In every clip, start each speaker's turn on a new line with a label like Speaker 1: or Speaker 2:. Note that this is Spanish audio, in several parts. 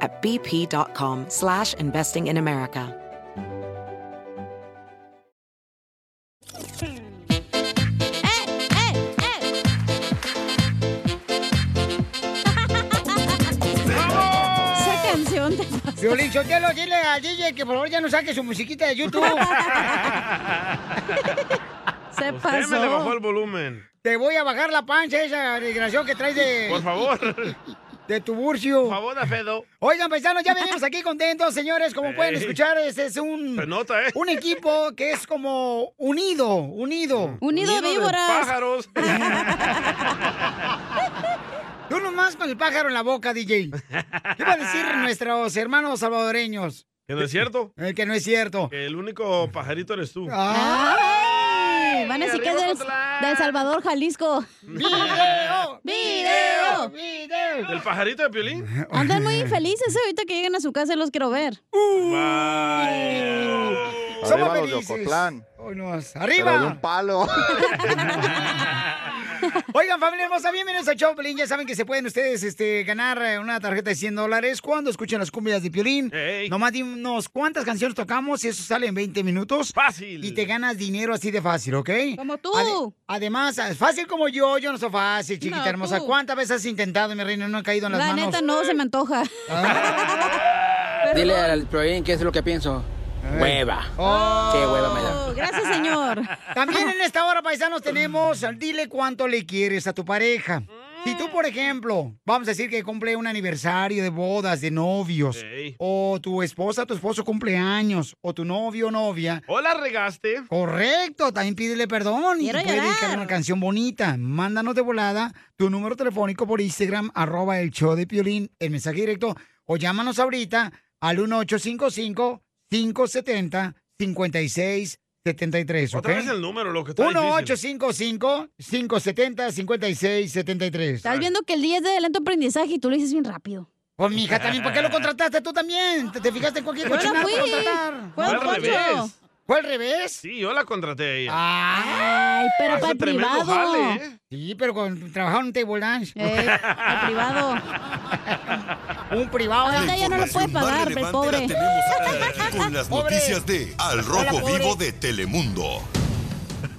Speaker 1: at bp.com slash investing in America.
Speaker 2: Esa canción te pasa.
Speaker 3: Violín, Sotelo, dile al DJ que por favor ya no saque su musiquita de YouTube.
Speaker 2: Se
Speaker 4: Usted me le bajó el
Speaker 2: pasó.
Speaker 4: volumen.
Speaker 3: Te voy a bajar la pancha esa desgración que traes de...
Speaker 4: Por favor. Por
Speaker 3: De tu burcio.
Speaker 4: favor, Afedo.
Speaker 3: Oigan, paisanos, ya venimos aquí contentos, señores. Como pueden
Speaker 4: Ey.
Speaker 3: escuchar, este es un,
Speaker 4: Se nota, ¿eh?
Speaker 3: un equipo que es como unido, unido.
Speaker 2: Unido
Speaker 4: Nido de
Speaker 2: víboras.
Speaker 4: Pájaros.
Speaker 3: Tú nomás con el pájaro en la boca, DJ. ¿Qué va a decir nuestros hermanos salvadoreños?
Speaker 4: Que no es cierto.
Speaker 3: Eh, que no es cierto.
Speaker 4: Que el único pajarito eres tú.
Speaker 2: Ay, van a decir que es
Speaker 4: Arriba,
Speaker 2: del-
Speaker 4: Mazatlán.
Speaker 2: de El Salvador, Jalisco.
Speaker 3: ¡Video!
Speaker 2: ¡Video!
Speaker 3: ¡Video!
Speaker 4: ¿Del pajarito de Piolín?
Speaker 2: Andan muy infelices ¿eh? ahorita que lleguen a su casa los quiero ver.
Speaker 4: Vaya.
Speaker 3: Somos
Speaker 5: Arriba los de
Speaker 3: felices.
Speaker 5: Ocotlán.
Speaker 3: Hoy nos-
Speaker 5: Pero de un
Speaker 3: ¡Arriba!
Speaker 5: palo.
Speaker 3: Oigan, familia hermosa, bienvenidos a Choplin. Ya saben que se pueden ustedes este, ganar eh, una tarjeta de 100 dólares cuando escuchen las cumbias de Piolín.
Speaker 4: Ey.
Speaker 3: Nomás dinos cuántas canciones tocamos y eso sale en 20 minutos.
Speaker 4: Fácil.
Speaker 3: Y te ganas dinero así de fácil, ¿ok?
Speaker 2: Como tú.
Speaker 3: además, fácil como yo, yo no soy fácil, chiquita
Speaker 2: No,
Speaker 3: hermosa.
Speaker 2: tú.
Speaker 3: ¿Cuántas veces has intentado, mi reina? No he caído en las
Speaker 2: La
Speaker 3: manos.
Speaker 2: neta
Speaker 3: Ah.
Speaker 2: no se me antoja.
Speaker 6: Dile al Proin qué es lo que pienso. Hueva.
Speaker 3: Oh.
Speaker 6: Qué hueva me da.
Speaker 2: Oh, gracias, señor.
Speaker 3: También en esta hora, paisanos, tenemos al dile cuánto le quieres a tu pareja. Si tú, por ejemplo, vamos a decir que cumple un aniversario de bodas, de novios,
Speaker 4: Ey.
Speaker 3: o tu esposa, tu esposo cumple años, o tu novio o novia.
Speaker 4: Hola, regaste.
Speaker 3: Correcto, también pídele perdón y
Speaker 2: Quiero
Speaker 3: puede
Speaker 2: llorar.
Speaker 3: dedicarle una canción bonita. Mándanos de volada tu número telefónico por Instagram, arroba el show de Piolín, el mensaje directo, o llámanos ahorita al 1855-570-5673, ¿ok?
Speaker 4: Otra vez el número, lo que está difícil.
Speaker 3: 1-855-570-5673.
Speaker 2: Estás viendo que el día es de lento aprendizaje y tú lo dices bien rápido.
Speaker 3: Pues, mija, también, ¿por qué lo contrataste tú también? ¿Te, te fijaste en cualquier
Speaker 2: Yo no
Speaker 3: cochinada
Speaker 2: fui.
Speaker 3: para contratar?
Speaker 2: Fue
Speaker 4: Fue
Speaker 2: Don
Speaker 4: al
Speaker 2: Poncho.
Speaker 4: revés.
Speaker 3: ¿Fue al revés?
Speaker 4: Sí, yo la contraté a ella.
Speaker 3: Ah,
Speaker 2: Ay, pero
Speaker 4: Hace
Speaker 2: para el
Speaker 4: tremendo
Speaker 2: privado.
Speaker 4: jale, ¿eh?
Speaker 3: sí, pero con, trabajaron en table dance.
Speaker 2: Eh, para el privado.
Speaker 3: Un privado.
Speaker 2: Ahorita ya no lo puede
Speaker 7: Información más
Speaker 2: pagar, el
Speaker 7: relevante
Speaker 2: pobre.
Speaker 7: la tenemos aquí con las
Speaker 3: Pobre.
Speaker 7: noticias de Al
Speaker 3: Hola,
Speaker 7: Rojo
Speaker 3: pobre.
Speaker 7: Vivo de Telemundo.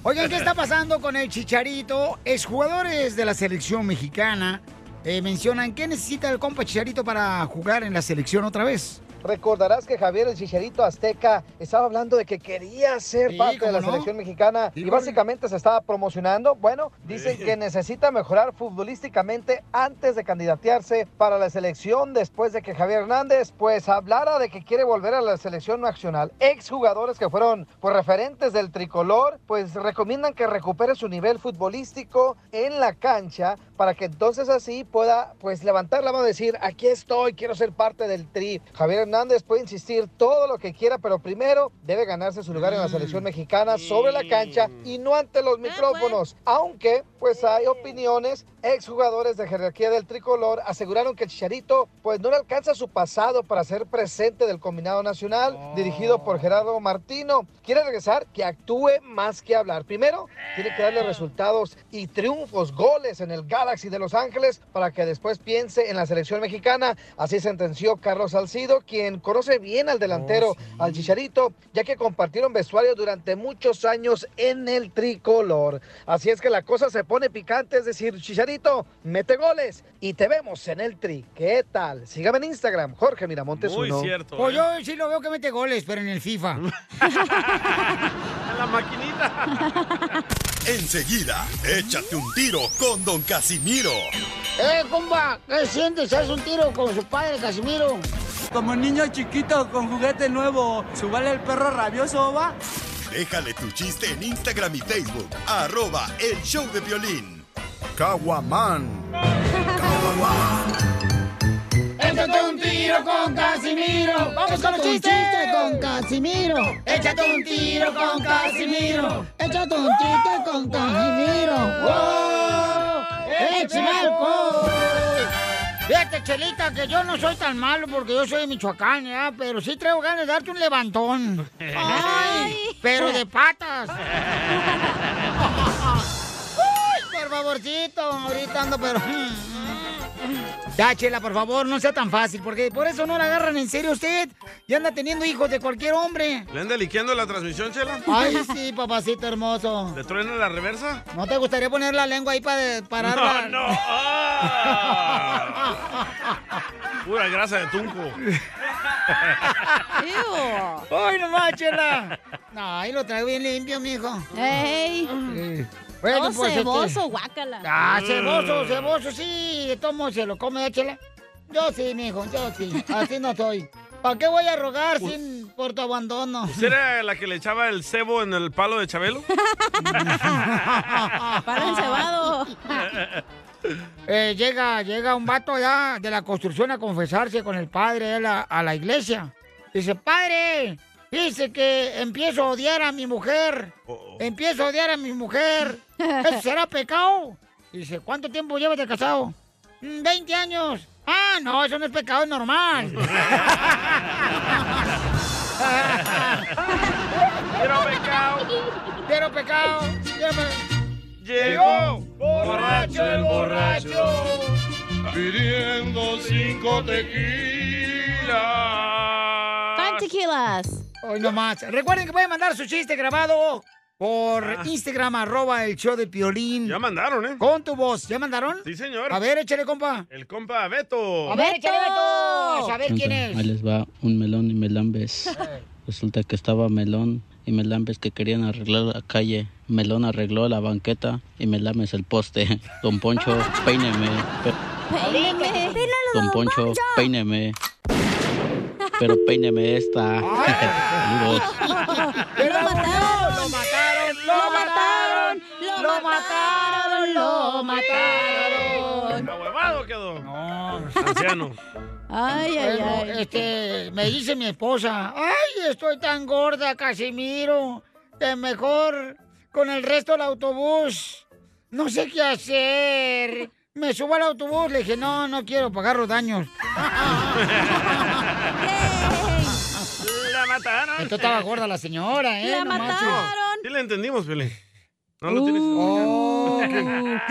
Speaker 3: Oigan, ¿qué está pasando con el Chicharito? Exjugadores de la selección mexicana eh, mencionan qué necesita el compa Chicharito para jugar en la selección otra vez.
Speaker 8: Recordarás que Javier el Chicharito Azteca estaba hablando de que quería ser
Speaker 3: Sí,
Speaker 8: parte
Speaker 3: ¿cómo
Speaker 8: de la
Speaker 3: no?
Speaker 8: selección mexicana
Speaker 3: Sí,
Speaker 8: y
Speaker 3: porque-
Speaker 8: básicamente se estaba promocionando. Bueno, dicen que necesita mejorar futbolísticamente antes de candidatearse para la selección después de que Javier Hernández pues hablara de que quiere volver a la selección nacional. Exjugadores que fueron pues referentes del tricolor pues recomiendan que recupere su nivel futbolístico en la cancha para que entonces así pueda pues levantar la mano y decir aquí estoy, quiero ser parte del tri. Javier Hernández puede insistir todo lo que quiera, pero primero debe ganarse su lugar en la selección mexicana sobre la cancha y no ante los micrófonos. Aunque pues hay opiniones, exjugadores de jerarquía del tricolor aseguraron que el Chicharito pues no le alcanza su pasado para ser presente del combinado nacional dirigido por Gerardo Martino. Quiere regresar que actúe más que hablar. Primero tiene que darle resultados y triunfos, goles en el Galaxy de Los Ángeles para que después piense en la selección mexicana. Así sentenció Carlos Salcido, quien conoce bien al delantero, al Chicharito, ya que compartieron vestuario durante muchos años en el tricolor. Así es que la cosa se pone picante, es decir, Chicharito Chicharito, mete goles y te vemos en el tri. ¿Qué tal? Sígame en Instagram, Jorge Miramontes
Speaker 4: Muy
Speaker 8: uno.
Speaker 4: cierto.
Speaker 3: Pues
Speaker 4: ¿eh?
Speaker 3: yo sí lo veo que mete goles, pero en el FIFA.
Speaker 4: En la maquinita.
Speaker 7: Enseguida, échate un tiro con Don Casimiro.
Speaker 9: ¡Eh, comba! ¿Qué sientes? ¿Haz un tiro con su padre, Casimiro?
Speaker 10: Como niño chiquito con juguete nuevo, ¿subale el perro rabioso, va?
Speaker 7: Déjale tu chiste en Instagram y Facebook. Arroba el show de violín.
Speaker 9: ¡Échate un tiro con Casimiro!
Speaker 3: ¡Vamos con los
Speaker 9: un
Speaker 3: chistes!
Speaker 9: chiste con Casimiro! ¡Échate un tiro con Casimiro! ¡Échate un chiste con Casimiro! ¡Wow! ¡Échame alcohol!
Speaker 3: Fíjate, Chelita, que yo no soy tan malo porque yo soy de Michoacán, ¿ya? Pero sí traigo ganas de darte un levantón. ¡Ay! Pero de patas. ¡Ay, por favorcito! Ahorita ando, pero... Ya, Chela, por favor, no sea tan fácil, porque por eso no la agarran en serio usted. Y anda teniendo hijos de cualquier hombre.
Speaker 4: ¿Le anda liqueando la transmisión, Chela?
Speaker 3: Ay, sí, papacito hermoso.
Speaker 4: ¿Le truena la reversa?
Speaker 3: ¿No te gustaría poner la lengua ahí para de- parar la-
Speaker 4: No, no. Ah. Pura grasa de tunco.
Speaker 2: Ew.
Speaker 3: ¡Ay, no más, Chela! No, ahí lo traigo bien limpio, mijo.
Speaker 2: ¡Ey!
Speaker 3: Eh,
Speaker 2: Todo
Speaker 3: Bueno, pues, este-
Speaker 2: ceboso, guácala.
Speaker 3: Ah, ceboso, ceboso, sí. De tomo se lo come, ¿eh, chela. Yo sí, mijo, yo sí. Así no soy. ¿Para qué voy a rogar
Speaker 4: Pues-
Speaker 3: sin por tu abandono?
Speaker 4: ¿Usted era la que le echaba el cebo en el palo de Chabelo?
Speaker 2: Para el cebado.
Speaker 3: Eh, llega, llega un vato allá de la construcción a confesarse con el padre a la, a la iglesia. Dice, padre, dice que empiezo a odiar a mi mujer.
Speaker 4: Oh, oh.
Speaker 3: Empiezo a odiar a mi mujer. ¿Eso será pecado? Dice, ¿cuánto tiempo llevas de casado? "Mm, 20 años. Ah, no, eso no es pecado, es normal.
Speaker 4: Pero pecado.
Speaker 3: Quiero pecado. Quiero pe-
Speaker 4: Llegó borracho el borracho pidiendo cinco
Speaker 2: Five
Speaker 4: tequilas.
Speaker 2: tequilas.
Speaker 3: Hoy nomás. Recuerden que pueden mandar su chiste grabado por Instagram, arroba el show de Piolín.
Speaker 4: Ah. Ya mandaron, ¿eh?
Speaker 3: Con tu voz. ¿Ya mandaron?
Speaker 4: Sí, señor.
Speaker 3: A ver, échale, compa.
Speaker 4: El compa Beto.
Speaker 3: A
Speaker 2: ver,
Speaker 3: ver, échale, Beto.
Speaker 2: Beto.
Speaker 3: A ver quién
Speaker 11: Ahí
Speaker 3: es.
Speaker 11: les va un melón y melambes. Resulta que estaba melón y melambes que querían arreglar la calle. Melón arregló la banqueta y melames el poste. Don Poncho, peíneme. Pe-
Speaker 2: Peíname.
Speaker 11: Don Poncho, peíneme. Pero peíneme esta. Saludos.
Speaker 2: ¡Lo mataron!
Speaker 3: ¡Lo mataron!
Speaker 2: ¡Lo mataron! ¡Lo mataron! ¡Lo mataron!
Speaker 4: La huevado quedó.
Speaker 3: No.
Speaker 4: Anciano.
Speaker 2: ¡Ay, ay,
Speaker 3: Bueno,
Speaker 2: ay!
Speaker 3: este, me dice mi esposa, ay, estoy tan gorda, Casimiro, que mejor con el resto del autobús, no sé qué hacer. Me subo al autobús, le dije, no, no quiero pagar los daños.
Speaker 4: La mataron.
Speaker 3: Esto estaba gorda la señora, ¿eh?
Speaker 2: ¡La
Speaker 3: No manches.
Speaker 2: mataron!
Speaker 4: Sí le entendimos, Pele. No lo tienes.
Speaker 3: Oh, qué genio.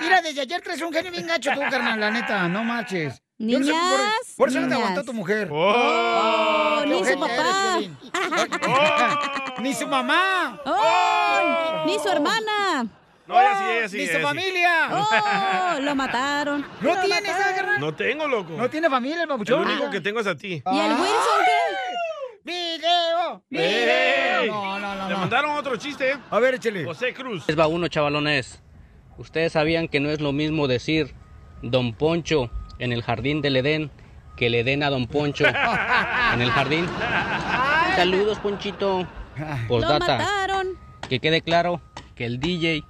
Speaker 3: Mira, desde ayer traes un genio bien gacho tú, carnal, la neta, no manches. Yo no sé cómo- por-
Speaker 2: Niñas,
Speaker 3: Por eso no te
Speaker 2: niñas.
Speaker 3: aguantó tu mujer.
Speaker 4: Oh.
Speaker 2: Oh, ni
Speaker 3: Qué
Speaker 2: su
Speaker 3: ojete
Speaker 2: papá.
Speaker 3: eres, Piolín. Ni su mamá.
Speaker 2: ¡Oh! ¡Ni su hermana!
Speaker 4: No, ya sí, ya sí.
Speaker 3: Ni
Speaker 4: ya
Speaker 3: su
Speaker 4: sí.
Speaker 3: familia.
Speaker 2: ¡Oh! ¡Lo mataron!
Speaker 3: No
Speaker 2: ¡Lo
Speaker 3: tiene esa
Speaker 2: mataron!
Speaker 3: carnal.
Speaker 4: No tengo, loco.
Speaker 3: No tiene familia el Ah.
Speaker 4: Lo
Speaker 3: babuchón.
Speaker 4: único que tengo es a ti.
Speaker 2: ¿Y el Wilson qué?
Speaker 3: ¡Video!
Speaker 4: ¡Ey!
Speaker 3: ¡Video! No, no,
Speaker 4: Le
Speaker 3: no. no.
Speaker 4: mandaron otro chiste, ¿eh?
Speaker 3: A ver, échale.
Speaker 4: José Cruz.
Speaker 11: Les va uno, chavalones. Ustedes sabían que no es lo mismo decir Don Poncho en el jardín del Edén que le den a Don Poncho en el jardín. Saludos, Ponchito.
Speaker 2: ¡Lo
Speaker 11: Postdata.
Speaker 2: mataron!
Speaker 11: Que quede claro que el DJ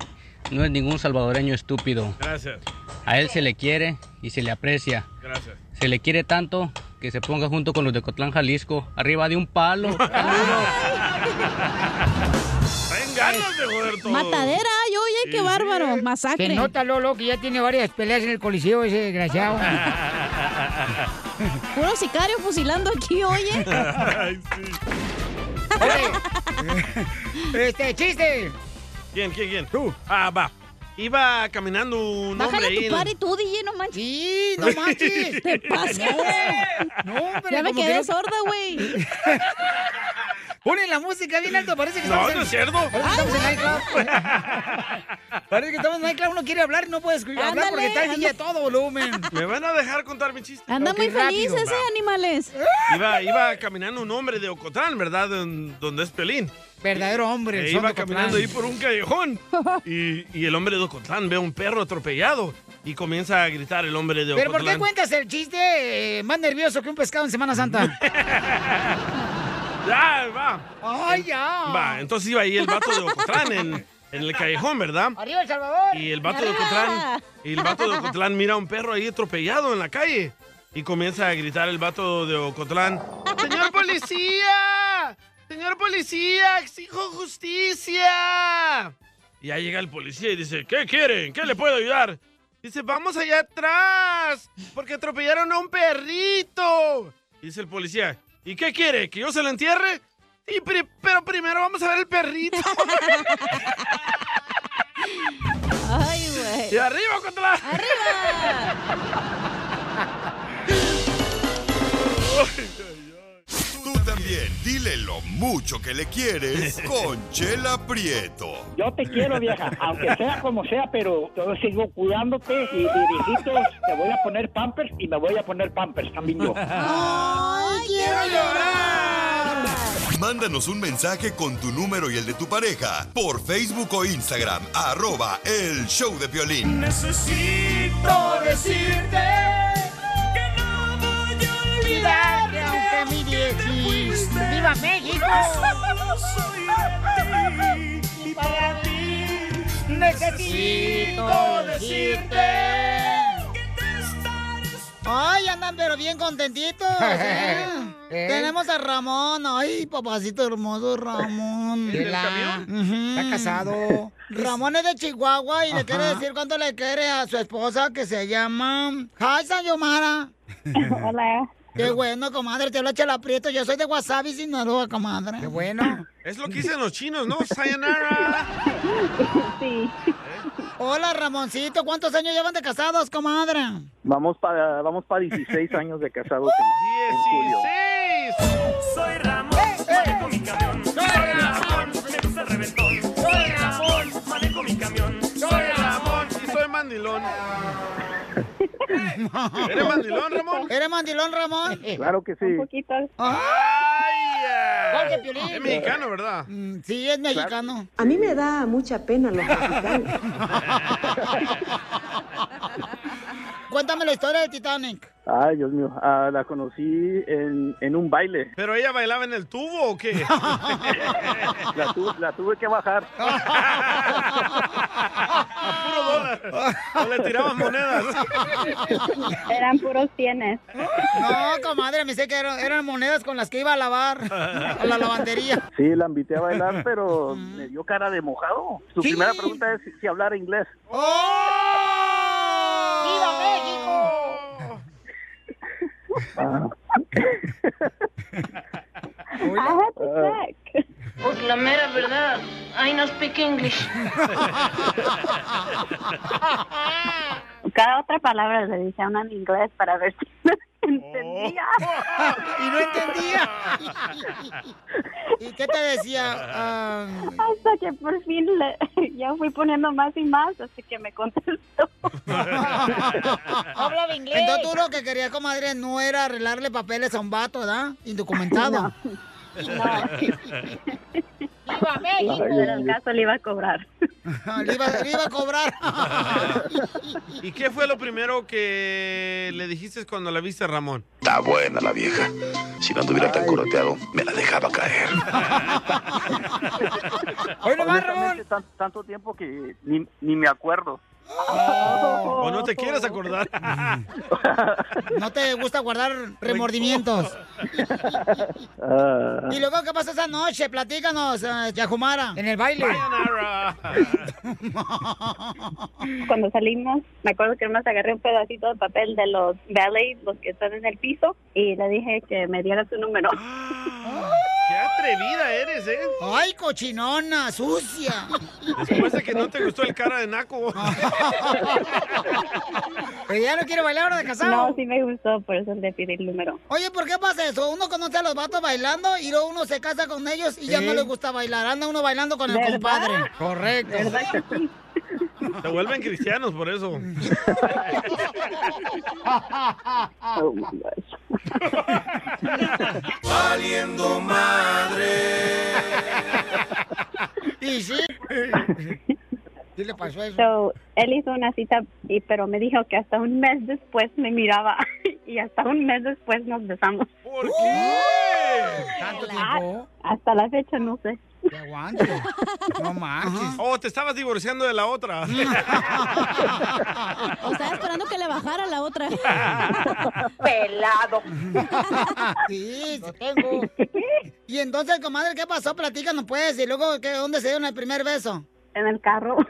Speaker 11: no es ningún salvadoreño estúpido.
Speaker 4: Gracias,
Speaker 11: A él se le quiere y se le aprecia.
Speaker 4: gracias.
Speaker 11: Se le quiere tanto que se ponga junto con los de Cotlán, Jalisco, arriba de un palo.
Speaker 4: Traen ganas de joder todo.
Speaker 2: ¡Matadera! ¡Ay, oye, qué bárbaro!
Speaker 3: Se
Speaker 2: ¡Masacre!
Speaker 3: nota, Lolo, que ya tiene varias peleas en el coliseo ese desgraciado.
Speaker 4: Ah,
Speaker 2: ¡Puro sicario fusilando aquí, oye!
Speaker 4: Ay, sí.
Speaker 3: Ok. este, chiste.
Speaker 4: ¿Quién, quién, quién?
Speaker 3: Tú.
Speaker 4: Ah, va. Iba caminando un hombre
Speaker 2: ¡Bájale
Speaker 4: ahí.
Speaker 2: tu
Speaker 4: en-
Speaker 2: party tú, DJ! ¡No manches!
Speaker 3: Sí, no manches.
Speaker 2: ¿Qué pasa?
Speaker 3: No, hombre,
Speaker 2: Ya me
Speaker 3: como que
Speaker 2: quedé
Speaker 3: no-
Speaker 2: sorda, güey.
Speaker 3: Ponen la música bien alto, parece que
Speaker 4: No,
Speaker 3: estamos en...
Speaker 4: no es cierto.
Speaker 3: Parece que estamos en nightclub. parece que estamos en nightclub, uno quiere hablar y no puede escribir- hablar
Speaker 4: Ándale,
Speaker 3: porque está el DJ a
Speaker 4: anda-
Speaker 3: todo volumen.
Speaker 4: ¿Me van a dejar contar mi chiste?
Speaker 2: Anda
Speaker 4: Ok,
Speaker 2: muy feliz
Speaker 4: rápido.
Speaker 2: ese,
Speaker 4: Va.
Speaker 2: animales.
Speaker 4: Iba, iba caminando un hombre de Ocotán, ¿verdad? Don- donde es Pelín.
Speaker 3: Verdadero hombre.
Speaker 4: E
Speaker 3: son de
Speaker 4: iba
Speaker 3: Ocotlán.
Speaker 4: caminando ahí por un callejón. Y, y el hombre de Ocotlán ve a un perro atropellado. Y comienza a gritar el hombre de
Speaker 3: ¿Pero por qué
Speaker 4: Ocotlán.
Speaker 3: cuentas el chiste eh, más nervioso que un pescado en Semana Santa?
Speaker 4: Ya, va.
Speaker 3: ¡Ay, ya!
Speaker 4: Va, entonces iba ahí el vato de Ocotlán en, en el callejón, ¿verdad?
Speaker 3: ¡Arriba, El Salvador!
Speaker 4: Y el vato de Ocotlán, y el vato de Ocotlán mira a un perro ahí atropellado en la calle. Y comienza a gritar el vato de Ocotlán. ¡Señor policía! ¡Señor policía! ¡Exijo justicia! Y ahí llega el policía y dice, ¿qué quieren? ¿Qué le puedo ayudar? Dice, vamos allá atrás, porque atropellaron a un perrito. Y dice el policía, ¿y qué quiere? ¿Que yo se lo entierre? Sí, pri- pero primero vamos a ver el perrito.
Speaker 2: Ay, güey.
Speaker 4: Y arriba, contra
Speaker 7: Tú también, dile lo mucho que le quieres con Chela Prieto.
Speaker 12: Yo te quiero, vieja, aunque sea como sea, pero yo sigo cuidándote y dirijitos, te voy a poner pampers y me voy a poner pampers también yo.
Speaker 2: Ah.
Speaker 13: ¡Ay, quiero llorar!
Speaker 7: Mándanos un mensaje con tu número y el de tu pareja por Facebook o Instagram, arroba el show de violín.
Speaker 13: Necesito decirte que no voy a olvidarte aunque mi diezis.
Speaker 3: ¡Viva México!
Speaker 13: Y para ti necesito decirte.
Speaker 3: Ay, andan pero bien contentitos. ¿eh?
Speaker 13: ¿Eh?
Speaker 3: Tenemos a Ramón. Ay, papacito hermoso, Ramón.
Speaker 13: ¿Tiene el camión?
Speaker 3: Ujú.
Speaker 13: Está casado.
Speaker 3: Ramón es de Chihuahua y
Speaker 13: Ajá.
Speaker 3: le quiere decir cuánto le quiere a su esposa que se llama Jaisa Yomara. Hola. Qué bueno, comadre, te habla Chela Prieto. Yo soy de Wasabi, Sinaloa, comadre. Qué bueno.
Speaker 4: Es lo que dicen los chinos, ¿no? Sayonara.
Speaker 3: Sí. Hola, Ramoncito. ¿Cuántos años llevan de casados, comadre?
Speaker 12: Vamos para, vamos para 16 años de casados en, en julio.
Speaker 13: Soy Ramón,
Speaker 3: Eh,
Speaker 13: manejo mi camión. Soy Ramón, me gusta el reventón. Soy Ramón, manejo mi camión. Soy Ramón.
Speaker 4: y soy mandilón.
Speaker 13: ¿Eres mandilón,
Speaker 4: Ramón?
Speaker 3: ¿Eres mandilón, Ramón?
Speaker 12: Claro que sí. Un
Speaker 3: poquito. ¡Ay! Jorge Piolín.
Speaker 4: Es mexicano, ¿verdad?
Speaker 3: Mm, Sí, es mexicano.
Speaker 14: A mí me da mucha pena los mexicanos.
Speaker 3: Cuéntame la historia del Titanic.
Speaker 12: Ay, Dios mío, ah, la conocí en, en un baile.
Speaker 4: ¿Pero ella bailaba en el tubo o qué?
Speaker 12: La, tu- la tuve que bajar.
Speaker 4: Puro dólar. No le tiraban monedas.
Speaker 15: Eran puros tienes.
Speaker 3: No, comadre, me sé que eran, eran monedas con las que iba a lavar a la lavandería.
Speaker 12: Sí, la invité a bailar, pero me dio cara de mojado. Su primera pregunta es si, si hablara inglés.
Speaker 3: Oh.
Speaker 13: ¡Oh! Pues la mera verdad, I no speak English.
Speaker 15: Cada otra palabra le decía una en inglés para ver si entendía.
Speaker 3: Oh.
Speaker 15: Oh.
Speaker 3: y no entendía. ¿Y qué te decía? Ah,
Speaker 15: Hasta que por fin le, ya fui poniendo más y más, así que me contestó.
Speaker 13: Habla inglés.
Speaker 3: Entonces tú lo que querías, comadre, no era arreglarle papeles a un vato, ¿verdad? Indocumentado.
Speaker 15: ¡Viva
Speaker 3: México!
Speaker 15: Pero el caso le iba a cobrar.
Speaker 3: le, iba, le iba a cobrar.
Speaker 4: ¿Y qué fue lo primero que le dijiste cuando la viste, Ramón?
Speaker 16: Está buena la vieja. Si no anduviera tan coroteado, me la dejaba caer.
Speaker 3: Hoy
Speaker 12: no tanto tiempo que ni, ni me acuerdo.
Speaker 3: Ah.
Speaker 4: ¿O no te quieres acordar?
Speaker 3: No te gusta guardar remordimientos.
Speaker 12: Ah,
Speaker 3: ¿Y luego qué pasó esa noche? Platícanos, eh, Yajumara. En el baile.
Speaker 15: Cuando salimos, me acuerdo que nomás agarré un pedacito de papel de los ballets, los que están en el piso, y le dije que me diera su número.
Speaker 4: ¡Qué atrevida eres, ¿eh?
Speaker 3: ¡Ay, cochinona, sucia!
Speaker 4: Después de que no te gustó el cara de naco.
Speaker 3: Pero ya no quiere bailar ahora de casado.
Speaker 15: No, sí me gustó, por eso le pide el número.
Speaker 3: Oye, ¿por qué pasa eso? Uno conoce a los vatos bailando y luego uno se casa con ellos y ya
Speaker 4: Sí.
Speaker 3: no les gusta bailar. Anda uno bailando con el
Speaker 4: ¿Verdad?
Speaker 3: compadre. Correcto.
Speaker 4: Se vuelven cristianos por eso.
Speaker 13: Valiendo madre.
Speaker 3: ¿Y sí? ¿Qué le pasó a eso?
Speaker 15: So, él hizo una cita, y, pero me dijo que hasta un mes después me miraba y hasta un mes después nos besamos.
Speaker 4: ¿Por qué?
Speaker 3: ¿Tanto tiempo?
Speaker 15: Hasta la fecha no sé.
Speaker 3: ¡Qué aguante! No manches. Mm.
Speaker 4: Oh, te estabas divorciando de la otra.
Speaker 2: O estaba esperando que le bajara la otra.
Speaker 3: Pelado. Sí, lo tengo. Y entonces, comadre, ¿qué pasó? Platícanos, pues. Y luego, ¿qué, ¿dónde se dieron el primer beso?
Speaker 15: En el carro.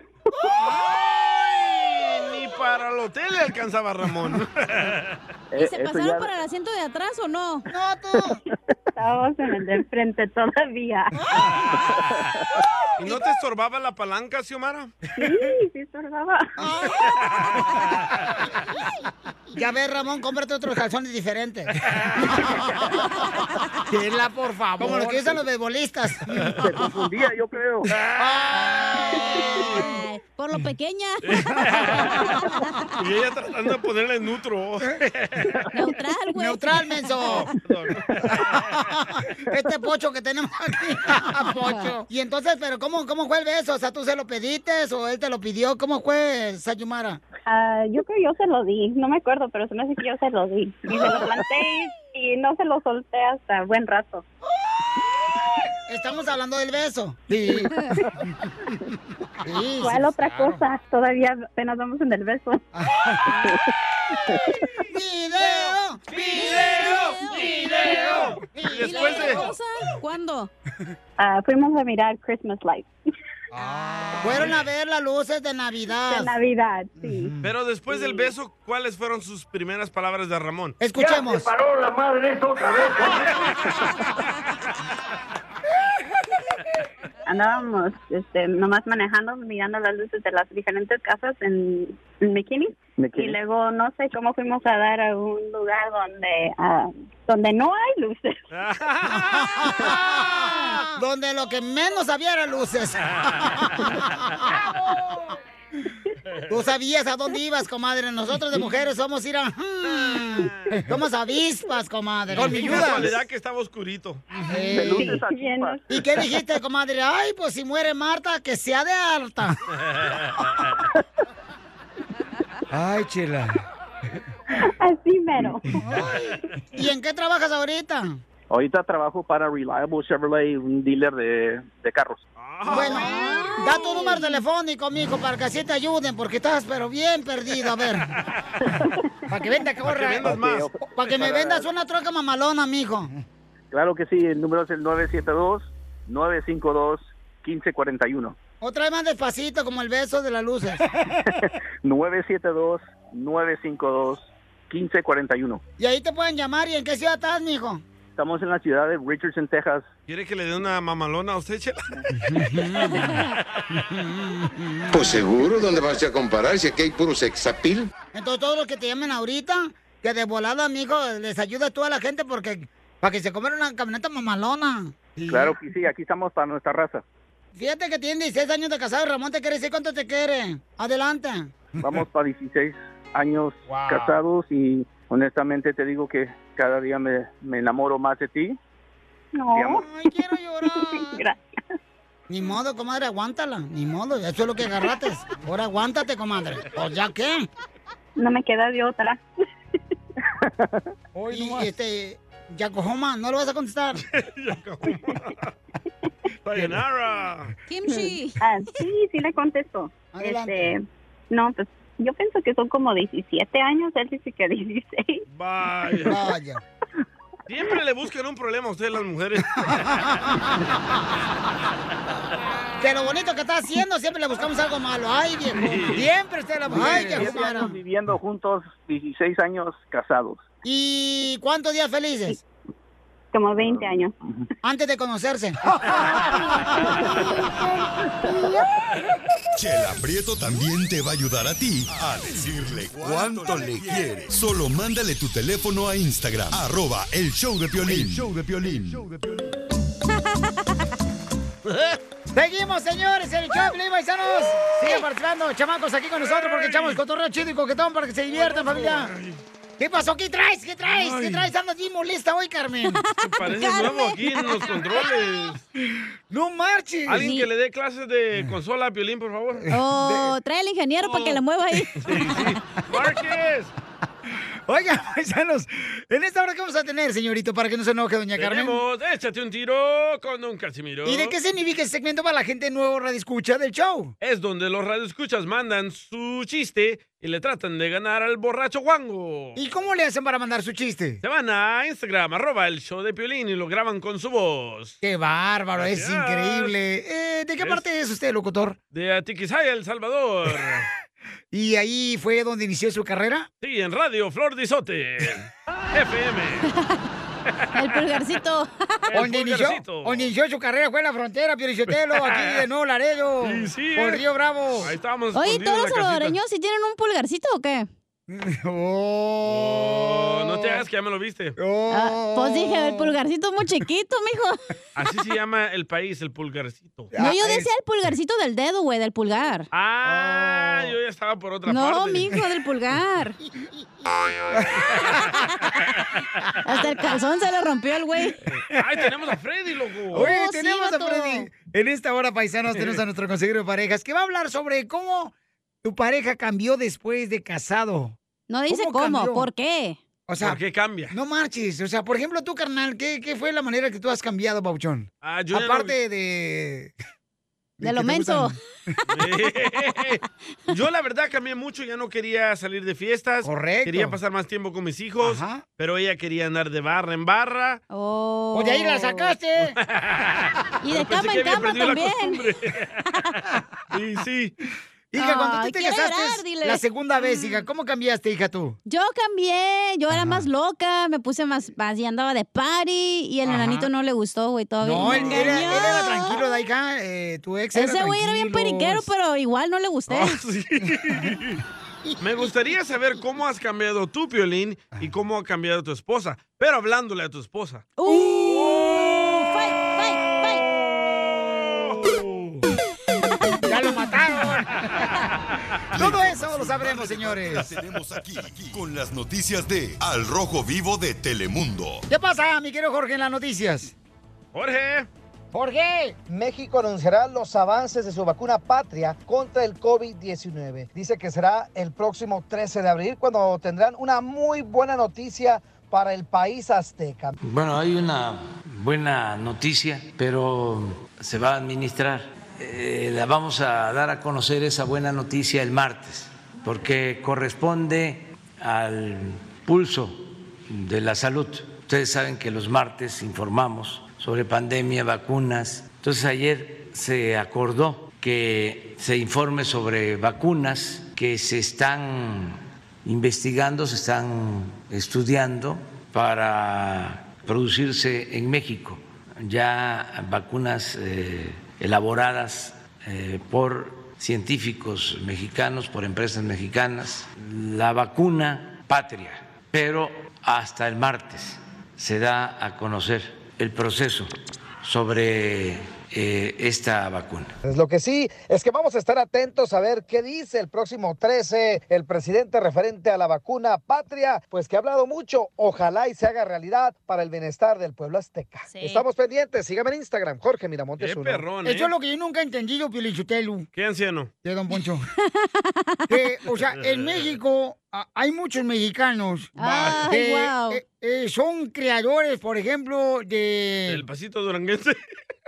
Speaker 4: Ni para el hotel le alcanzaba Ramón.
Speaker 15: Eh,
Speaker 4: Eh,
Speaker 2: ¿Y se pasaron para el asiento de atrás o no?
Speaker 3: No, tú.
Speaker 15: Estábamos en el de enfrente todavía.
Speaker 3: Ah.
Speaker 4: ¿Y no te estorbaba la palanca, Xiomara?
Speaker 15: Sí, sí, estorbaba.
Speaker 3: Ya ves, Ramón, cómprate otros calzones diferentes. Tela, por favor. Como los que usan los beisbolistas.
Speaker 13: Se confundía, yo creo.
Speaker 2: Ay, por lo pequeña.
Speaker 4: Y ella tratando de ponerle nutro.
Speaker 2: Neutral, güey.
Speaker 3: Neutral, menso. Este pocho que tenemos aquí. pocho. Y entonces, ¿pero cómo, cómo fue el beso? O sea, ¿tú se lo pediste o él te lo pidió? ¿Cómo fue, Sayumara?
Speaker 15: Ah, yo creo yo se lo di, no me acuerdo, pero se me hace que yo se lo di. Y se lo planté y no se lo solté hasta buen rato.
Speaker 3: Estamos hablando del beso. Sí. Sí,
Speaker 15: ¿Cuál
Speaker 3: sí,
Speaker 15: otra
Speaker 3: claro.
Speaker 15: cosa? Todavía apenas vamos en el beso.
Speaker 3: ¡Video!
Speaker 13: ¡Video! ¡Video!
Speaker 2: ¿Y la otra cosa? ¿Cuándo?
Speaker 15: Ah, fuimos a mirar Christmas Lights
Speaker 3: Fueron a ver las luces de Navidad.
Speaker 15: de Navidad. Sí.
Speaker 4: Pero después del beso, ¿cuáles fueron sus primeras palabras de Ramón?
Speaker 3: Escuchemos.
Speaker 4: Ya se paró
Speaker 13: la madre esa otra vez.
Speaker 15: Andábamos este, nomás manejando, mirando las luces de las diferentes casas en, en McKinney.
Speaker 17: McKinney.
Speaker 15: Y luego no sé cómo fuimos a dar a un lugar donde ah, donde no hay luces.
Speaker 3: Donde lo que menos había era luces. Tú sabías a dónde ibas, comadre. Nosotros de mujeres somos ir a... hmm, somos avispas, comadre.
Speaker 4: Con mi
Speaker 3: Ayudas.
Speaker 4: casualidad que estaba oscurito.
Speaker 3: Sí. ¿Y qué dijiste, comadre? Ay, pues si muere Marta, que sea de harta.
Speaker 18: Ay, chela.
Speaker 15: Así mero.
Speaker 3: ¿Y en qué trabajas ahorita?
Speaker 17: Ahorita trabajo para Reliable Chevrolet, un dealer de, de carros.
Speaker 3: Bueno, da tu número telefónico, mijo, para que así te ayuden, porque estás pero bien perdido, a ver. Para que venda que
Speaker 17: Para que
Speaker 3: ahorra.
Speaker 17: vendas más.
Speaker 3: Para que me vendas una troca mamalona, mijo.
Speaker 17: Claro que sí, el número es el 972-952-1541.
Speaker 3: Otra vez más despacito, como el beso de las luces.
Speaker 17: 972-952-1541.
Speaker 3: Y ahí te pueden llamar. ¿Y en qué ciudad estás, mijo?
Speaker 17: Estamos en la ciudad de Richardson, Texas.
Speaker 4: ¿Quiere que le dé una mamalona a usted, Chela?
Speaker 19: Pues seguro, ¿dónde vas a comparar? Si aquí hay puro sexapil.
Speaker 3: Entonces, todos los que te llamen ahorita, que de volada, mijo, les ayudas tú a la gente porque para que se coman una camioneta mamalona.
Speaker 17: Claro que sí, aquí estamos para nuestra raza.
Speaker 3: Fíjate que tiene 16 años de casado, Ramón te quiere decir cuánto te quiere. Adelante.
Speaker 17: Vamos para 16 años
Speaker 3: Wow.
Speaker 17: casados y honestamente te digo que cada día me, me enamoro más de ti. Te amo.
Speaker 3: Ay, quiero llorar. Ni modo, comadre, aguántala. Ni modo, eso es lo que agarrates. Ahora aguántate, comadre. Pues ya qué.
Speaker 15: No me queda de otra.
Speaker 3: y este, Yacojoma, ¿no lo vas a contestar?
Speaker 4: Sayonara.
Speaker 2: Kimchi.
Speaker 15: Ah, sí, sí le contesto.
Speaker 2: Adelante.
Speaker 15: Este, no, pues yo pienso que son como 17 años, él dice que 16.
Speaker 4: Vaya.
Speaker 3: Vaya.
Speaker 4: Siempre le buscan un problema a ustedes las mujeres.
Speaker 3: Que lo bonito que está haciendo, siempre le buscamos algo malo. Ay, viejo. Siempre usted la Ay,
Speaker 17: 17
Speaker 3: Yacojoma.
Speaker 17: años viviendo juntos, 16 años casados.
Speaker 3: ¿Y cuántos días felices?
Speaker 15: Como 20 años.
Speaker 3: Antes de conocerse.
Speaker 7: Chela Prieto también te va a ayudar a ti a decirle cuánto le quieres. Solo mándale tu teléfono a Instagram, arroba el show de Piolín.
Speaker 13: El
Speaker 7: show de Piolín.
Speaker 3: Seguimos, señores, el show, Piolín, paisanos. Sigue participando, chamacos, aquí con nosotros porque echamos el cotorreo chido y coquetón para que se diviertan, familia. ¿Qué pasó? ¿Qué traes? ¿Qué traes? ¿Qué
Speaker 4: Ay.
Speaker 3: traes? Andas bien molesta hoy, Carmen.
Speaker 4: Parece nuevo aquí en los controles.
Speaker 3: No marches.
Speaker 4: Alguien que le dé clases de consola a Piolín, por favor.
Speaker 2: Oh, trae al ingeniero para que la mueva ahí.
Speaker 4: ¡Márquez!
Speaker 3: Oiga, paisanos, en esta hora que vamos a tener, señorito, para que no se enoje, doña Carmen.
Speaker 4: Tenemos, échate un tiro con Don Casimiro.
Speaker 3: ¿Y de qué significa este segmento para la gente nuevo radioescucha del show?
Speaker 4: Es donde los radioescuchas mandan su chiste y le tratan de ganar al borracho guango.
Speaker 3: ¿Y cómo le hacen para mandar su chiste?
Speaker 4: Se van a Instagram, arroba el show de Piolín y lo graban con su voz.
Speaker 3: ¡Qué bárbaro! Es
Speaker 4: Gracias.
Speaker 3: increíble. Eh, ¿De qué
Speaker 4: Es-
Speaker 3: parte es usted, locutor?
Speaker 4: De Atiquizaya, El Salvador.
Speaker 3: ¿Y ahí fue donde inició su carrera?
Speaker 4: Sí, en Radio Flor de Izote. FM.
Speaker 3: El pulgarcito. ¿Dónde
Speaker 4: El
Speaker 3: inició,
Speaker 4: pulgarcito.
Speaker 3: donde inició su carrera fue en la frontera, Piorichotelo, aquí de Nuevo Laredo,
Speaker 4: Sí, sí,
Speaker 3: por
Speaker 4: eh.
Speaker 3: Río Bravo.
Speaker 4: Ahí estábamos
Speaker 2: Oye, ¿todos los
Speaker 4: escondidos en la casita.
Speaker 2: salvadoreños sí tienen un pulgarcito o qué?
Speaker 4: Oh, no te hagas que ya me lo viste.
Speaker 3: Oh.
Speaker 2: Ah, pues dije, el pulgarcito es muy chiquito, mijo.
Speaker 4: Así se llama el país, el pulgarcito.
Speaker 3: Ah,
Speaker 2: No, yo decía el pulgarcito del dedo, güey, del pulgar.
Speaker 4: Ah,
Speaker 3: Oh.
Speaker 4: yo ya estaba por otra
Speaker 2: no,
Speaker 4: parte.
Speaker 2: mijo, del pulgar. Hasta el calzón se le rompió al güey. Oh,
Speaker 4: Ay, tenemos a Freddy, loco.
Speaker 3: Oye, tenemos a Freddy. En esta hora, paisanos, tenemos a nuestro consejero de parejas que va a hablar sobre cómo tu pareja cambió después de casado.
Speaker 2: No dice cómo,
Speaker 3: cambió?
Speaker 2: ¿por qué?
Speaker 3: O sea,
Speaker 4: ¿Por qué cambia?
Speaker 3: No marches. O sea, por ejemplo, tú, carnal, ¿qué, qué fue la manera que tú has cambiado, Bauchón?
Speaker 4: Ah, yo ya no-
Speaker 3: Aparte de...
Speaker 2: De lo menso.
Speaker 4: Yo la verdad cambié mucho, ya no quería salir de fiestas.
Speaker 3: Correcto.
Speaker 4: Quería pasar más tiempo con mis hijos, pero ella quería andar de barra en barra.
Speaker 2: Oh.
Speaker 3: Oye, Pues ahí la sacaste.
Speaker 2: Y de
Speaker 4: Yo pensé
Speaker 2: cama
Speaker 4: que
Speaker 2: en
Speaker 4: había
Speaker 2: cama
Speaker 4: perdido la
Speaker 2: también.
Speaker 4: ¿eh? Y sí.
Speaker 3: Hija, cuando tú
Speaker 2: Ay,
Speaker 3: te
Speaker 2: quiero
Speaker 3: casaste
Speaker 2: llorar, dile.
Speaker 3: la segunda vez,
Speaker 2: Mm.
Speaker 3: hija, ¿cómo cambiaste, hija, tú?
Speaker 2: Yo cambié, yo era más loca, me puse más, más y andaba de party y el
Speaker 3: Ajá.
Speaker 2: enanito no le gustó, güey, todavía.
Speaker 3: No,
Speaker 2: me
Speaker 3: él, él era,
Speaker 2: engañó.
Speaker 3: él era tranquilo, da, hija. eh, tu ex era
Speaker 2: Ese güey era bien
Speaker 3: tranquilo.
Speaker 2: periquero, pero igual no le gusté.
Speaker 4: Ah, Me gustaría saber cómo has cambiado tú, Piolín, y cómo ha cambiado tu esposa, pero hablándole a tu esposa.
Speaker 2: Uh, fight, fight,
Speaker 3: fight. ¡Ya lo mataron! Todo eso lo sabremos, señores.
Speaker 7: Tenemos aquí, aquí con las noticias de Al Rojo Vivo de Telemundo.
Speaker 3: ¿Qué pasa, mi querido Jorge, en las noticias?
Speaker 4: Jorge.
Speaker 3: Jorge.
Speaker 20: México anunciará los avances de su vacuna patria contra el COVID-19. Dice que será el próximo 13 de abril cuando tendrán una muy buena noticia para el país azteca.
Speaker 21: Bueno, hay una buena noticia, pero se va a administrar. Eh, la vamos a dar a conocer esa buena noticia el martes, porque corresponde al pulso de la salud. Ustedes saben que los martes informamos sobre pandemia, vacunas. Entonces ayer se acordó que se informe sobre vacunas que se están investigando, se están estudiando para producirse en México ya vacunas eh, elaboradas eh, por científicos mexicanos, por empresas mexicanas, la vacuna patria, pero hasta el martes se da a conocer el proceso sobre eh, esta vacuna.
Speaker 20: Pues lo que sí es que vamos a estar atentos a ver qué dice el próximo 13 el presidente referente a la vacuna patria, pues que ha hablado mucho, ojalá y se haga realidad para el bienestar del pueblo azteca. Estamos pendientes, sígame en Instagram, Jorge Miramontes.
Speaker 4: Qué
Speaker 20: uno.
Speaker 4: perrón, ¿eh?
Speaker 3: Eso es lo que yo nunca he entendido, Pilichutelu.
Speaker 4: ¿Qué anciano?
Speaker 3: De Don Poncho. Que, o sea, en México a- hay muchos mexicanos
Speaker 4: Ay,
Speaker 3: que
Speaker 4: guau.
Speaker 3: eh, eh, son creadores, por ejemplo, de
Speaker 4: El pasito duranguense.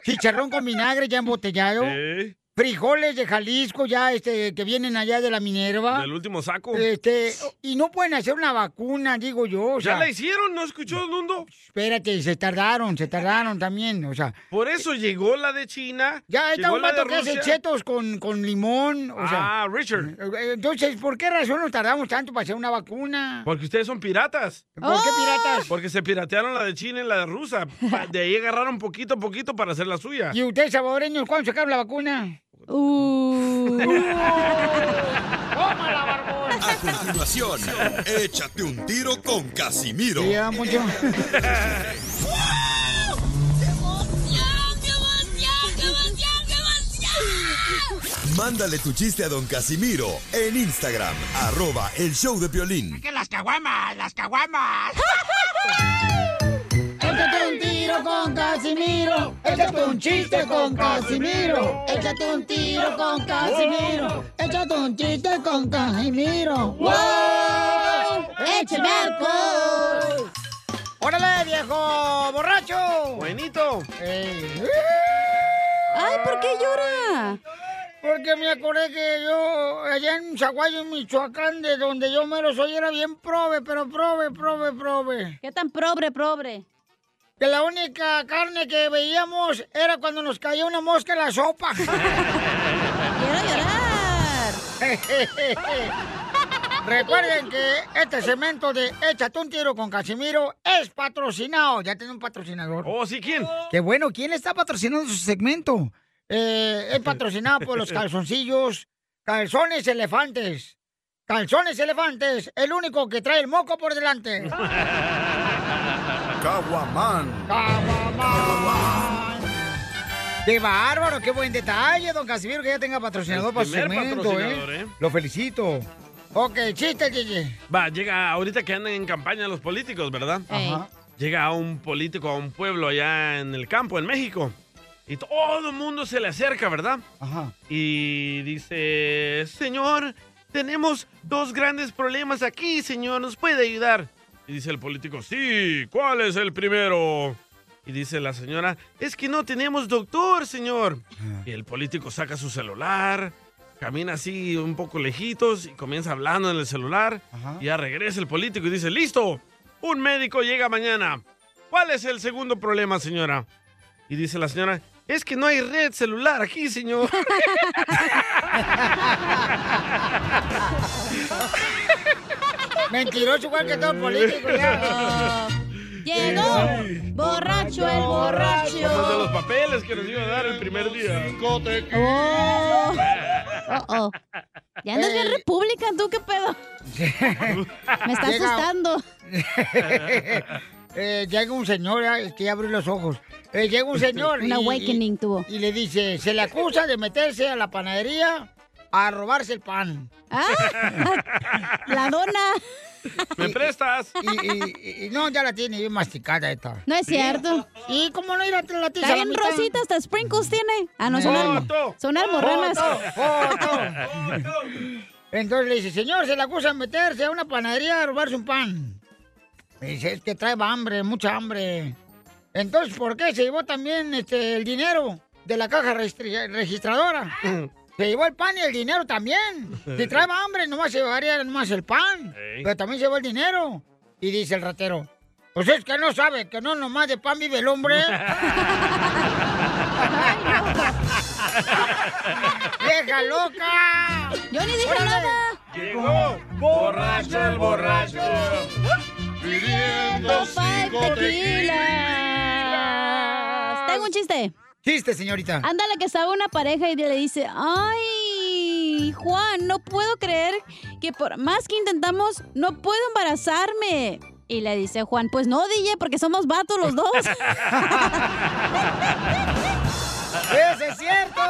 Speaker 3: chicharrón con vinagre ya embotellado.
Speaker 4: ¿Eh?
Speaker 3: frijoles de Jalisco ya este que vienen allá de la Minerva.
Speaker 4: Del último saco.
Speaker 3: Este, y no pueden hacer una vacuna, digo yo. o
Speaker 4: ¿Ya
Speaker 3: sea,
Speaker 4: la hicieron? ¿No escuchó, Dundo?
Speaker 3: Espérate, se tardaron, se tardaron también, o sea.
Speaker 4: Por eso llegó la de China.
Speaker 3: Ya Ah, está
Speaker 4: llegó
Speaker 3: un
Speaker 4: la de
Speaker 3: vato que hace
Speaker 4: Rusia.
Speaker 3: chetos con, con limón, o sea. Eh,
Speaker 4: Ah, Richard.
Speaker 3: Entonces, ¿por qué razón nos tardamos tanto para hacer una vacuna?
Speaker 4: Porque ustedes son piratas.
Speaker 3: ¿Por qué
Speaker 4: Ah.
Speaker 3: piratas?
Speaker 4: Porque se piratearon la de China y la de rusa. Pa- De ahí agarraron poquito a poquito para hacer la suya.
Speaker 3: ¿Y ustedes, salvadoreños, cuándo sacaron la vacuna?
Speaker 7: A continuación, échate un tiro con Casimiro.
Speaker 3: Sí, ah, Poncho.
Speaker 7: Mándale tu chiste a don Casimiro en Instagram, arroba el show de violín.
Speaker 13: ¡Que las caguamas, las caguamas! Échate un tiro con Casimiro. Échate un chiste con Casimiro. Échate un tiro con Casimiro. Échate un chiste con Casimiro. ¡Wow! ¡Échame alcohol!
Speaker 3: ¡Órale, viejo borracho!
Speaker 4: ¡Buenito!
Speaker 3: ¡Ay, ¿por qué llora? Porque me acordé que yo, allá en Zaguayo, en Michoacán, de donde yo mero soy, era bien prove, pero prove, prove, prove. ¿Qué tan prove, prove? Que la única carne que veíamos era cuando nos caía una mosca en la sopa. ¡Quiero llorar! Recuerden que este segmento de Échate un tiro con Casimiro es patrocinado. Ya tiene un patrocinador.
Speaker 4: Oh, sí, ¿quién?
Speaker 3: Qué bueno, ¿quién está patrocinando su segmento? Eh, es patrocinado por los calzoncillos, calzones elefantes. Calzones elefantes, el único que trae el moco por delante.
Speaker 13: Caguamán.
Speaker 3: ¡Qué bárbaro! ¡Qué buen detalle, don Casimiro, que ya tenga patrocinador
Speaker 4: El
Speaker 3: para su
Speaker 4: primer
Speaker 3: segmento,
Speaker 4: patrocinador,
Speaker 3: ¿eh?
Speaker 4: ¿eh?
Speaker 3: Lo felicito. Ok, chiste, Gigi.
Speaker 4: Va, llega ahorita que andan en campaña los políticos, ¿verdad?
Speaker 3: Ajá.
Speaker 4: Llega un político a un pueblo allá en el campo, en México. Y todo el mundo se le acerca, ¿verdad?
Speaker 3: Ajá.
Speaker 4: Y dice, señor, tenemos dos grandes problemas aquí, señor, ¿nos puede ayudar? Y dice el político, sí, ¿cuál es el primero? Y dice la señora, es que no tenemos doctor, señor. Y el político saca su celular, camina así un poco lejitos y comienza hablando en el celular. Y ya regresa el político y dice, listo, un médico llega mañana. ¿Cuál es el segundo problema, señora? Y dice la señora, es que no hay red celular aquí, señor.
Speaker 3: Mentiroso igual que todo el político. ya.
Speaker 2: Llegó borracho el
Speaker 4: Como el Pues de los
Speaker 2: borracho.
Speaker 4: papeles que nos iba a dar el primer día.
Speaker 2: Oh. Oh, oh. Ya andas
Speaker 3: Eh.
Speaker 2: bien república, ¿tú qué pedo? Me está
Speaker 3: Llega-
Speaker 2: asustando.
Speaker 3: Eh, llega un señor, ah, es que ya abrí los ojos. Eh, llega un señor.
Speaker 2: Un
Speaker 3: y-
Speaker 2: awakening
Speaker 3: y- Y le dice, se le acusa de meterse a la panadería a robarse el pan.
Speaker 2: Ah, La dona.
Speaker 4: ¿Me prestas?
Speaker 3: Y, y- y- no, ya la tiene bien masticada esta.
Speaker 2: No es cierto.
Speaker 3: ¿Y cómo no ir a la tiza
Speaker 2: Está
Speaker 3: a la
Speaker 2: bien
Speaker 3: mitad?
Speaker 2: rosita, hasta sprinkles tiene. Ah, no, son, alm-
Speaker 3: Foto.
Speaker 2: son almorranas.
Speaker 3: Foto, foto. Entonces le dice, señor, se le acusa de meterse a una panadería a robarse un pan. Me dice, es que trae hambre, mucha hambre. Entonces, ¿por qué se llevó también este, el dinero de la caja registri- registradora? Se llevó el pan y el dinero también. Si trae hambre, nomás se llevaría nomás el pan.
Speaker 13: Ey.
Speaker 3: Pero también se llevó el dinero. Y dice el ratero, pues es que no sabe que no nomás de pan vive el hombre. ¡Vieja loca!
Speaker 2: Yo ni dije nada.
Speaker 4: Llegó borracho el borracho.
Speaker 13: Pidiendo cinco tequilas.
Speaker 2: Tengo un chiste.
Speaker 3: Chiste, señorita.
Speaker 2: Ándale que estaba una pareja y le dice, ay, Juan, no puedo creer que por más que intentamos, no puedo embarazarme. Y le dice Juan, pues no, DJ, porque somos vatos los dos.
Speaker 3: ¡Eso es cierto!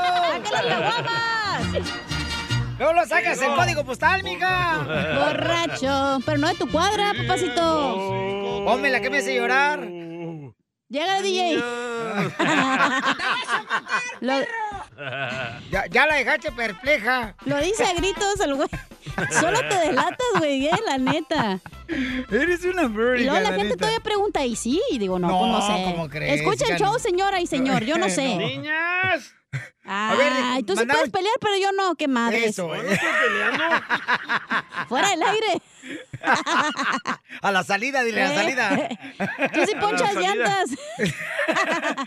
Speaker 3: No lo sacas el código postal, mija.
Speaker 2: Borracho, pero no de tu cuadra, papacito.
Speaker 3: Hombre, la que me hace llorar.
Speaker 2: Llega el DJ. Lo,
Speaker 3: Ya, ya la dejaste perpleja.
Speaker 2: lo dice a gritos el güey. Solo te delatas, güey, eh, la neta.
Speaker 3: Eres una
Speaker 2: Y luego
Speaker 3: verga,
Speaker 2: la,
Speaker 3: la
Speaker 2: gente
Speaker 3: neta.
Speaker 2: todavía pregunta, ¿y sí? Y digo, no,
Speaker 3: No,
Speaker 2: pues no sé.
Speaker 3: ¿cómo crees?
Speaker 2: Escucha el
Speaker 3: Ya
Speaker 2: show,
Speaker 3: no.
Speaker 2: señora y señor, yo no sé.
Speaker 3: No.
Speaker 4: Niñas.
Speaker 3: A ver,
Speaker 2: Ay, Ah, tú sí
Speaker 3: mandaron-
Speaker 2: puedes pelear, pero yo no, qué madres.
Speaker 3: Eso, eh.
Speaker 2: Fuera del aire.
Speaker 13: A la salida, dile, a la salida.
Speaker 2: ¿Eh? Tú sí ponchas
Speaker 4: A la salida.
Speaker 2: llantas.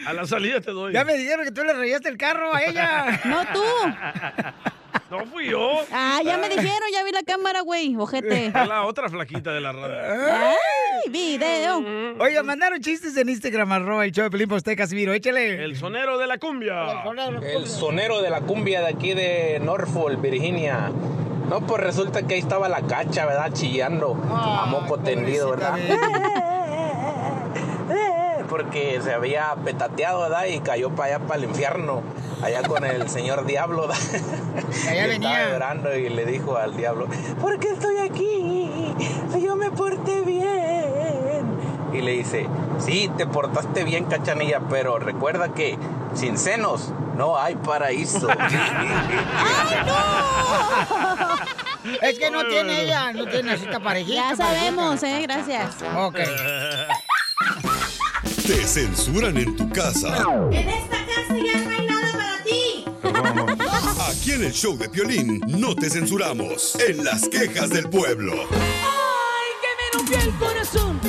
Speaker 4: A la salida te doy.
Speaker 13: Ya me dijeron que tú le rayaste el carro a ella.
Speaker 2: No
Speaker 4: tú. No fui yo.
Speaker 2: Ah, ya me dijeron, ya vi la cámara, güey. Ojete.
Speaker 4: A la otra flaquita de la radio.
Speaker 2: ¡Ay, video!
Speaker 4: Mm.
Speaker 13: Oiga, mandaron chistes en Instagram, arroba el show de Pelín Posté, Casimiro, échale.
Speaker 4: El sonero de la cumbia.
Speaker 22: El sonero de la cumbia de aquí de Norfolk, Virginia. No, pues resulta que ahí estaba la cacha, ¿verdad? Chillando
Speaker 3: Ah,
Speaker 4: Ah,
Speaker 22: a moco tendido, ¿verdad? Porque se había petateado, ¿verdad? Y cayó para allá, para el infierno. Allá con el señor Diablo, ¿verdad?
Speaker 13: Allá
Speaker 22: Y Estaba llorando y le dijo al Diablo, ¿por qué estoy aquí? Si yo me porté bien. Y le dice, sí, te portaste bien, cachanilla, pero recuerda que sin senos no hay paraíso.
Speaker 3: Es que no tiene ella, no tiene así esta parejita.
Speaker 2: Ya sabemos, eh, gracias.
Speaker 3: Ok.
Speaker 7: Te censuran en tu casa.
Speaker 13: En esta casa ya no hay nada para ti.
Speaker 7: Aquí en el show de Piolín no te censuramos. En las quejas del pueblo.
Speaker 13: ¡Ay, que me rompió el corazón!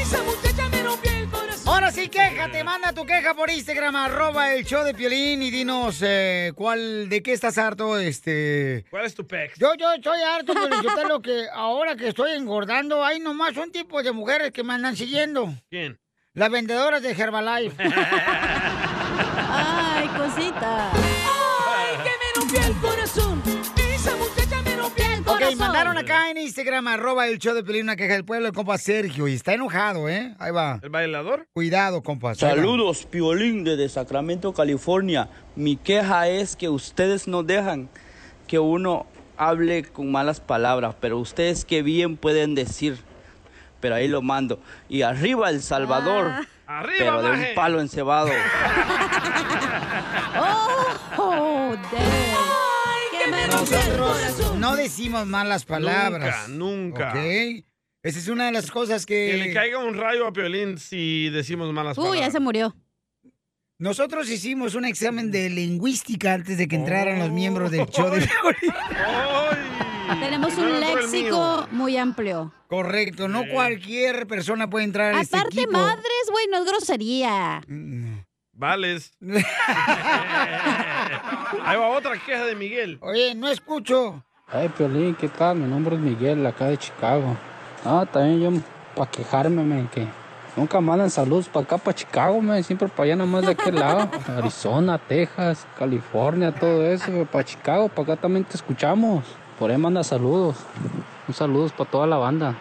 Speaker 13: ¡Esa muchacha me rompió el corazón! Ahora sí, quéjate, manda tu queja por Instagram, arroba el show de Piolín y dinos eh, cuál, de qué estás harto, este...
Speaker 4: ¿Cuál es tu pex?
Speaker 3: Yo, yo estoy harto, pero yo te lo que ahora que estoy engordando, hay nomás un tipo de mujeres que me andan siguiendo.
Speaker 4: ¿Quién?
Speaker 3: Las vendedoras de Herbalife.
Speaker 2: Ay, cosita.
Speaker 13: ¡Ay, que me rompió el corazón! ¡Esa muchacha me rompió el
Speaker 3: Ok, mandaron acá en Instagram, arroba el show de Piolín, una queja del pueblo, el compa Sergio, y está enojado, ¿eh? Ahí va.
Speaker 4: ¿El bailador?
Speaker 3: Cuidado, compa.
Speaker 23: Saludos, Piolín, desde Sacramento, California. Mi queja es que ustedes no dejan que uno hable con malas palabras, pero ustedes que bien pueden decir. Pero ahí lo mando. Y arriba El Salvador,
Speaker 4: Ah. Arriba,
Speaker 23: pero de
Speaker 4: maje.
Speaker 23: un palo encebado.
Speaker 2: ¡Oh,
Speaker 13: ¡Ay, que me rompió el
Speaker 3: Nosotros
Speaker 13: corazón!
Speaker 3: no decimos malas palabras.
Speaker 4: Nunca, nunca.
Speaker 3: Ok. Esa es una de las cosas que.
Speaker 4: Que le caiga un rayo a Piolín si decimos malas
Speaker 3: Uy,
Speaker 4: palabras.
Speaker 3: ya se
Speaker 2: murió.
Speaker 3: Nosotros hicimos un examen de lingüística antes de que entraran los miembros del show
Speaker 4: Oh,
Speaker 3: de Piolín.
Speaker 2: Ah, Tenemos
Speaker 3: Primero
Speaker 2: un
Speaker 3: entró el
Speaker 2: léxico muy amplio.
Speaker 3: Correcto, no cualquier persona puede entrar a este
Speaker 2: Aparte,
Speaker 3: equipo.
Speaker 2: madres, güey, no es grosería.
Speaker 4: Vales. Ahí va otra queja de Miguel.
Speaker 3: Oye, no escucho.
Speaker 24: Hey, Piolín, ¿qué tal? Mi nombre es Miguel, acá de Chicago. Ah, también yo, para quejarme, me, que nunca mandan saludos para acá, para Chicago, me, siempre para allá, nomás de aquel lado. Arizona, Texas, California, todo eso, para Chicago, para acá también te escuchamos. Por ahí manda saludos. Un saludos para toda la banda.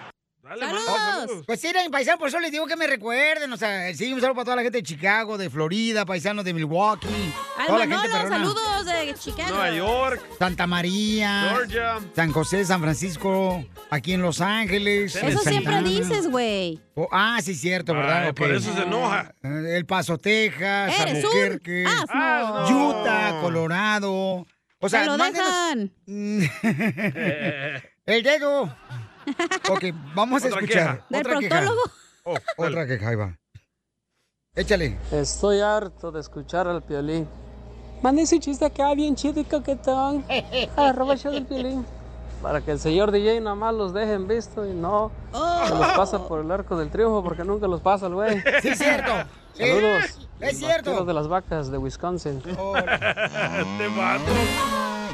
Speaker 3: ¡Saludos! Pues sí, mi paisano, por eso les digo que me recuerden. O sea, sí, un saludo para toda la gente de Chicago, de Florida, paisanos de Milwaukee.
Speaker 2: Al
Speaker 3: toda la gente
Speaker 2: Manolo,
Speaker 3: perrona.
Speaker 2: saludos de Chicago.
Speaker 3: Santa María.
Speaker 2: Georgia.
Speaker 3: San José, San Francisco, aquí en Los Ángeles.
Speaker 2: Eso siempre
Speaker 3: Santana.
Speaker 2: dices, güey.
Speaker 3: Oh, ah, sí, cierto, ¿verdad?
Speaker 4: Ah,
Speaker 3: Ok.
Speaker 4: por eso se enoja.
Speaker 3: Eh, El Paso, Texas,
Speaker 13: Eres un
Speaker 3: Albuquerque,
Speaker 13: asno.
Speaker 3: Utah, Colorado. O sea,
Speaker 13: ¡Me lo
Speaker 3: mándenos- El dedo. Ok, vamos a
Speaker 13: Otra
Speaker 3: escuchar.
Speaker 13: queja.
Speaker 3: Otra
Speaker 13: ¿Del
Speaker 3: queja.
Speaker 13: proctólogo?
Speaker 3: Otra queja, ahí va. Échale.
Speaker 25: Estoy harto de escuchar al piolín. Mande su chiste acá, bien chido y coquetón. Arroba el show del piolín. Para que el señor DJ nada más los deje en visto y no se los pasa por el arco del triunfo porque nunca los pasa el güey.
Speaker 13: Oh. Sí, es cierto.
Speaker 25: Saludos.
Speaker 13: Eh, es cierto.
Speaker 25: Vaqueros de las vacas de Wisconsin.
Speaker 4: Te mato.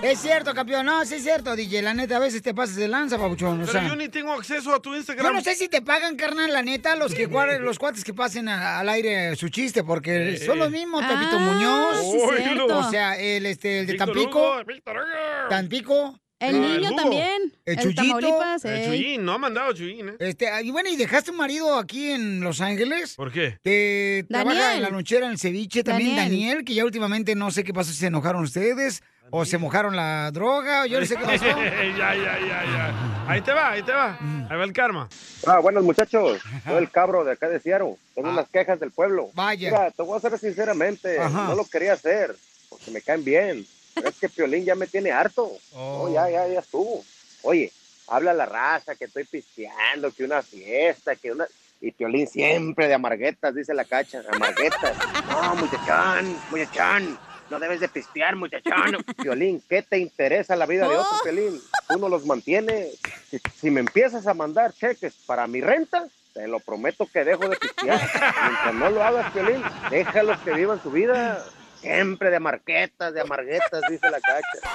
Speaker 3: Es cierto, campeón. No, sí es cierto, DJ. La neta, a veces te pasas de lanza, papuchón. O
Speaker 4: Pero
Speaker 3: sea,
Speaker 4: yo ni tengo acceso a tu Instagram.
Speaker 3: Yo no sé si te pagan, carnal, la neta, los que guar- los cuates que pasen a- al aire su chiste, porque
Speaker 13: Eh.
Speaker 3: son los mismos, Pepito
Speaker 13: Ah,
Speaker 3: Muñoz.
Speaker 13: sí, Uy, cierto. lo-
Speaker 3: o sea, el este, el de
Speaker 13: Víctor
Speaker 3: Tampico.
Speaker 13: Hugo,
Speaker 3: Tampico.
Speaker 4: El Ah, niño el Hugo. también,
Speaker 3: El,
Speaker 4: el de
Speaker 3: Chuyito.
Speaker 4: Tamaulipas, El ey. Chuyín, no ha mandado Chuyín, ¿eh?
Speaker 3: Este, ah, y bueno, ¿y dejaste un marido aquí en Los Ángeles?
Speaker 4: ¿Por qué?
Speaker 3: Que trabaja
Speaker 4: Daniel.
Speaker 3: en la lonchera, en el ceviche, también
Speaker 4: Daniel.
Speaker 3: Daniel. que ya últimamente no sé qué pasó, si se enojaron ustedes, o se mojaron la droga, o yo no sé qué pasó.
Speaker 4: ya, ya, ya, ya. Ahí te va, ahí te va. Ahí va el karma.
Speaker 26: Ah, buenos muchachos. Soy el cabro de acá de Seattle. Tengo unas quejas del pueblo.
Speaker 3: Ah. Vaya.
Speaker 26: Mira, te voy a hacer sinceramente.
Speaker 3: Ajá.
Speaker 26: No lo quería hacer porque me caen bien. Pero es que Piolín ya me tiene harto.
Speaker 3: Oh.
Speaker 26: No, ya, ya, ya estuvo. Oye, habla la raza que estoy pisteando, que una fiesta, que una... Y Piolín siempre de amarguetas, dice la cacha. Amarguetas. no, muchachán, muchachán. No debes de pistear, muchachón. Violín, ¿qué te interesa la vida de otro, Violín? Tú no los mantienes. Si, si me empiezas a mandar cheques para mi renta, te lo prometo que dejo de pistear. Mientras no lo hagas, Violín, déjalos que vivan su vida. Siempre de marquetas, de amarguetas, dice la cacha.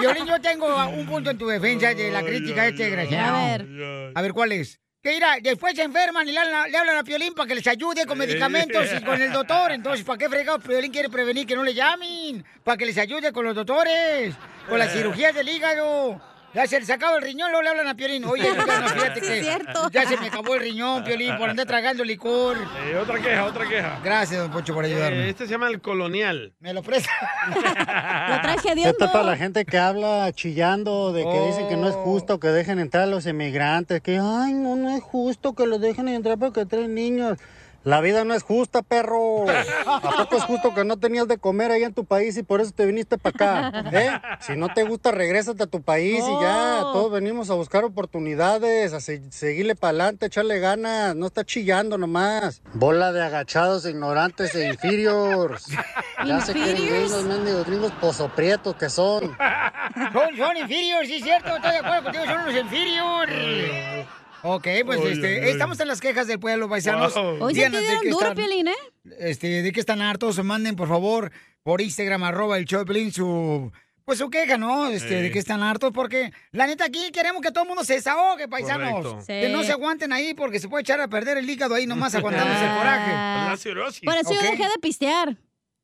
Speaker 3: Violín, yo tengo un punto en tu defensa de la crítica a este desgraciado.
Speaker 9: ay,
Speaker 3: A ver, ¿cuál es? Que mira, después se enferman y le hablan, le hablan a Piolín para que les ayude con medicamentos y con el doctor. Entonces, ¿para qué fregado Piolín quiere prevenir que no le llamen? Para que les ayude con los doctores, con las cirugías del hígado. Ya se le sacaba el riñón, luego le hablan a Piolín. Oye, Piolín,
Speaker 9: Sí,
Speaker 3: fíjate que
Speaker 9: es cierto.
Speaker 3: ya se me acabó el riñón, Piolín, por andar tragando licor.
Speaker 4: Eh, otra queja, otra queja.
Speaker 3: Gracias, don Pocho, por ayudarme.
Speaker 4: Eh, este se llama el colonial.
Speaker 3: Me lo presta.
Speaker 4: lo
Speaker 5: Esto es para la gente que habla chillando de que dicen que no es justo que dejen entrar a los inmigrantes, que ay, no, no es justo que los dejen entrar porque traen niños. La vida no es justa, perro. ¿A poco es justo que no tenías de comer allá en tu país y por eso te viniste para acá? ¿Eh? Si no te gusta, regrésate a tu país y ya.
Speaker 9: Oh.
Speaker 5: Todos venimos a buscar oportunidades, a se- seguirle para adelante, echarle ganas. No está chillando nomás. Bola de agachados, ignorantes e inferiors. Ya se quieren
Speaker 3: Inferiors.
Speaker 5: gringos, mendigos gringos pozoprietos que son.
Speaker 3: Son, son inferiors, sí, cierto. Estoy de acuerdo contigo, son unos inferiors.
Speaker 9: Eh.
Speaker 3: Ok, pues
Speaker 9: Ay,
Speaker 3: este,
Speaker 9: ay, ay.
Speaker 3: estamos en las quejas del pueblo, paisanos.
Speaker 9: Wow. Hoy sí te
Speaker 3: Díganos de
Speaker 9: dieron
Speaker 3: qué
Speaker 9: duro,
Speaker 3: están-
Speaker 9: Piolín, ¿eh?
Speaker 3: Este, de qué están hartos, o manden, por favor, por Instagram, arroba el show de Piolín, su... Pues su queja, ¿no? Este, de
Speaker 9: Sí.
Speaker 3: qué están hartos, porque la neta aquí queremos que todo el mundo se desahogue, paisanos.
Speaker 9: Correcto. Sí.
Speaker 3: Que no se aguanten ahí porque se puede echar a perder el hígado ahí nomás aguantándose el coraje.
Speaker 9: Ah,
Speaker 4: La cirrosis.
Speaker 2: Por eso yo
Speaker 3: Ok.
Speaker 2: dejé de pistear.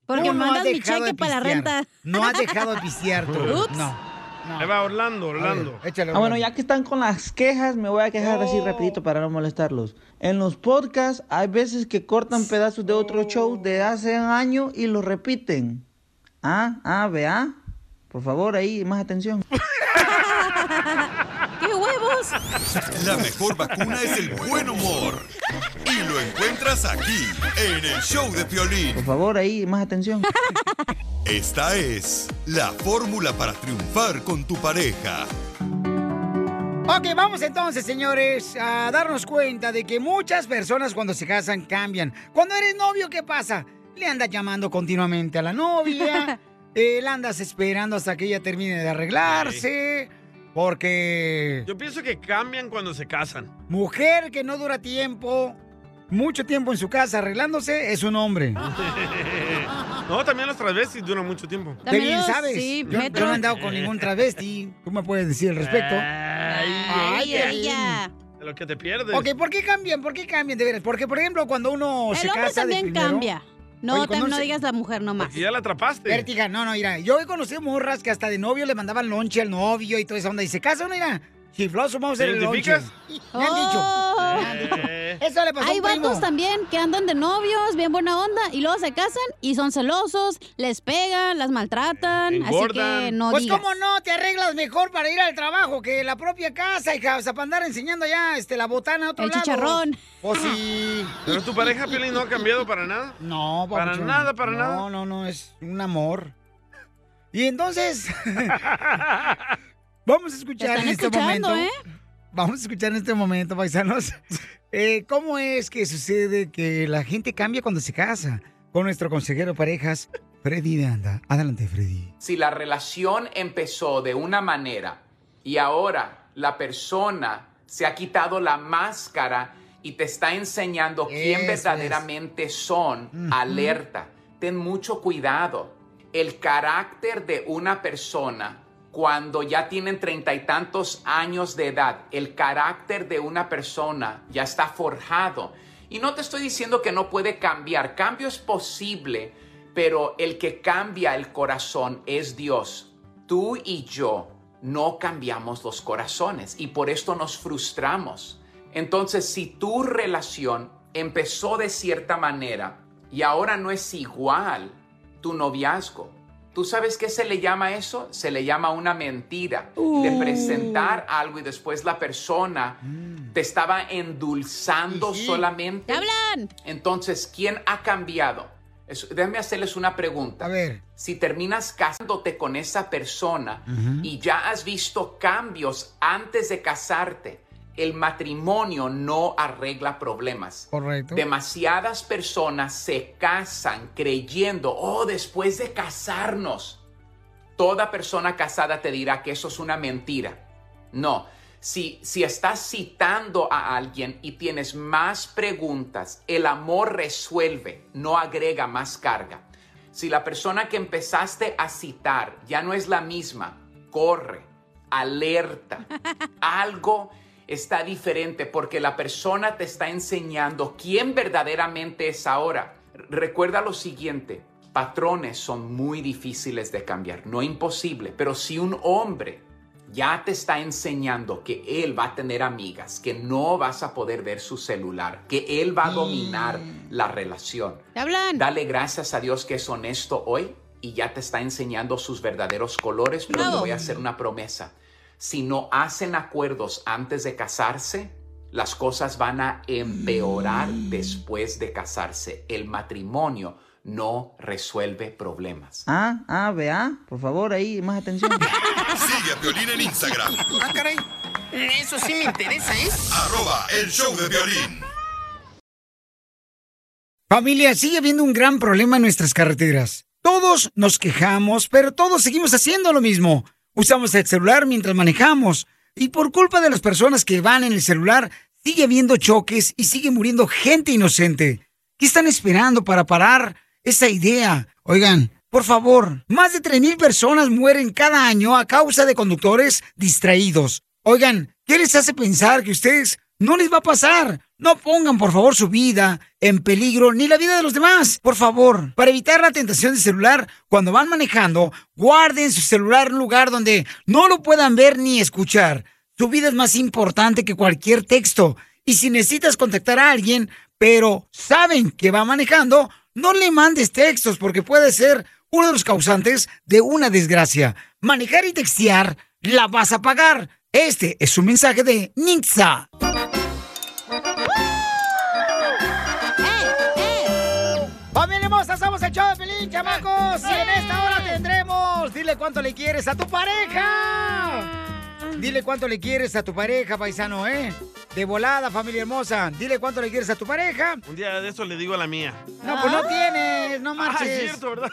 Speaker 2: Porque
Speaker 3: Tú no has
Speaker 2: mandas mi
Speaker 3: dejado de
Speaker 2: cheque para la
Speaker 3: pistear.
Speaker 2: renta.
Speaker 3: No has dejado de pistear tú.
Speaker 2: Ups.
Speaker 3: No.
Speaker 4: Ahí va Orlando, Orlando.
Speaker 3: échale,
Speaker 27: Ah, bueno, ya que están con las quejas, me voy a quejar así rapidito para no molestarlos. En los podcasts hay veces que cortan pedazos de otro show de hace un año y lo repiten. Ah, ah, vea. Por favor, ahí, más atención.
Speaker 2: ¡Qué huevos!
Speaker 7: La mejor vacuna es el buen humor. Y lo encuentras aquí, en el show de Piolín.
Speaker 27: Por favor, ahí, más atención.
Speaker 7: Esta es la fórmula para triunfar con tu pareja.
Speaker 3: Ok, vamos entonces, señores, a darnos cuenta de que muchas personas cuando se casan cambian. Cuando eres novio, ¿qué pasa? Le andas llamando continuamente a la novia, eh, la andas esperando hasta que ella termine de arreglarse, porque
Speaker 4: Yo pienso que cambian cuando se casan.
Speaker 3: mujer que no dura tiempo, mucho tiempo en su casa arreglándose, es un hombre.
Speaker 4: Ah. no, también los travestis duran mucho tiempo.
Speaker 3: Qué bien sabes? yo, yo no he andado con ningún travesti. Tú me puedes decir al respecto.
Speaker 4: Ah. Ay,
Speaker 3: Piolín.
Speaker 4: De lo que te pierdes.
Speaker 3: Ok, ¿por qué cambian? ¿Por qué cambian de veras? Porque, por ejemplo, cuando uno
Speaker 2: El
Speaker 3: se
Speaker 2: hombre
Speaker 3: casa de
Speaker 2: también
Speaker 3: primero-
Speaker 2: cambia. No,
Speaker 3: Oye,
Speaker 2: tam-
Speaker 3: cuando uno
Speaker 2: no
Speaker 3: se-
Speaker 2: digas la mujer nomás.
Speaker 4: Y ya la atrapaste.
Speaker 3: Vértiga, no, no, mira, yo he conocido morras que hasta de novio le mandaban lonche al novio y toda esa onda. Y se casan, mira, chifloso, vamos a hacer
Speaker 4: ¿Te
Speaker 3: el lonche.
Speaker 4: identificas? Eh,
Speaker 3: Me han
Speaker 2: Oh.
Speaker 3: dicho. Me han dicho. Eso le pasó a
Speaker 2: Hay
Speaker 3: un primo.
Speaker 2: vatos también que andan de novios, bien buena onda, y luego se casan y son celosos, les pegan, las maltratan,
Speaker 3: Eh,
Speaker 2: así que no
Speaker 3: pues
Speaker 2: digas.
Speaker 3: cómo no, te arreglas mejor para ir al trabajo que la propia casa, hija. O sea, para andar enseñando ya este, la botana a otro
Speaker 2: El
Speaker 3: lado.
Speaker 2: chicharrón.
Speaker 9: Oh,
Speaker 3: Pues sí.
Speaker 4: ¿Pero tu pareja, Piolín, no ha cambiado para nada?
Speaker 3: No,
Speaker 4: Para
Speaker 3: papuchón.
Speaker 4: nada, para nada.
Speaker 3: No, no, no, es un amor. Y entonces, vamos a escuchar
Speaker 9: Te están
Speaker 3: en este
Speaker 9: escuchando,
Speaker 3: momento.
Speaker 9: ¿eh?
Speaker 3: Vamos a escuchar en este momento, paisanos. eh, ¿Cómo es que sucede que la gente cambia cuando se casa? Con nuestro consejero de parejas, Freddy de Anda. Adelante, Freddy.
Speaker 28: si la relación empezó de una manera y ahora la persona se ha quitado la máscara y te está enseñando quién
Speaker 22: Eso es.
Speaker 28: verdaderamente son,
Speaker 22: Ujú.
Speaker 28: alerta, ten mucho cuidado. El carácter de una persona cuando ya tienen treinta y tantos años de edad, el carácter de una persona ya está forjado. Y no te estoy diciendo que no puede cambiar, cambio es posible, pero el que cambia el corazón es Dios. Tú y yo no cambiamos los corazones y por esto nos frustramos. Entonces, si tu relación empezó de cierta manera y ahora no es igual tu noviazgo, ¿tú sabes qué se le llama eso? Se le llama una mentira. De presentar algo y después la persona te estaba endulzando solamente. Entonces, ¿quién ha cambiado? Es- déjenme hacerles una pregunta.
Speaker 3: A ver.
Speaker 28: Si terminas casándote con esa persona
Speaker 3: Ujú.
Speaker 28: y ya has visto cambios antes de casarte, el matrimonio no arregla problemas.
Speaker 3: Correcto.
Speaker 28: Demasiadas personas se casan creyendo, oh, después de casarnos. Toda persona casada te dirá que eso es una mentira. No, si, si estás citando a alguien y tienes más preguntas, el amor resuelve, no agrega más carga. Si la persona que empezaste a citar ya no es la misma, corre, alerta. Algo está diferente porque la persona te está enseñando quién verdaderamente es ahora. Recuerda lo siguiente, patrones son muy difíciles de cambiar, no imposible, pero si un hombre ya te está enseñando que él va a tener amigas, que no vas a poder ver su celular, que él va a dominar la relación. Dale gracias a Dios que es honesto hoy y ya te está enseñando sus verdaderos colores, pero te voy a hacer una promesa. Si no hacen acuerdos antes de casarse, las cosas van a empeorar después de casarse. El matrimonio no resuelve problemas.
Speaker 1: Ah, ah, vea, por favor, ahí, más atención.
Speaker 7: Sigue a Violín en Instagram.
Speaker 9: Ah, caray. Eso sí me interesa, ¿eh?
Speaker 7: Arroba el show de violín.
Speaker 8: Familia, sigue habiendo un gran problema en nuestras carreteras. Todos nos quejamos, pero todos seguimos haciendo lo mismo. Usamos el celular mientras manejamos. Y por culpa de las personas que van en el celular, sigue habiendo choques y sigue muriendo gente inocente. ¿Qué están esperando para parar esa idea? Oigan, por favor, más de 3.000 personas mueren cada año a causa de conductores distraídos. Oigan, ¿qué les hace pensar que ustedes no les va a pasar? No pongan, por favor, su vida en peligro ni la vida de los demás. Por favor, para evitar la tentación de celular, cuando van manejando, guarden su celular en un lugar donde no lo puedan ver ni escuchar. Su vida es más importante que cualquier texto. Y si necesitas contactar a alguien, pero saben que va manejando, no le mandes textos porque puede ser uno de los causantes de una desgracia. Manejar y textear la vas a pagar. Este es un mensaje de Nixa.
Speaker 3: ¡Familia hermosa! ¡Somos el show de Pelín, chamacos! Y en esta hora tendremos... Dile cuánto le quieres a tu pareja. Dile cuánto le quieres a tu pareja, paisano, ¿eh? De volada, familia hermosa. Dile cuánto le quieres a tu pareja.
Speaker 4: Un día de eso le digo a la mía.
Speaker 3: No, pues no tienes, no
Speaker 4: Ah, es
Speaker 3: marches.
Speaker 4: cierto, ¿verdad?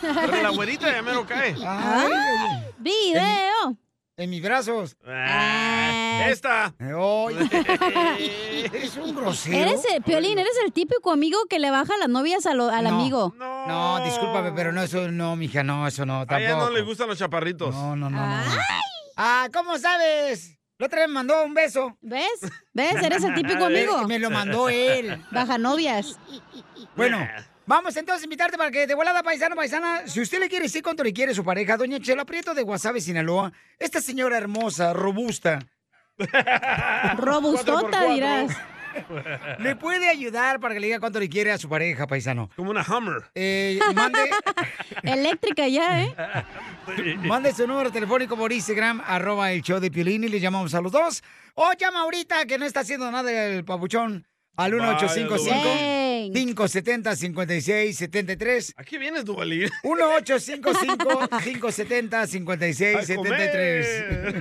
Speaker 4: Pero la abuelita ya mero cae.
Speaker 3: Ay, oye.
Speaker 2: ¿Ah? ¡Video! Ah.
Speaker 3: En, en mis brazos. Eh,
Speaker 4: ¡Esta!
Speaker 3: Es un grosero.
Speaker 2: Eres el, Piolín, eres el típico amigo que le baja las novias a lo- al
Speaker 3: No.
Speaker 2: amigo.
Speaker 3: No, discúlpame, pero no, eso no, mija, no, eso no,
Speaker 4: A ella
Speaker 3: tampoco.
Speaker 4: no le gustan los chaparritos.
Speaker 3: No, no, no. Ah, ¿cómo sabes? La otra vez me mandó un beso.
Speaker 2: ¿Ves? ¿Ves? Eres el típico
Speaker 3: Es
Speaker 2: amigo.
Speaker 3: que me lo mandó él.
Speaker 2: Baja novias.
Speaker 3: Bueno, vamos entonces a invitarte para que de volada, paisano, paisana, si usted le quiere decir cuánto le quiere su pareja, doña Chela Prieto de Guasave, Sinaloa, esta señora hermosa, robusta.
Speaker 2: Robustota, dirás.
Speaker 3: Le puede ayudar para que le diga cuánto le quiere a su pareja, paisano.
Speaker 4: Como una Hummer.
Speaker 3: Eh, mande,
Speaker 2: Eléctrica ya, ¿eh?
Speaker 3: mande su número telefónico por Instagram, arroba el show de Piolín y le llamamos a los dos. O llama ahorita que no está haciendo nada el papuchón al
Speaker 4: Vaya,
Speaker 3: 1855-570-5673.
Speaker 4: ¿A qué vienes, Duvalín?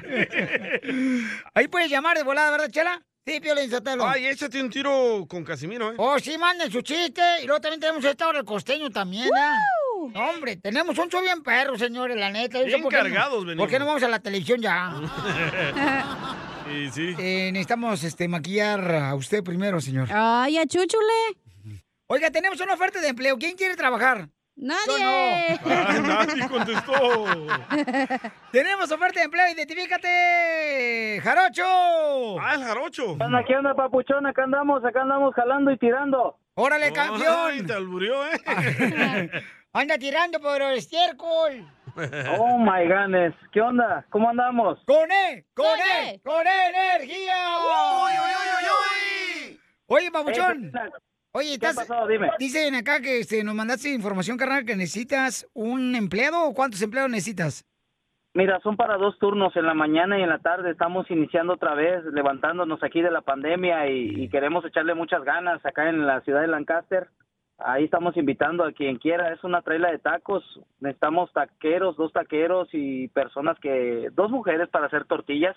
Speaker 3: 1-855-570-5673. Ahí puedes llamar de volada, ¿verdad, Chela? Sí, Piolín Sotelo.
Speaker 4: Ay, échate un tiro con Casimiro, ¿eh?
Speaker 3: Oh, sí, manden su chiste. Y luego también tenemos esta hora el costeño también, ¿ah? No, Hombre, tenemos un show bien perro, señores, la neta. Yo sé
Speaker 4: Bien
Speaker 3: por qué no-
Speaker 4: cargados venimos.
Speaker 3: ¿Por qué no vamos a la televisión ya?
Speaker 4: Y sí.
Speaker 3: Eh, necesitamos este, maquillar a usted primero, señor.
Speaker 2: Ay, a Chúchule.
Speaker 3: Oiga, tenemos una oferta de empleo. ¿Quién quiere trabajar?
Speaker 2: Nadie.
Speaker 4: nadie contestó.
Speaker 3: tenemos oferta de empleo. Identifícate, Jarocho.
Speaker 4: Ah, el Jarocho.
Speaker 14: ¿Qué onda, qué onda, papuchón? Acá andamos, acá andamos jalando y tirando.
Speaker 3: Órale, campeón.
Speaker 4: Ay, te alburió, ¿eh?
Speaker 3: Anda tirando por el estiércol.
Speaker 14: Oh my goodness, ¿qué onda? ¿Cómo andamos?
Speaker 3: ¡Con E! ¡Con E! ¡Con E energía! Oye,
Speaker 14: Eh,
Speaker 3: papuchón. Oye,
Speaker 14: ¿Qué
Speaker 3: ¿estás?
Speaker 14: pasó? Dime.
Speaker 3: Dicen acá que este, nos mandaste información, carnal, que necesitas un empleado o cuántos empleados necesitas.
Speaker 14: Mira, son para dos turnos, en la mañana y en la tarde. Estamos iniciando otra vez, levantándonos aquí de la pandemia y, y queremos echarle muchas ganas acá en la ciudad de Lancaster. Ahí estamos invitando a quien quiera. Es una traila de tacos. Necesitamos taqueros, dos taqueros y personas que... Dos mujeres para hacer tortillas.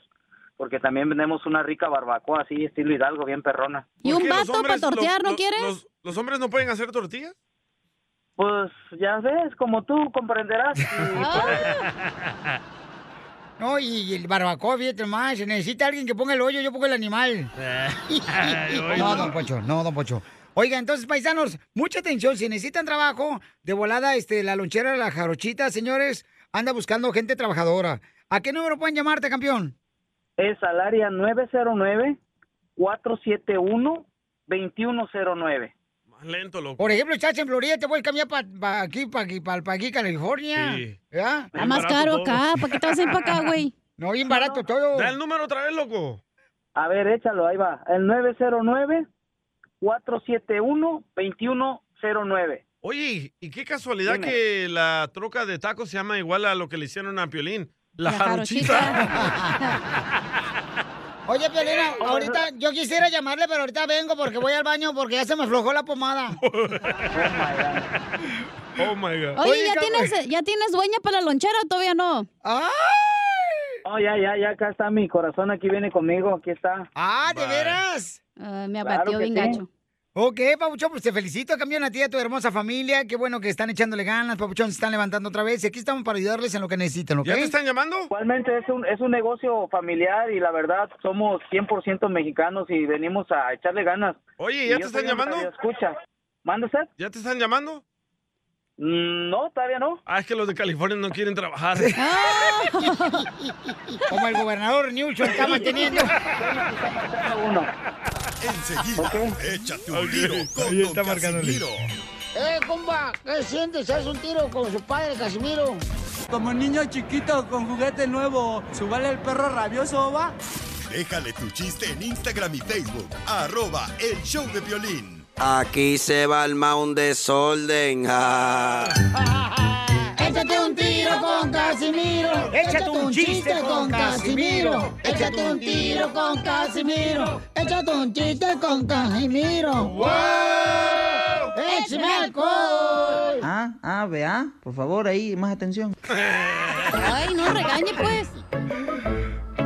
Speaker 14: porque también vendemos una rica barbacoa así, estilo Hidalgo, bien perrona.
Speaker 2: ¿Y un
Speaker 4: los
Speaker 2: vato para
Speaker 4: hombres,
Speaker 2: tortear,
Speaker 4: lo-
Speaker 2: no
Speaker 4: lo-
Speaker 2: quieres?
Speaker 4: Los, los hombres no pueden hacer tortillas?
Speaker 14: Pues ya ves, como tú comprenderás. pues
Speaker 3: No, y el barbacoa, fíjate más. Se necesita alguien que ponga el hoyo, yo pongo el animal.
Speaker 13: No, don Poncho, no, don Poncho.
Speaker 3: Oiga, entonces, paisanos, mucha atención. Si necesitan trabajo, de volada, este, la lonchera, la jarochita, señores, anda buscando gente trabajadora. ¿A qué número pueden llamarte, campeón?
Speaker 14: Es al área 909-471-2109.
Speaker 4: Más lento, loco.
Speaker 3: Por ejemplo, Chacha, en Florida, te voy a cambiar para aquí, para aquí, para aquí, California.
Speaker 4: Sí.
Speaker 3: ¿Verdad?
Speaker 4: Está Bien más barato caro todo. acá, ¿para qué te vas a ir para acá, güey?
Speaker 3: No, bien barato todo.
Speaker 4: Da el número otra vez, loco.
Speaker 14: A ver, échalo, ahí va. El 909-471-2109.
Speaker 4: Oye, y qué casualidad
Speaker 14: Dime.
Speaker 4: que la troca de tacos se llama igual a lo que le hicieron a Piolín. La,
Speaker 3: La
Speaker 4: jarochita.
Speaker 3: Oye, Piolina, ahorita yo quisiera llamarle, pero ahorita vengo porque voy al baño porque ya se me aflojó la pomada.
Speaker 4: Oh my God.
Speaker 2: Oye, ¿ya, tienes, ¿ya tienes dueña para la lonchera o todavía no?
Speaker 3: Ah,
Speaker 14: Oh, ya, ya, ya, acá está mi corazón, aquí viene conmigo, aquí está.
Speaker 3: ¡Ah, de
Speaker 14: Bye.
Speaker 3: veras!
Speaker 2: Ah, me
Speaker 14: Claro abatió que bien sí. gacho.
Speaker 3: Ok, Papuchón, pues te felicito, campeón, a ti y a tu hermosa familia. Qué bueno que están echándole ganas, Papuchón, se están levantando otra vez. Y aquí estamos para ayudarles en lo que necesitan, ¿ok?
Speaker 4: llamando?
Speaker 14: Igualmente es un, es un negocio familiar y la verdad somos 100% mexicanos y venimos a echarle ganas.
Speaker 4: Oye,
Speaker 14: Y
Speaker 4: ¿ya
Speaker 14: yo
Speaker 4: te
Speaker 14: soy
Speaker 4: están
Speaker 14: un
Speaker 4: llamando?
Speaker 14: radioescucha. ¿Manda usted?
Speaker 4: ¿Ya te están llamando?
Speaker 14: Mm, No, todavía no.
Speaker 4: Ah, es que los de California no quieren trabajar.
Speaker 2: Ah.
Speaker 3: Como el gobernador Newsom está manteniendo.
Speaker 7: Enseguida, échate un tiro con Don Casimiro.
Speaker 13: ¡Eh, compa! ¿Qué sientes? ¿Haz un tiro con su padre, Casimiro?
Speaker 12: Como niño chiquito con juguete nuevo, subale el perro rabioso, va.
Speaker 7: Déjale tu chiste en Instagram y Facebook. Arroba el show de violín.
Speaker 16: Aquí se va el mound desorden. ja.
Speaker 13: Échate un tiro con Casimiro. Échate un chiste con Casimiro. Échate un tiro con Casimiro. Échate un chiste con Casimiro. ¡Wow!
Speaker 27: Ah,
Speaker 13: ¡Échame alcohol!
Speaker 1: Ah, ah, vea, por favor, ahí, más atención.
Speaker 2: Ay, no regañe, pues.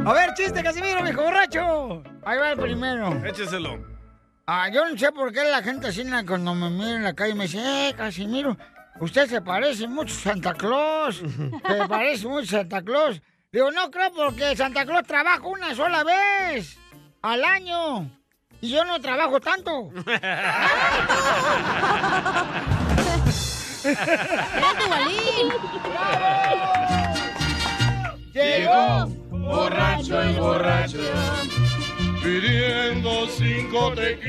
Speaker 3: A ver, chiste, Casimiro, viejo borracho. Ahí va el primero.
Speaker 4: Écheselo.
Speaker 3: Ah, yo no sé por qué la gente así na- cuando me mira en la calle me dice, eh, Casimiro, usted se parece mucho a Santa Claus. Se parece mucho a Santa Claus. Digo, no creo porque Santa Claus trabaja una sola vez al año. Y yo no trabajo tanto.
Speaker 13: Llegó
Speaker 4: borracho
Speaker 13: y borracho.
Speaker 4: Pidiendo cinco tequilas.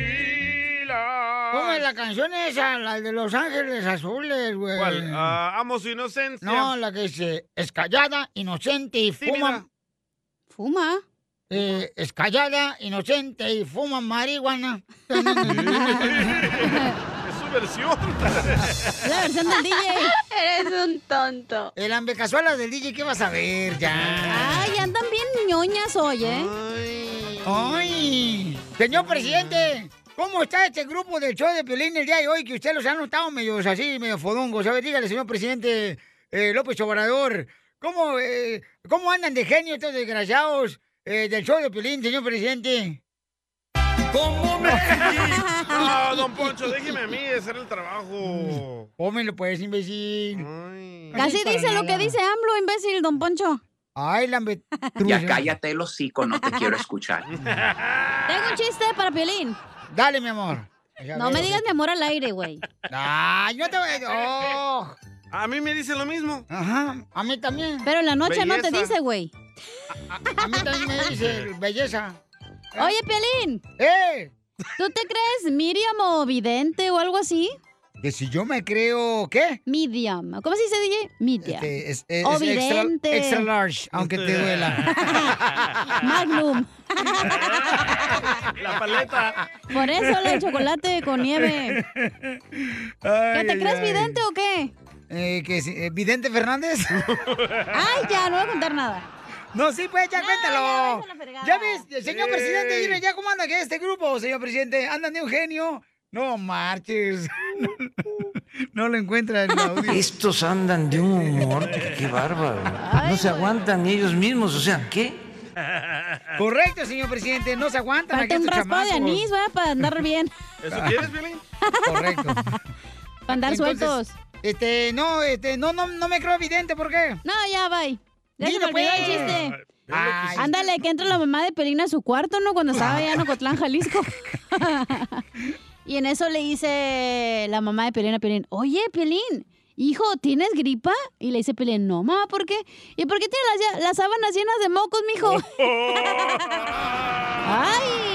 Speaker 3: ¿Cómo es la canción esa? La de Los Ángeles Azules, güey.
Speaker 4: ¿Cuál? Ah, amo su inocencia.
Speaker 3: No, la que dice, es callada, inocente y fuma.
Speaker 2: ¿Fuma?
Speaker 3: Eh, es callada, inocente y fuma marihuana.
Speaker 4: Es su versión.
Speaker 3: La versión del DJ.
Speaker 2: Eres un tonto.
Speaker 3: El ambecazuela del DJ, ¿qué vas a ver ya?
Speaker 2: Ay, andan bien ñoñas hoy,
Speaker 4: Ah.
Speaker 2: ¿eh?
Speaker 3: ¡Ay! Señor presidente, ¿cómo está este grupo del show de Piolín el día de hoy? Que usted los ha notado medios así, medio fodongos. A ver, dígale, señor presidente eh, López Obrador, ¿cómo, eh, ¿cómo andan de genio estos desgraciados eh, del show de Piolín, señor presidente? ¿Cómo me...?
Speaker 4: No, Ah, don Poncho, déjeme a mí hacer el trabajo. Ah.
Speaker 3: Pómelo pues, imbécil.
Speaker 2: Casi dice lo que dice AMLO, imbécil, don Poncho.
Speaker 3: Ay, la Tengo
Speaker 28: Ya cállate el hocico, no te quiero escuchar.
Speaker 2: un chiste para Piolín.
Speaker 3: Dale, mi amor.
Speaker 2: No me digas mi amor al aire, güey.
Speaker 3: Ay, no te voy a...
Speaker 4: A mí me dice lo mismo.
Speaker 3: Ajá, a mí también.
Speaker 2: Pero en la noche no te
Speaker 4: Belleza.
Speaker 2: dice, güey.
Speaker 3: A mí también me dice belleza.
Speaker 2: Oye, Piolín.
Speaker 3: ¡Eh!
Speaker 2: ¿Tú te crees Miriam o vidente o algo así?
Speaker 3: Que si yo me creo, ¿qué?
Speaker 2: Medium. ¿Cómo se dice, DJ? Medium.
Speaker 3: Este, es, es-
Speaker 2: o
Speaker 3: es extra,
Speaker 2: vidente.
Speaker 3: extra large, aunque
Speaker 4: Este,
Speaker 3: te duela.
Speaker 2: Magnum.
Speaker 4: La paleta.
Speaker 2: Por eso el chocolate con nieve. ¿Que te crees vidente o qué?
Speaker 3: Eh, que si- eh, ¿Vidente Fernández?
Speaker 2: Ay, ya, no voy a contar nada.
Speaker 3: no, sí, pues ya, cuéntalo. Ya ves, señor
Speaker 2: Ey.
Speaker 3: presidente, dime ya cómo anda que este grupo, señor presidente. Andan de un genio. No marches. no lo encuentra en el audio.
Speaker 21: Estos andan de un humor, que qué bárbaro. No se aguantan ellos mismos, o sea, ¿qué?
Speaker 13: Correcto, señor presidente. No se aguantan
Speaker 2: Falta
Speaker 13: aquí
Speaker 2: un
Speaker 13: estos
Speaker 2: raspo de
Speaker 13: chamacos.
Speaker 2: anís, va, para andar bien.
Speaker 29: ¿Eso quieres, Piolín?
Speaker 13: Correcto.
Speaker 2: Para andar
Speaker 13: Entonces,
Speaker 2: sueltos.
Speaker 13: Este, no, este, no, no, no me creo evidente, ¿por qué?
Speaker 2: No, ya, bye. Ya se
Speaker 13: Dilo,
Speaker 2: me olvidó el
Speaker 13: pues.
Speaker 2: chiste.
Speaker 13: Ay,
Speaker 2: Ándale, que entra la mamá de Pelín a su cuarto, ¿no? Cuando estaba allá en Ocotlán, Jalisco. y en eso le dice la mamá de Pelín a Pelín, oye, Pelín, hijo, ¿tienes gripa? Y le dice Pelín, no, mamá, ¿por qué? ¿Y por qué tiene las, las sábanas llenas de mocos, mijo?
Speaker 13: Oh.
Speaker 2: ¡Ay!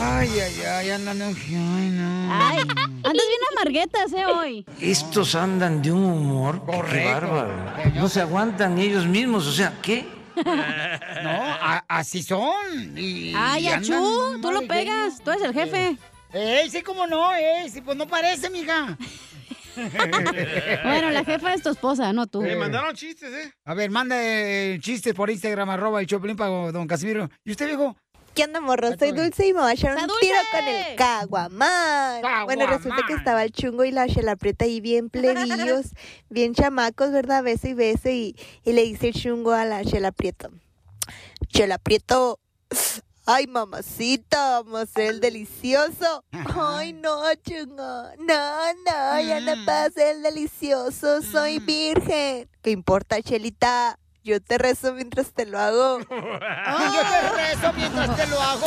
Speaker 13: Ay, ay, ay, andan. Ay, no.
Speaker 2: ¡Ay! Andas bien amarguetas, ¿eh, hoy?
Speaker 21: Estos andan de un humor que- que bárbaro. No se aguantan ellos mismos, o sea, ¿qué?
Speaker 13: No, a- así son. Y,
Speaker 2: ¡Ay,
Speaker 13: y
Speaker 2: achú!
Speaker 13: andan
Speaker 2: Tú lo
Speaker 13: mal
Speaker 2: pegas, tú eres el jefe.
Speaker 3: Eh,
Speaker 13: ¡Ey, sí, cómo no! ¡Ey, sí, pues no parece, mija!
Speaker 2: Bueno, la jefa es tu esposa, no tú.
Speaker 29: Me mandaron chistes, ¿eh?
Speaker 13: A ver, manda eh, chistes por Instagram, arroba el Choplin para don Casimiro. ¿Y usted, viejo?
Speaker 30: ¿Qué onda, morro? Soy Dulce y me voy a echar un tiro con el caguamán. Bueno, resulta que estaba el chungo y la preta ahí bien plebillos, bien chamacos, ¿verdad? Beso y beso y, y le dice el chungo a la Prieto. Chela Prieto, ay mamacita, vamos a hacer el delicioso. Ay no, chungo, no, no, ya no pasa el delicioso, soy virgen. ¿Qué importa, Chelita? Yo te rezo mientras te lo hago.
Speaker 13: Yo te rezo mientras te lo hago.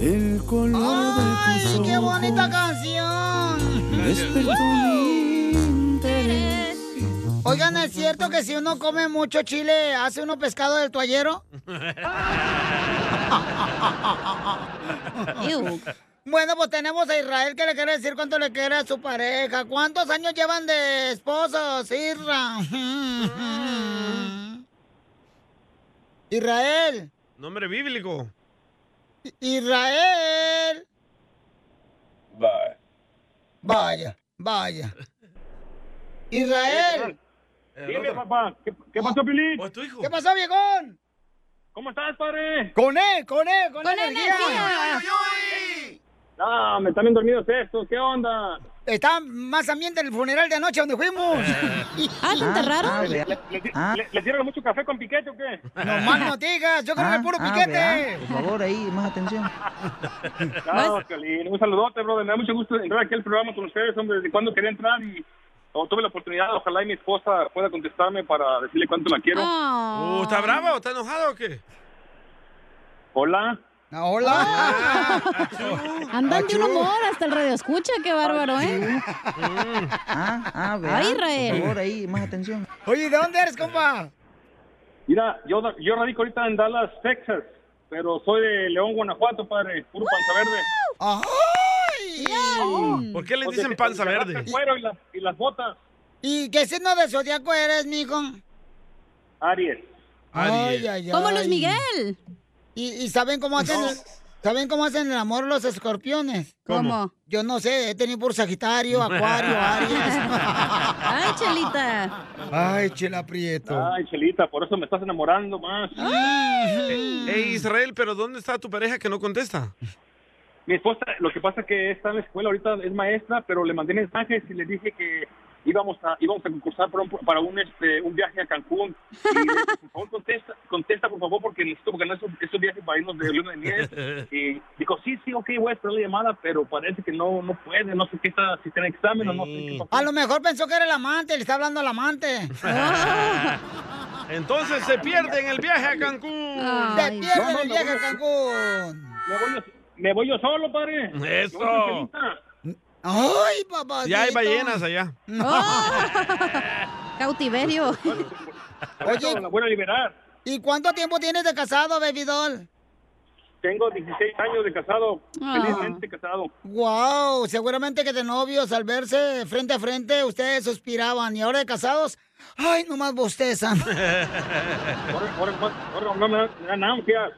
Speaker 31: El color de
Speaker 13: ¡Ay, qué bonita canción! Oigan, ¿es cierto que si uno come mucho chile, hace uno pescado del toallero?
Speaker 3: Bueno, pues tenemos a Israel que le quiere decir cuánto le quiere a su pareja. ¿Cuántos años llevan de esposos, Israel? Israel.
Speaker 4: Nombre bíblico.
Speaker 3: Israel.
Speaker 20: Bye.
Speaker 3: Vaya, vaya. Israel.
Speaker 20: Dime, papá. ¿Qué, qué pasó, Pilín? ¿O Pues tu hijo?
Speaker 3: ¿Qué pasó, viejón?
Speaker 20: ¿Cómo estás, padre?
Speaker 3: Con él, con él, con, él.
Speaker 20: No, me están bien dormidos estos. ¿Qué onda?
Speaker 3: Está más ambiente en el funeral de anoche donde fuimos.
Speaker 2: Eh.
Speaker 20: Ah, ¿lo
Speaker 3: enterraron?
Speaker 20: ¿Le, le- le- le dieron mucho café con piquete o qué?
Speaker 3: No más Ah. no digas, yo creo que
Speaker 1: Ah,
Speaker 3: es puro
Speaker 1: ah,
Speaker 3: piquete.
Speaker 1: vea, por favor, ahí, más atención.
Speaker 20: No, Piolín, un saludote, brother. Me da mucho gusto entrar aquí al programa con ustedes, hombre. Desde cuando quería entrar y oh, tuve la oportunidad. Ojalá y mi esposa pueda contestarme para decirle cuánto la quiero.
Speaker 3: Oh.
Speaker 20: Oh.
Speaker 4: Uh, ¿Está brava o está enojada o qué?
Speaker 20: Hola.
Speaker 3: hola.
Speaker 2: Andan de un humor hasta el radio escucha, qué bárbaro, ¿eh?
Speaker 1: Ah, ah, vea,
Speaker 2: Ay, Israel.
Speaker 1: Por favor, ahí, más atención.
Speaker 3: Oye, ¿de dónde eres, compa?
Speaker 20: Mira, yo, yo radico ahorita en Dallas, Texas, pero soy de León, Guanajuato, padre. Puro panza verde.
Speaker 4: ¿Por qué le
Speaker 20: Porque
Speaker 4: dicen
Speaker 20: te-
Speaker 4: panza
Speaker 20: te
Speaker 4: verde?
Speaker 20: agarraste el cuero y, las- y las botas.
Speaker 3: ¿Y qué signo de zodiaco eres, mijo?
Speaker 20: Aries.
Speaker 3: Ay, ay, ay.
Speaker 2: Como Luis Miguel.
Speaker 3: ¿Y, y saben cómo hacen el, saben cómo hacen el amor los escorpiones?
Speaker 2: ¿Cómo?
Speaker 3: Yo no sé, he tenido por Sagitario, Acuario, Aries.
Speaker 2: Ay, Chelita.
Speaker 20: Ay, Chela Prieto. Ay, Chelita, por eso me estás enamorando más.
Speaker 4: Eh, eh, Israel, pero ¿dónde está tu pareja que no contesta?
Speaker 20: Mi esposa, lo que pasa es que está en la escuela, ahorita es maestra, pero le mandé mensajes y le dije que íbamos a íbamos a concursar para un, para un, este, un viaje a Cancún. Y le dije, por favor, contesta, contesta, por favor, porque necesito ganar esos, esos viajes para irnos de luna de miel. Y dijo, sí, sí, ok, voy a esperar la llamada, pero parece que no no puede, no sé qué está, si tiene examen o no sé qué pasó.
Speaker 3: A lo mejor pensó que era el amante, le está hablando al amante.
Speaker 4: Entonces se pierde en el viaje a Cancún.
Speaker 3: Se pierde
Speaker 20: No, no,
Speaker 3: el
Speaker 20: no,
Speaker 3: viaje a
Speaker 20: no.
Speaker 3: Cancún.
Speaker 20: Me voy, yo- me voy yo solo, padre.
Speaker 4: Eso.
Speaker 20: Yo voy con Chelita.
Speaker 3: Ay, papá.
Speaker 4: Ya hay ballenas allá.
Speaker 20: Ah.
Speaker 2: Cautiverio.
Speaker 20: Oye, la voy a liberar.
Speaker 3: ¿Y cuánto tiempo tienes de casado, bebidol?
Speaker 20: Tengo 16 años de casado,
Speaker 3: Ah.
Speaker 20: felizmente casado.
Speaker 3: Wow, seguramente que de novios al verse frente a frente ustedes suspiraban y ahora de casados, ay, nomás bostezan.
Speaker 20: Ahora, ahora más- ahora no me da- me dan ansias.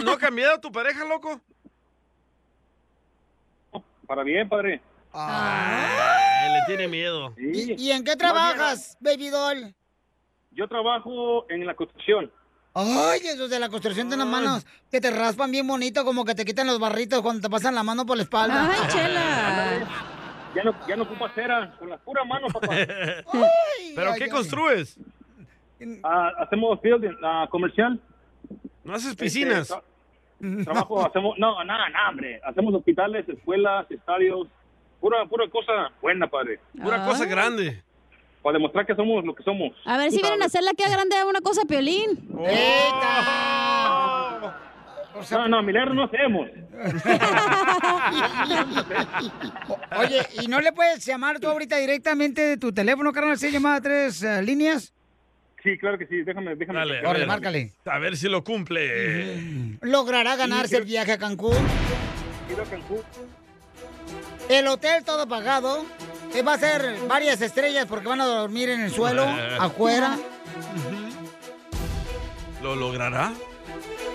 Speaker 4: ¿Y ¿No ha cambiado tu pareja, loco?
Speaker 20: Para bien, padre.
Speaker 3: Ah.
Speaker 4: Ay, le tiene miedo.
Speaker 20: Sí.
Speaker 3: ¿Y en qué trabajas, bebidol?
Speaker 20: Yo trabajo en la construcción.
Speaker 3: Ay, esos de la construcción de las manos que te raspan bien bonito, como que te quitan los barritos cuando te pasan la mano por la espalda.
Speaker 20: Ay, chela. Ya no, ya no ocupo cera, con las puras manos, papá.
Speaker 4: ¿Pero
Speaker 20: ay,
Speaker 4: qué
Speaker 20: ay.
Speaker 4: construyes?
Speaker 20: Ah, hacemos building ah, comercial.
Speaker 4: ¿No haces piscinas?
Speaker 20: Este, tra- trabajo, hacemos, no, nada, nada, hombre. Hacemos hospitales, escuelas, estadios. Pura, pura cosa buena, padre.
Speaker 4: Pura
Speaker 20: Ah.
Speaker 4: cosa grande.
Speaker 20: Para demostrar que somos lo que somos.
Speaker 2: A ver si vienen a hacer la que grande una cosa, Piolín.
Speaker 4: Oh.
Speaker 20: No, no, milagro no hacemos.
Speaker 3: Oye, ¿y no le puedes llamar tú ahorita directamente de tu teléfono, carnal? ¿Sí llamada a tres eh, líneas?
Speaker 20: Sí, claro que sí, déjame, déjame.
Speaker 4: Dale, a
Speaker 20: Órale,
Speaker 4: ver.
Speaker 20: márcale.
Speaker 4: A ver si lo cumple.
Speaker 3: ¿Logrará ganarse el viaje a Cancún?
Speaker 20: Quiero Cancún.
Speaker 3: El hotel todo pagado. eh, Va a ser varias estrellas porque van a dormir en el suelo, afuera.
Speaker 4: ¿Lo logrará?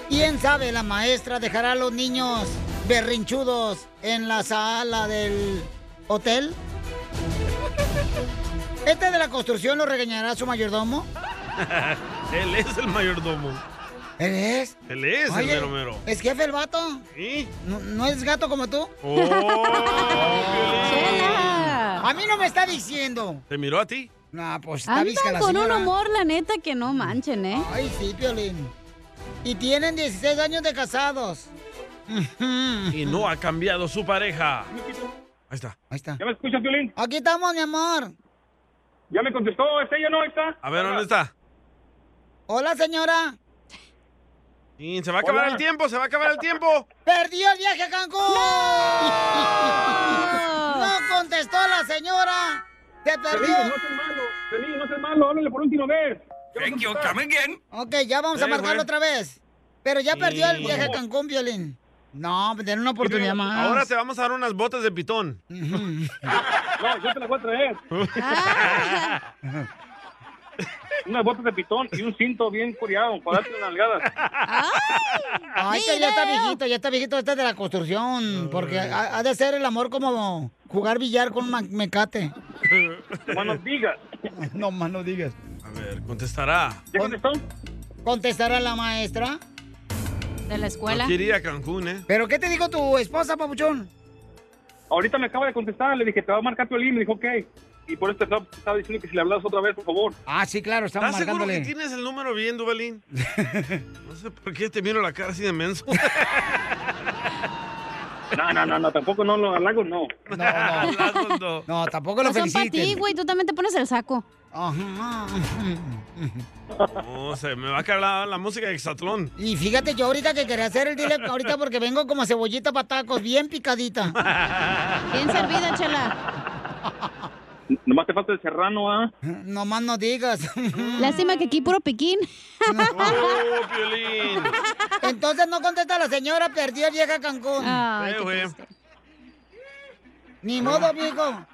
Speaker 3: ¿Quién sabe? La maestra dejará a los niños berrinchudos en la sala del hotel. ¿Este de la construcción lo regañará su mayordomo?
Speaker 4: Él es el mayordomo.
Speaker 3: ¿Él es?
Speaker 4: Él es
Speaker 3: Oye,
Speaker 4: el mero mero.
Speaker 3: ¿Es jefe el vato?
Speaker 4: ¿Sí?
Speaker 3: ¿No, no es gato como tú?
Speaker 13: Oh.
Speaker 4: Chela.
Speaker 3: A mí no me está diciendo.
Speaker 4: ¿Te miró a ti?
Speaker 3: No, pues está bizca
Speaker 2: Andan
Speaker 3: la
Speaker 2: con un
Speaker 3: señora.
Speaker 2: humor, la neta, que no manchen, ¿eh?
Speaker 3: Ay, sí, Piolín. Y tienen 16 años de casados.
Speaker 4: Y no ha cambiado su pareja. Ahí está.
Speaker 3: Ahí está.
Speaker 20: ¿Ya me escuchas, Violín?
Speaker 3: Aquí estamos, mi amor.
Speaker 20: Ya me contestó, este ya no está.
Speaker 4: A ver, ¿dónde está?
Speaker 3: Hola, señora.
Speaker 4: Y se va a acabar
Speaker 3: Hola.
Speaker 4: el tiempo, se va a acabar el tiempo.
Speaker 3: ¡Perdió el viaje a Cancún! ¡No! contestó la señora! ¡Se perdió!
Speaker 20: Feliz, no seas malo. Feliz, no seas malo. Háblale por última vez. Thank you,
Speaker 3: Ok, ya vamos a
Speaker 20: Eh,
Speaker 3: marcarlo
Speaker 20: bueno.
Speaker 3: otra vez. Pero ya perdió el
Speaker 20: Sí.
Speaker 3: viaje a Cancún, Violín. No, tener una oportunidad más.
Speaker 4: Ahora te vamos a dar unas botas de pitón.
Speaker 20: No, yo te las voy a traer. Unas botas de pitón y un cinto bien curiado para darte unas nalgadas.
Speaker 3: Ay, que ya está viejito, ya está viejito, este es de la construcción. Porque ha, ha de ser el amor como jugar billar con un ma- mecate.
Speaker 20: No nos digas.
Speaker 3: No más no digas.
Speaker 4: A ver, contestará.
Speaker 20: ¿Ya contestó?
Speaker 3: ¿Contestará la maestra?
Speaker 2: De la
Speaker 4: No
Speaker 2: escuela.
Speaker 4: quiere ir a Cancún, ¿eh?
Speaker 3: ¿Pero qué te dijo tu esposa, papuchón?
Speaker 20: Ahorita me acaba de contestar, le dije, te va a marcar Piolín, me dijo, ok. Y por eso te estaba- te estaba diciendo que si le hablas otra vez, por favor.
Speaker 3: Ah, sí, claro,
Speaker 4: ¿Estás seguro que tienes el número bien, Duvalín? No sé por qué te miro la cara así de menso.
Speaker 20: No, no, no, no, tampoco no, no, halago no.
Speaker 4: No, no.
Speaker 3: No, tampoco lo
Speaker 2: Pues son para ti,
Speaker 3: feliciten.
Speaker 2: güey. Tú también te pones el saco.
Speaker 4: No, se me va a caer la, la música de Exatlón.
Speaker 3: Y fíjate, yo ahorita que quería hacer el dile ahorita porque vengo como cebollita para tacos, bien picadita.
Speaker 2: Bien servida, chela.
Speaker 20: Nomás te falta el serrano, ¿ah?
Speaker 3: Nomás no digas.
Speaker 2: Lástima que aquí puro piquín.
Speaker 3: Entonces no contesta la señora, perdió vieja Cancún.
Speaker 2: Ay,
Speaker 4: Eh, güey.
Speaker 3: Ni modo, viejo.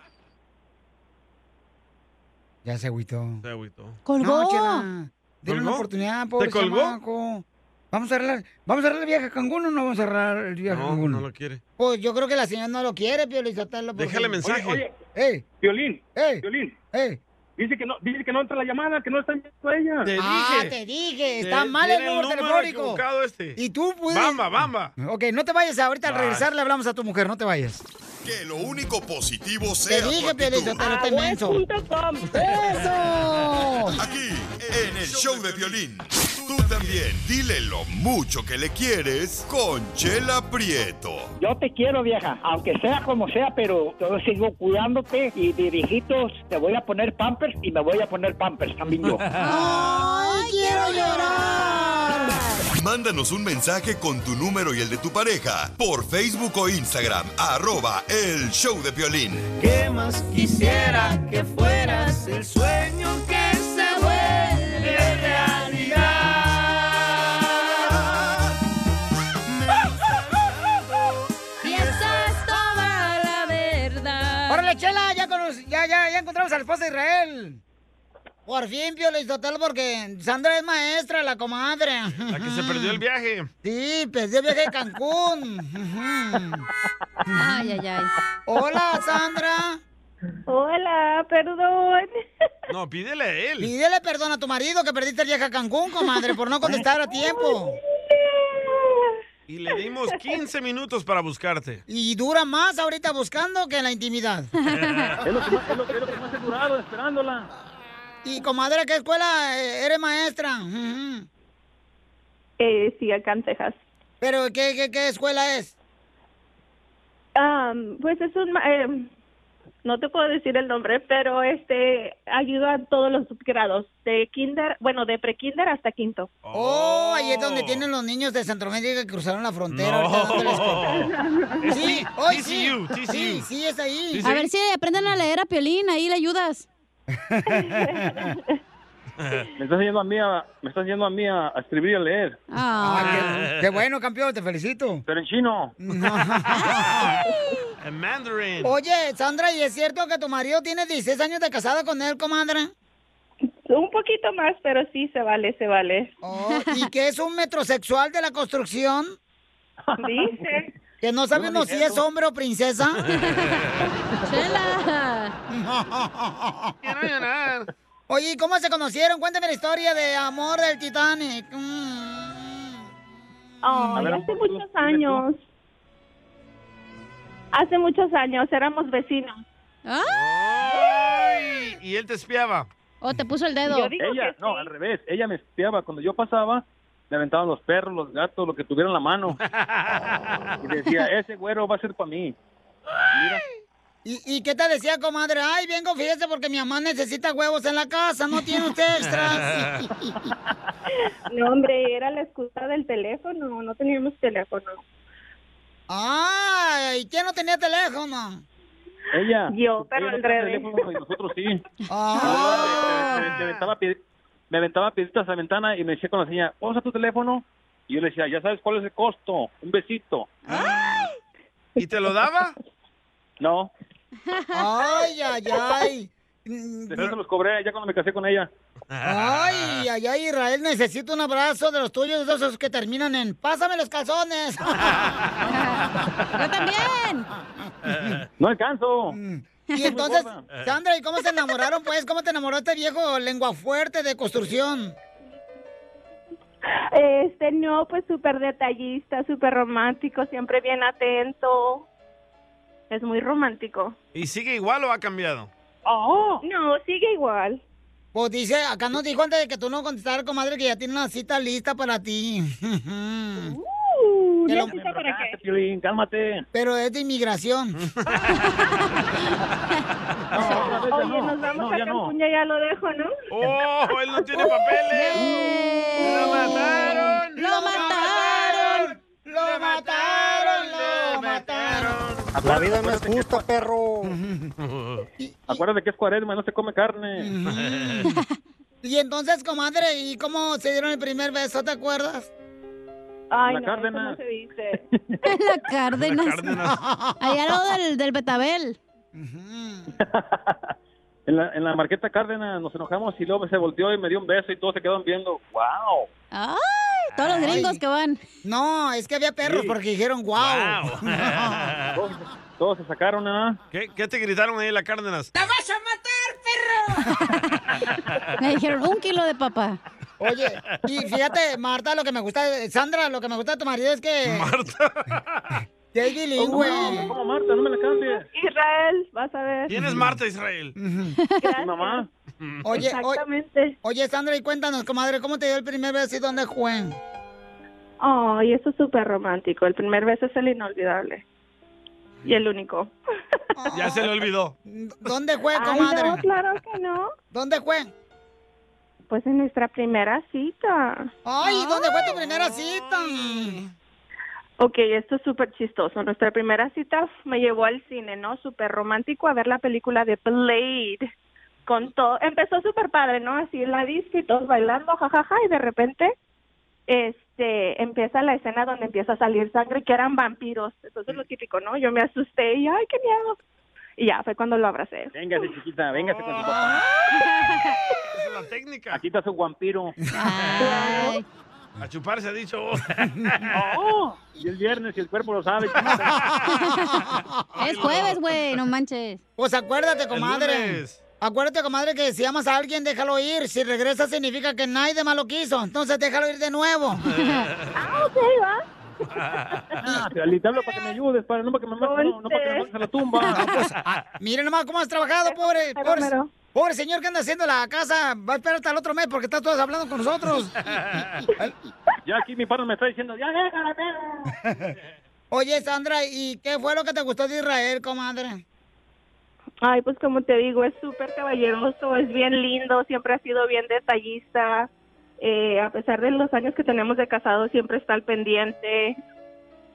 Speaker 3: Ya se agüitó.
Speaker 4: Se agüitó.
Speaker 3: No, chela. Dile una
Speaker 4: ¿Colgó?
Speaker 3: oportunidad,
Speaker 4: ¿Te
Speaker 3: pobre
Speaker 4: colgó?
Speaker 3: chamaco. Vamos a arreglar, vamos a arreglar el viaje a Cancún o no vamos a arreglar el viaje a
Speaker 4: No,
Speaker 3: Cancún.
Speaker 4: no lo quiere.
Speaker 3: Pues yo creo que la señora no lo quiere, Pio Lizotelo.
Speaker 4: Déjale mensaje. Oye,
Speaker 3: ¡Ey!
Speaker 20: Piolín,
Speaker 3: ¡Ey!
Speaker 20: Piolín.
Speaker 3: ¡Ey!
Speaker 20: Dice que no, dice que no entra la llamada, que no está entrando ella.
Speaker 4: Te
Speaker 3: ah,
Speaker 4: dije.
Speaker 3: te dije,
Speaker 4: Te-
Speaker 3: está mal el
Speaker 4: Eh, tiene el
Speaker 3: número
Speaker 4: número
Speaker 3: telefónico.
Speaker 4: equivocado este.
Speaker 3: Y tú puedes.
Speaker 4: Bamba, bamba.
Speaker 3: Ok, no te vayas, ahorita al
Speaker 7: Bye.
Speaker 3: regresar le hablamos a tu mujer, no te vayas.
Speaker 7: Que lo único positivo
Speaker 3: Te
Speaker 7: sea tu
Speaker 3: dije, Pio
Speaker 7: actitud.
Speaker 3: Lizotelo, te menso. Ah, ¡Eso!
Speaker 7: Aquí, en el show de violín. Tú también, dile lo mucho que le quieres con Chela Prieto.
Speaker 14: Yo te quiero, vieja, aunque sea como sea, pero yo sigo cuidándote y de viejitos te voy a poner pampers y me voy a poner pampers también yo.
Speaker 3: ¡Ay, quiero llorar!
Speaker 7: Mándanos un mensaje con tu número y el de tu pareja por Facebook o Instagram, arroba el show de violín.
Speaker 9: ¿Qué más quisiera que fueras el sueño que se vuelve realidad?
Speaker 2: Y esa es toda la verdad.
Speaker 3: ¡Órale, chela! Ya, cono- ya, ya, ya encontramos a la esposa de Israel. Por fin, Pio Lizotelo, porque Sandra es maestra, la comadre.
Speaker 4: La que se perdió el viaje.
Speaker 3: Sí, perdí el viaje a Cancún. Ujú.
Speaker 2: Ay, ay, ay.
Speaker 3: Hola, Sandra.
Speaker 32: Hola, perdón.
Speaker 4: No, pídele a él.
Speaker 3: Pídele perdón a tu marido que perdiste el viaje a Cancún, comadre, por no contestar a tiempo.
Speaker 4: Y le dimos 15 minutos para buscarte.
Speaker 3: Y dura más ahorita buscando que en la intimidad.
Speaker 4: Es lo que más-
Speaker 20: Más he durado esperándola.
Speaker 3: Y comadre, ¿qué escuela eh, eres maestra? Ujú.
Speaker 32: Eh, sí, acá en Texas.
Speaker 3: ¿Pero qué, qué, qué escuela es?
Speaker 32: Am, pues es un... ma- em, no te puedo decir el nombre, pero este ayuda a todos los grados, de kinder, bueno, de pre-kinder hasta quinto.
Speaker 3: Oh, ahí es donde tienen los niños de Centroamérica que cruzaron la frontera.
Speaker 32: No.
Speaker 3: ahorita dándoles coca.
Speaker 32: Es
Speaker 3: Sí,
Speaker 32: T-
Speaker 3: hoy sí.
Speaker 32: TCU, TCU.
Speaker 3: Sí, sí, es ahí.
Speaker 2: A ver si aprenden a leer a Piolín, ahí le ayudas.
Speaker 20: Me estás yendo a mí a, me estás yendo a mí a, a escribir y a leer.
Speaker 3: Ah, qué, qué bueno, campeón, te felicito.
Speaker 20: Pero en chino.
Speaker 4: En Mandarin.
Speaker 3: Oye, Sandra, ¿y es cierto que tu marido tiene 16 años de casada con él, comadre?
Speaker 32: Un poquito más, pero sí, se vale, se vale.
Speaker 3: Oh, ¿Y que es un metrosexual de la construcción?
Speaker 32: Dice.
Speaker 3: Que no sabe
Speaker 32: Yo
Speaker 3: uno
Speaker 32: dije
Speaker 3: si es
Speaker 32: eso.
Speaker 3: hombre o princesa.
Speaker 2: ¡Chela!
Speaker 3: Quiero llorar. Oye, ¿y ¿cómo se conocieron? Cuéntame la historia de amor del Titanic.
Speaker 32: Oh,
Speaker 3: A ver,
Speaker 32: hace muchos años. Hace muchos años, éramos vecinos.
Speaker 4: Ay, y él te espiaba.
Speaker 2: O Oh, te puso el
Speaker 32: dedo. Yo digo
Speaker 20: Ella,
Speaker 32: que
Speaker 20: no, al revés. Ella me espiaba. Cuando yo pasaba, le aventaban los perros, los gatos, lo que tuviera en la mano. Y decía, ese güero va a ser para mí.
Speaker 3: ¿Y, y qué te decía, comadre? Ay, bien, confíese porque mi mamá necesita huevos en la casa, no tiene usted extras.
Speaker 32: No, hombre, era la excusa del teléfono, no teníamos teléfono.
Speaker 3: Ah, Ay, ¿quién no tenía teléfono?
Speaker 20: Ella.
Speaker 32: Yo, pero
Speaker 20: ella
Speaker 32: al
Speaker 20: no tenía
Speaker 32: revés. Ah.
Speaker 20: teléfono y nosotros sí.
Speaker 3: Ah.
Speaker 20: Me aventaba pie- me aventaba piedritas a la ventana y me decía con la señal, posa tu teléfono Y yo le decía, ya sabes cuál es el costo, un besito. Ah.
Speaker 4: ¿Y te lo daba?
Speaker 20: No,
Speaker 3: Ay, ay, ay.
Speaker 4: Mm,
Speaker 20: después se los cobré ya cuando me casé con ella.
Speaker 3: Ay, ay, ay, Israel, necesito un abrazo de los tuyos, de esos que terminan en pásame los calzones. Yo también.
Speaker 20: No alcanzo.
Speaker 3: Y entonces, Sandra, ¿y cómo se enamoraron, pues? ¿Cómo te enamoró este viejo lengua fuerte de construcción?
Speaker 32: Este, no, pues súper detallista, súper romántico, siempre bien atento. Es muy romántico.
Speaker 4: ¿Y sigue igual o ha cambiado?
Speaker 32: Oh. No, sigue igual.
Speaker 3: Pues dice, acá nos dijo antes de que tú no contestaras, comadre, que ya tiene una cita lista para ti.
Speaker 32: Uh, ¿una
Speaker 3: cita
Speaker 32: para
Speaker 3: qué?
Speaker 20: Piolín, cálmate.
Speaker 3: Pero es de inmigración.
Speaker 32: Oye, nos vamos a Cancún, ya, ya lo dejo, ¿no?
Speaker 4: ¡Oh, él no tiene papeles! ¡Lo mataron!
Speaker 3: ¡Lo mataron! ¡Lo mataron! ¡Lo
Speaker 20: Acuérdate-
Speaker 5: La vida no es justa,
Speaker 3: perro.
Speaker 20: Acuérdate que es cuaresma, no se come carne.
Speaker 3: Y entonces, comadre, ¿y cómo se dieron el primer beso? ¿Te acuerdas?
Speaker 32: Ay,
Speaker 3: La
Speaker 32: no, eso
Speaker 3: Cárdenas.
Speaker 32: no se dice.
Speaker 2: La Cárdenas. Allá lo del, del Betabel.
Speaker 20: En la, en la marqueta Cárdenas nos enojamos y luego se volteó y me dio un beso y todos se quedaron viendo. ¡Wow!
Speaker 2: ¡Ay! Todos los gringos que van.
Speaker 3: No, es que había perros
Speaker 20: Sí.
Speaker 3: porque dijeron wow.
Speaker 20: todos, todos se sacaron, ¿ah?
Speaker 4: ¿Qué, qué te gritaron ahí en la Cárdenas?
Speaker 3: ¡La vas a
Speaker 2: Me dijeron un kilo de papa.
Speaker 3: Oye, y fíjate, Marta, lo que me gusta, de- Sandra, lo que me gusta de tu marido es que. Marta. Es bilingüe.
Speaker 20: ¿Cómo, cómo, Marta? No me la cambies.
Speaker 32: Israel, vas a ver.
Speaker 4: ¿Quién es Marta Israel?
Speaker 20: Mi mamá.
Speaker 3: Mm. Oye, Exactamente. oye, Sandra, y cuéntanos, comadre, ¿cómo te dio el primer beso y dónde fue?
Speaker 32: Ay, eso es súper romántico. El primer beso es el inolvidable. Y el único.
Speaker 4: Ya se le olvidó.
Speaker 3: ¿Dónde fue,
Speaker 32: Ay, no,
Speaker 3: comadre?
Speaker 32: claro que no.
Speaker 3: ¿Dónde fue?
Speaker 32: Pues en nuestra primera cita.
Speaker 3: Ay, ¿dónde fue tu primera cita?
Speaker 32: Ok, esto es súper chistoso. Nuestra primera cita me llevó al cine, ¿no? Súper romántico a ver la película de Blade. Con todo, empezó súper padre, ¿no? Así en la disco y todos bailando, jajaja, y de repente, este, empieza la escena donde empieza a salir sangre, que eran vampiros. Entonces lo típico, ¿no? Yo me asusté y, ay, qué miedo. Y ya, fue cuando lo abracé.
Speaker 20: Véngase, chiquita, véngase con su papá.
Speaker 4: Esa es la técnica.
Speaker 20: Aquí está su vampiro.
Speaker 4: A chupar se ha dicho.
Speaker 20: Oh, y el viernes, y el cuerpo lo sabe.
Speaker 2: Es jueves, güey, no manches.
Speaker 3: Pues acuérdate,
Speaker 2: El
Speaker 3: comadre.
Speaker 2: lunes.
Speaker 3: Acuérdate, comadre, que si amas a alguien, déjalo ir. Si regresa, significa que nadie de malo quiso. Entonces, déjalo ir de nuevo.
Speaker 32: ah, ok, va.
Speaker 20: Ah, Te hablo para que me ayudes, para, no para que me mates, no, no para que me mates a la tumba.
Speaker 3: Ah, pues, Miren nomás cómo has trabajado, pobre.
Speaker 20: Pero,
Speaker 3: Pobre,
Speaker 20: pero.
Speaker 3: pobre señor que anda haciendo la casa. Va a esperar hasta el otro mes porque está todos hablando con nosotros.
Speaker 20: ya aquí mi padre me está diciendo, ya déjala, déjala.
Speaker 3: Oye, Sandra, ¿y qué fue lo que te gustó de Israel, comadre?
Speaker 32: Ay, pues como te digo, es súper caballeroso, es bien lindo, siempre ha sido bien detallista. Eh, a pesar de los años que tenemos de casado, siempre está al pendiente.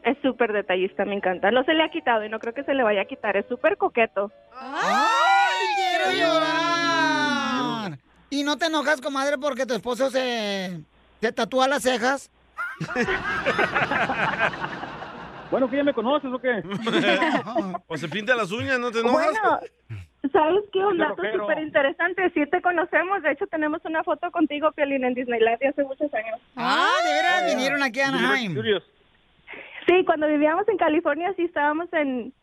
Speaker 32: Es súper detallista, me encanta. No se le ha quitado y no creo que se le vaya a quitar, es súper coqueto.
Speaker 3: ¡Ay, quiero llorar! ¿Y no te enojas, comadre, porque tu esposo se, se tatúa las cejas?
Speaker 20: Bueno, que ya me conoces o qué?
Speaker 4: o se pinta las uñas, ¿no te enojas?
Speaker 32: Bueno, ¿sabes qué? Un
Speaker 4: Qué
Speaker 32: dato
Speaker 4: rockero.
Speaker 32: súper interesante. Sí te conocemos, de hecho tenemos una foto contigo, Piolín, en Disneyland de hace muchos años.
Speaker 3: Ah, de veras, vinieron aquí a Anaheim.
Speaker 32: Sí, cuando vivíamos en California, sí estábamos en...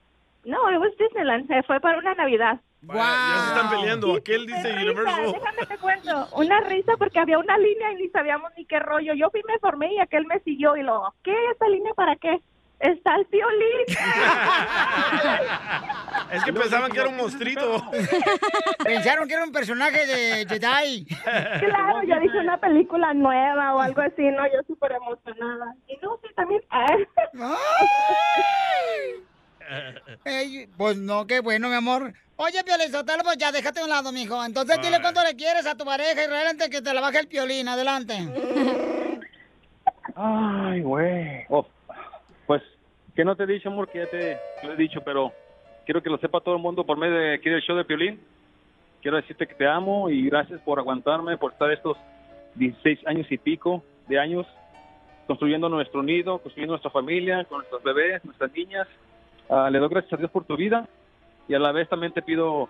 Speaker 32: No, it was Disneyland, eh, fue para una Navidad.
Speaker 4: Vaya, Pues, Ya se están peleando. Aquel dice Universal.
Speaker 32: Déjame te cuento, una risa porque había una línea y ni sabíamos ni qué rollo. Yo fui, me formé y aquel me siguió y lo, ¿qué? ¿Esta línea para qué? Está el violín.
Speaker 4: Es que pensaban que era un monstruito.
Speaker 3: Pensaron que era un personaje de Jedi.
Speaker 32: Claro, yo dije una película nueva o algo así, ¿no? Yo súper emocionada.
Speaker 15: Ah,
Speaker 32: Y no, sí, también.
Speaker 3: Ey, pues no, qué bueno, mi amor. Oye, Piolín Sotelo, pues ya déjate a un lado, mijo. Entonces dile cuánto le quieres a tu pareja y antes que te la baje el piolín. Adelante.
Speaker 20: Ay, güey. Oh, pues, que no te he dicho, amor, que ya te lo he dicho, pero quiero que lo sepa todo el mundo por medio de aquí del show de Piolín. Quiero decirte que te amo y gracias por aguantarme, por estar estos 16 años y pico de años construyendo nuestro nido, construyendo nuestra familia, con nuestros bebés, nuestras niñas. Ah, le doy gracias a Dios por tu vida y a la vez también te pido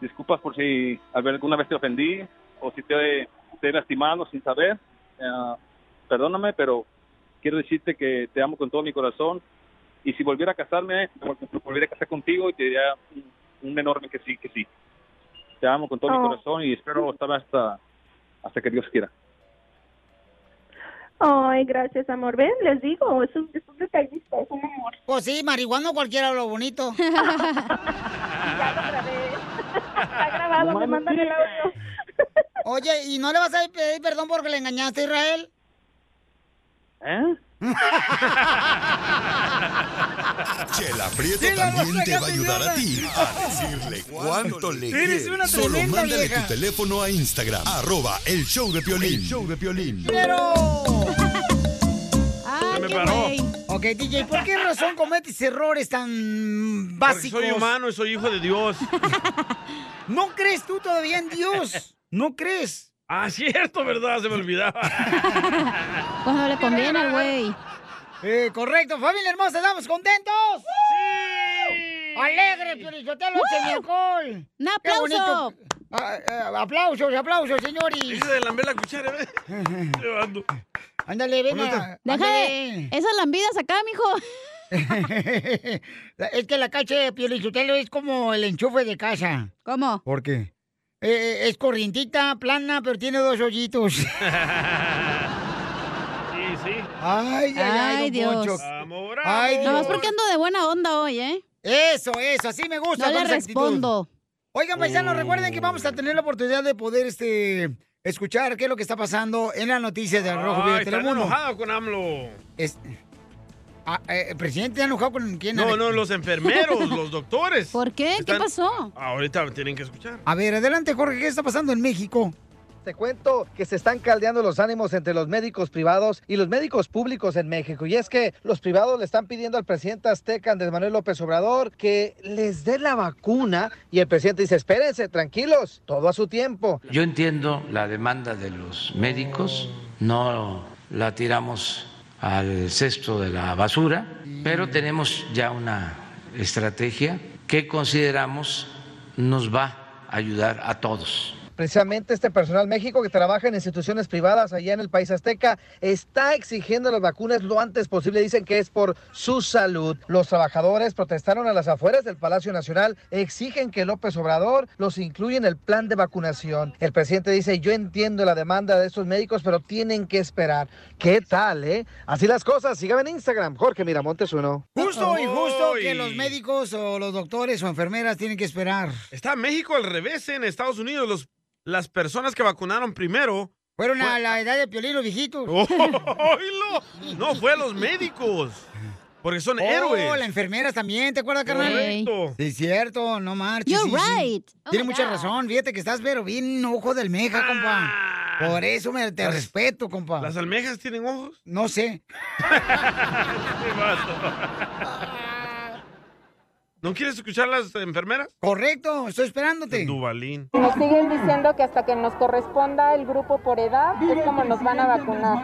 Speaker 20: disculpas por si alguna vez te ofendí o si te, te he lastimado sin saber. Ah, perdóname, pero quiero decirte que te amo con todo mi corazón y si volviera a casarme, me vol- me volvería a casar contigo y te diría un, un enorme que sí, que sí. Te amo con todo
Speaker 13: Oh.
Speaker 20: mi corazón y espero estar hasta, hasta que Dios quiera.
Speaker 13: Ay, gracias, amor. Ven, les digo, es un, es un detallista, es un amor.
Speaker 3: Pues sí, marihuana cualquiera habla bonito.
Speaker 13: Está grabado, me mandan el audio.
Speaker 3: Oye, ¿y no le vas a pedir perdón porque le engañaste a Israel?
Speaker 20: ¿Eh?
Speaker 7: Chela Prieto
Speaker 9: Sí, la
Speaker 7: también
Speaker 9: voz
Speaker 7: te
Speaker 9: acá,
Speaker 7: va a ayudar a ti
Speaker 9: señora.
Speaker 7: a decirle cuánto le
Speaker 9: Eres
Speaker 7: quieres.
Speaker 9: una
Speaker 7: Solo
Speaker 9: tremenda
Speaker 7: mándale
Speaker 9: vieja.
Speaker 7: tu teléfono a Instagram, arroba el show de Piolín. show de Piolín.
Speaker 3: ¡Ay,
Speaker 4: me qué paró. güey.
Speaker 3: Ok, DJ, ¿por qué razón cometes errores tan
Speaker 4: Porque
Speaker 3: básicos?
Speaker 4: soy humano y soy hijo de Dios.
Speaker 3: ¿No crees tú todavía en Dios? ¿No crees?
Speaker 4: Ah, cierto, ¿verdad? Se me olvidaba.
Speaker 3: Cuando le conviene al güey. Eh, correcto, familia hermosa, estamos contentos. ¡Sí! Alegre, Piolichotelo,
Speaker 9: ¡Woo!
Speaker 3: sin alcohol.
Speaker 9: ¡Un
Speaker 3: Qué
Speaker 9: aplauso!
Speaker 3: bonito. Ah, ah, aplausos, aplausos, señores.
Speaker 4: Dice de lamber la cuchara, ¿ves? Llevando.
Speaker 3: Ándale, ven a...
Speaker 2: Deja de- esas lambidas acá,
Speaker 3: mijo. es que la cacha de Piolichotelo es como el enchufe de casa.
Speaker 2: ¿Cómo?
Speaker 3: ¿Por qué? Eh, eh, es corrientita, plana, pero tiene dos hoyitos.
Speaker 4: Sí, sí.
Speaker 3: Ay, ay, ay,
Speaker 2: Ay,
Speaker 3: don Poncho.
Speaker 2: Dios.
Speaker 3: Ay, Dios.
Speaker 2: Nomás porque ando de buena onda hoy, ¿eh?
Speaker 3: Eso, eso, así me gusta.
Speaker 2: No le
Speaker 3: con esa actitud.
Speaker 2: respondo.
Speaker 3: Oigan, paisanos,
Speaker 4: Oh.
Speaker 3: recuerden que vamos a tener la oportunidad de poder este escuchar qué es lo que está pasando en la noticia de Rojo Vivo de
Speaker 4: Ay, están
Speaker 3: Telemundo.
Speaker 4: enojado con AMLO.
Speaker 3: Es- Ah, eh, ¿El presidente está enojado con quién?
Speaker 4: No, no, los enfermeros, los doctores.
Speaker 3: ¿Por qué? ¿Qué
Speaker 4: Están-
Speaker 3: pasó?
Speaker 4: Ahorita tienen que escuchar.
Speaker 3: A ver, adelante, Jorge, ¿qué está pasando en México?
Speaker 8: Te cuento que se están caldeando los ánimos entre los médicos privados y los médicos públicos en México. Y es que los privados le están pidiendo al presidente azteca Andrés Manuel López Obrador que les dé la vacuna. Y el presidente dice, espérense, tranquilos, todo a su tiempo.
Speaker 21: Yo entiendo la demanda de los médicos, no la tiramos al cesto de la basura, pero tenemos ya una estrategia que consideramos nos va a ayudar a todos.
Speaker 8: Precisamente este personal México que trabaja en instituciones privadas allá en el país azteca está exigiendo las vacunas lo antes posible. Dicen que es por su salud. Los trabajadores protestaron a las afueras del Palacio Nacional. Exigen que López Obrador los incluya en el plan de vacunación. El presidente dice, yo entiendo la demanda de estos médicos, pero tienen que esperar. ¿Qué tal, eh? Así las cosas. Síganme en Instagram, Jorge Miramontes uno.
Speaker 3: Justo y justo que
Speaker 4: Ay.
Speaker 3: los médicos o los doctores o enfermeras tienen que esperar.
Speaker 4: Está México al revés, ¿eh? en Estados Unidos los, las personas que vacunaron primero...
Speaker 3: Fueron a la edad de Piolín, los viejitos.
Speaker 4: ¡Oílo! No, fue a los médicos. Porque son
Speaker 3: Oh,
Speaker 4: héroes.
Speaker 3: las enfermeras también, ¿te acuerdas, carnal?
Speaker 4: Correcto.
Speaker 3: Sí, es cierto, no marches.
Speaker 4: You're
Speaker 3: sí, sí.
Speaker 4: right. Oh
Speaker 3: Tienes
Speaker 4: my
Speaker 3: mucha
Speaker 4: God.
Speaker 3: razón, fíjate que estás pero bien ojo de almeja, compa. Por eso me, te respeto, compa.
Speaker 4: Ah. ¿Las almejas tienen ojos?
Speaker 3: No sé.
Speaker 4: ¿No quieres escuchar las enfermeras?
Speaker 3: Correcto, estoy esperándote.
Speaker 4: Dubalín.
Speaker 32: Nos siguen diciendo que hasta que nos corresponda el grupo por edad es como nos van a vacunar.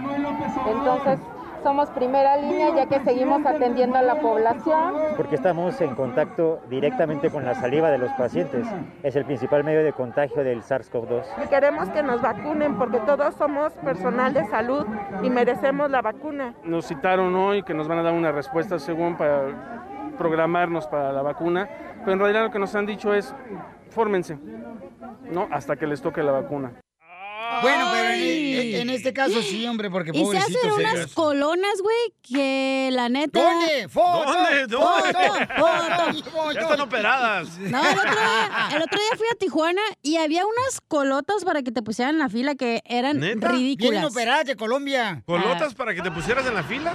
Speaker 32: Entonces, somos primera línea ya que seguimos atendiendo a la población.
Speaker 5: porque estamos en contacto directamente con la saliva de los pacientes. Es el principal medio de contagio del SARS-CoV-2.
Speaker 32: Queremos que nos vacunen porque todos somos personal de salud y merecemos la vacuna.
Speaker 33: Nos citaron hoy que nos van a dar una respuesta según para programarnos para la vacuna, pero en realidad lo que nos han dicho es fórmense, ¿no? Hasta que les toque la vacuna.
Speaker 3: Bueno, pero en, en este caso sí, hombre, porque eh.
Speaker 2: Y se
Speaker 3: pobrecito.
Speaker 2: hacen unas colonas, güey, que la neta...
Speaker 3: ¿Dónde? ¿Foto?
Speaker 4: ¿Dónde? ¿Dónde?
Speaker 2: ¡Foto! ¡Foto!
Speaker 4: Ya están operadas.
Speaker 2: No, el otro, día, el otro día fui a Tijuana y había unas colotas para que te pusieran en la fila que eran
Speaker 4: ¿Neta?
Speaker 2: ridículas.
Speaker 4: Vienen operadas
Speaker 3: de Colombia.
Speaker 2: Ah.
Speaker 4: ¿Colotas para que te pusieras en la fila?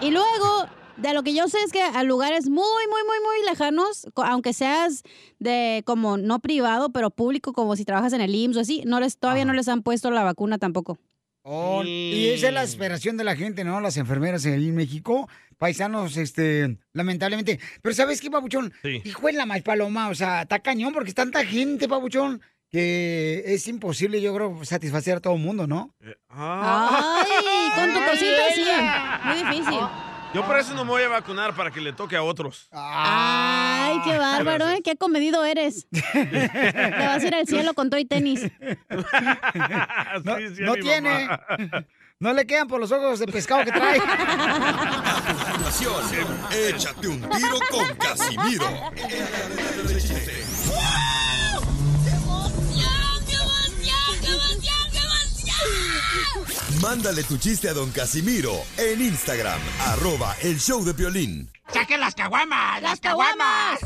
Speaker 2: Y luego, de lo que yo sé es que a lugares muy, muy, muy, muy lejanos, co- aunque seas de como no privado, pero público, como si trabajas en el IMSS o así, no les, todavía no les han puesto la vacuna tampoco.
Speaker 3: Oh, y esa es la esperación de la gente, ¿no? Las enfermeras ahí en México, paisanos, este, lamentablemente. Pero ¿sabes qué, Papuchón? Hijo de la más paloma, o sea, está cañón porque es tanta gente, Papuchón, que es imposible, yo creo, satisfacer a todo el mundo, ¿no?
Speaker 4: Eh, ah.
Speaker 2: Ay, con tu cosita sí. Muy difícil.
Speaker 4: Yo por eso no me voy a vacunar para que le toque a otros.
Speaker 2: Ay,
Speaker 4: Ah.
Speaker 2: qué bárbaro, ¿eh? Qué comedido eres. Te vas a ir al cielo con todo y tenis.
Speaker 3: No, no tiene. No le quedan por los ojos de pescado que trae.
Speaker 7: Nación, échate un tiro con Casimiro. Mándale tu chiste a don Casimiro en Instagram, arroba el show de violín.
Speaker 9: ¡Saquen las caguamas! ¡Las caguamas!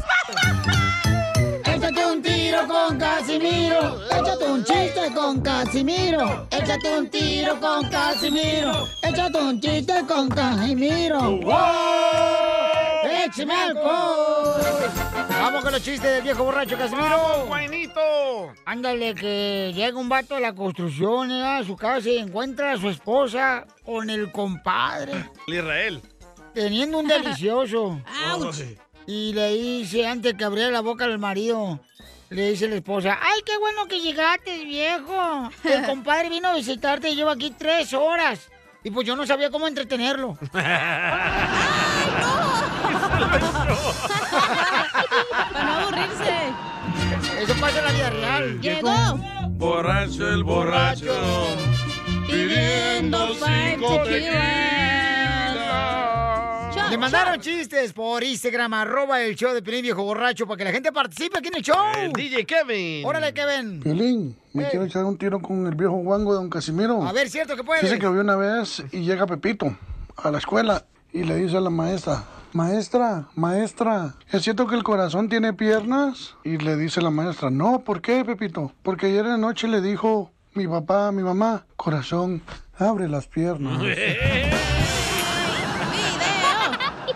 Speaker 3: Échate un tiro con Casimiro. Échate un chiste con Casimiro.
Speaker 9: Échate un tiro con Casimiro.
Speaker 3: Échate un chiste con Casimiro.
Speaker 9: ¡Wow!
Speaker 3: ¡Échame alcohol! Vamos con los chistes del viejo borracho Casimiro. ¡Guainito! Ándale, que llega un vato a la construcción, llega a su casa y encuentra a su esposa con el compadre.
Speaker 2: eh.
Speaker 4: El Israel.
Speaker 3: Teniendo un delicioso.
Speaker 4: Ay,
Speaker 3: Y le dice, antes que abriera la boca al marido, le dice la esposa, ¡ay, qué bueno que llegaste, viejo! El compadre vino a visitarte y llevo aquí tres horas. Y pues yo no sabía cómo entretenerlo.
Speaker 9: Para no aburrirse.
Speaker 3: Eso pasa en la vida real.
Speaker 9: Llegó.
Speaker 4: Borracho el borracho.
Speaker 9: Pidiendo cinco
Speaker 3: Le mandaron chistes por Instagram, arroba el show de Pelín Viejo Borracho, para que la gente participe aquí en el show.
Speaker 4: DJ Kevin.
Speaker 3: Órale, Kevin.
Speaker 34: Piolín, me quiero echar un tiro con el viejo guango de don Casimiro.
Speaker 3: A ver, ¿cierto que puedes?
Speaker 34: Dice que había una vez y llega Pepito a la escuela y le dice a la maestra, maestra, maestra, ¿es cierto que el corazón tiene piernas? Y le dice la maestra, no, ¿por qué, Pepito? Porque ayer en la noche le dijo mi papá a mi mamá, corazón, abre las piernas.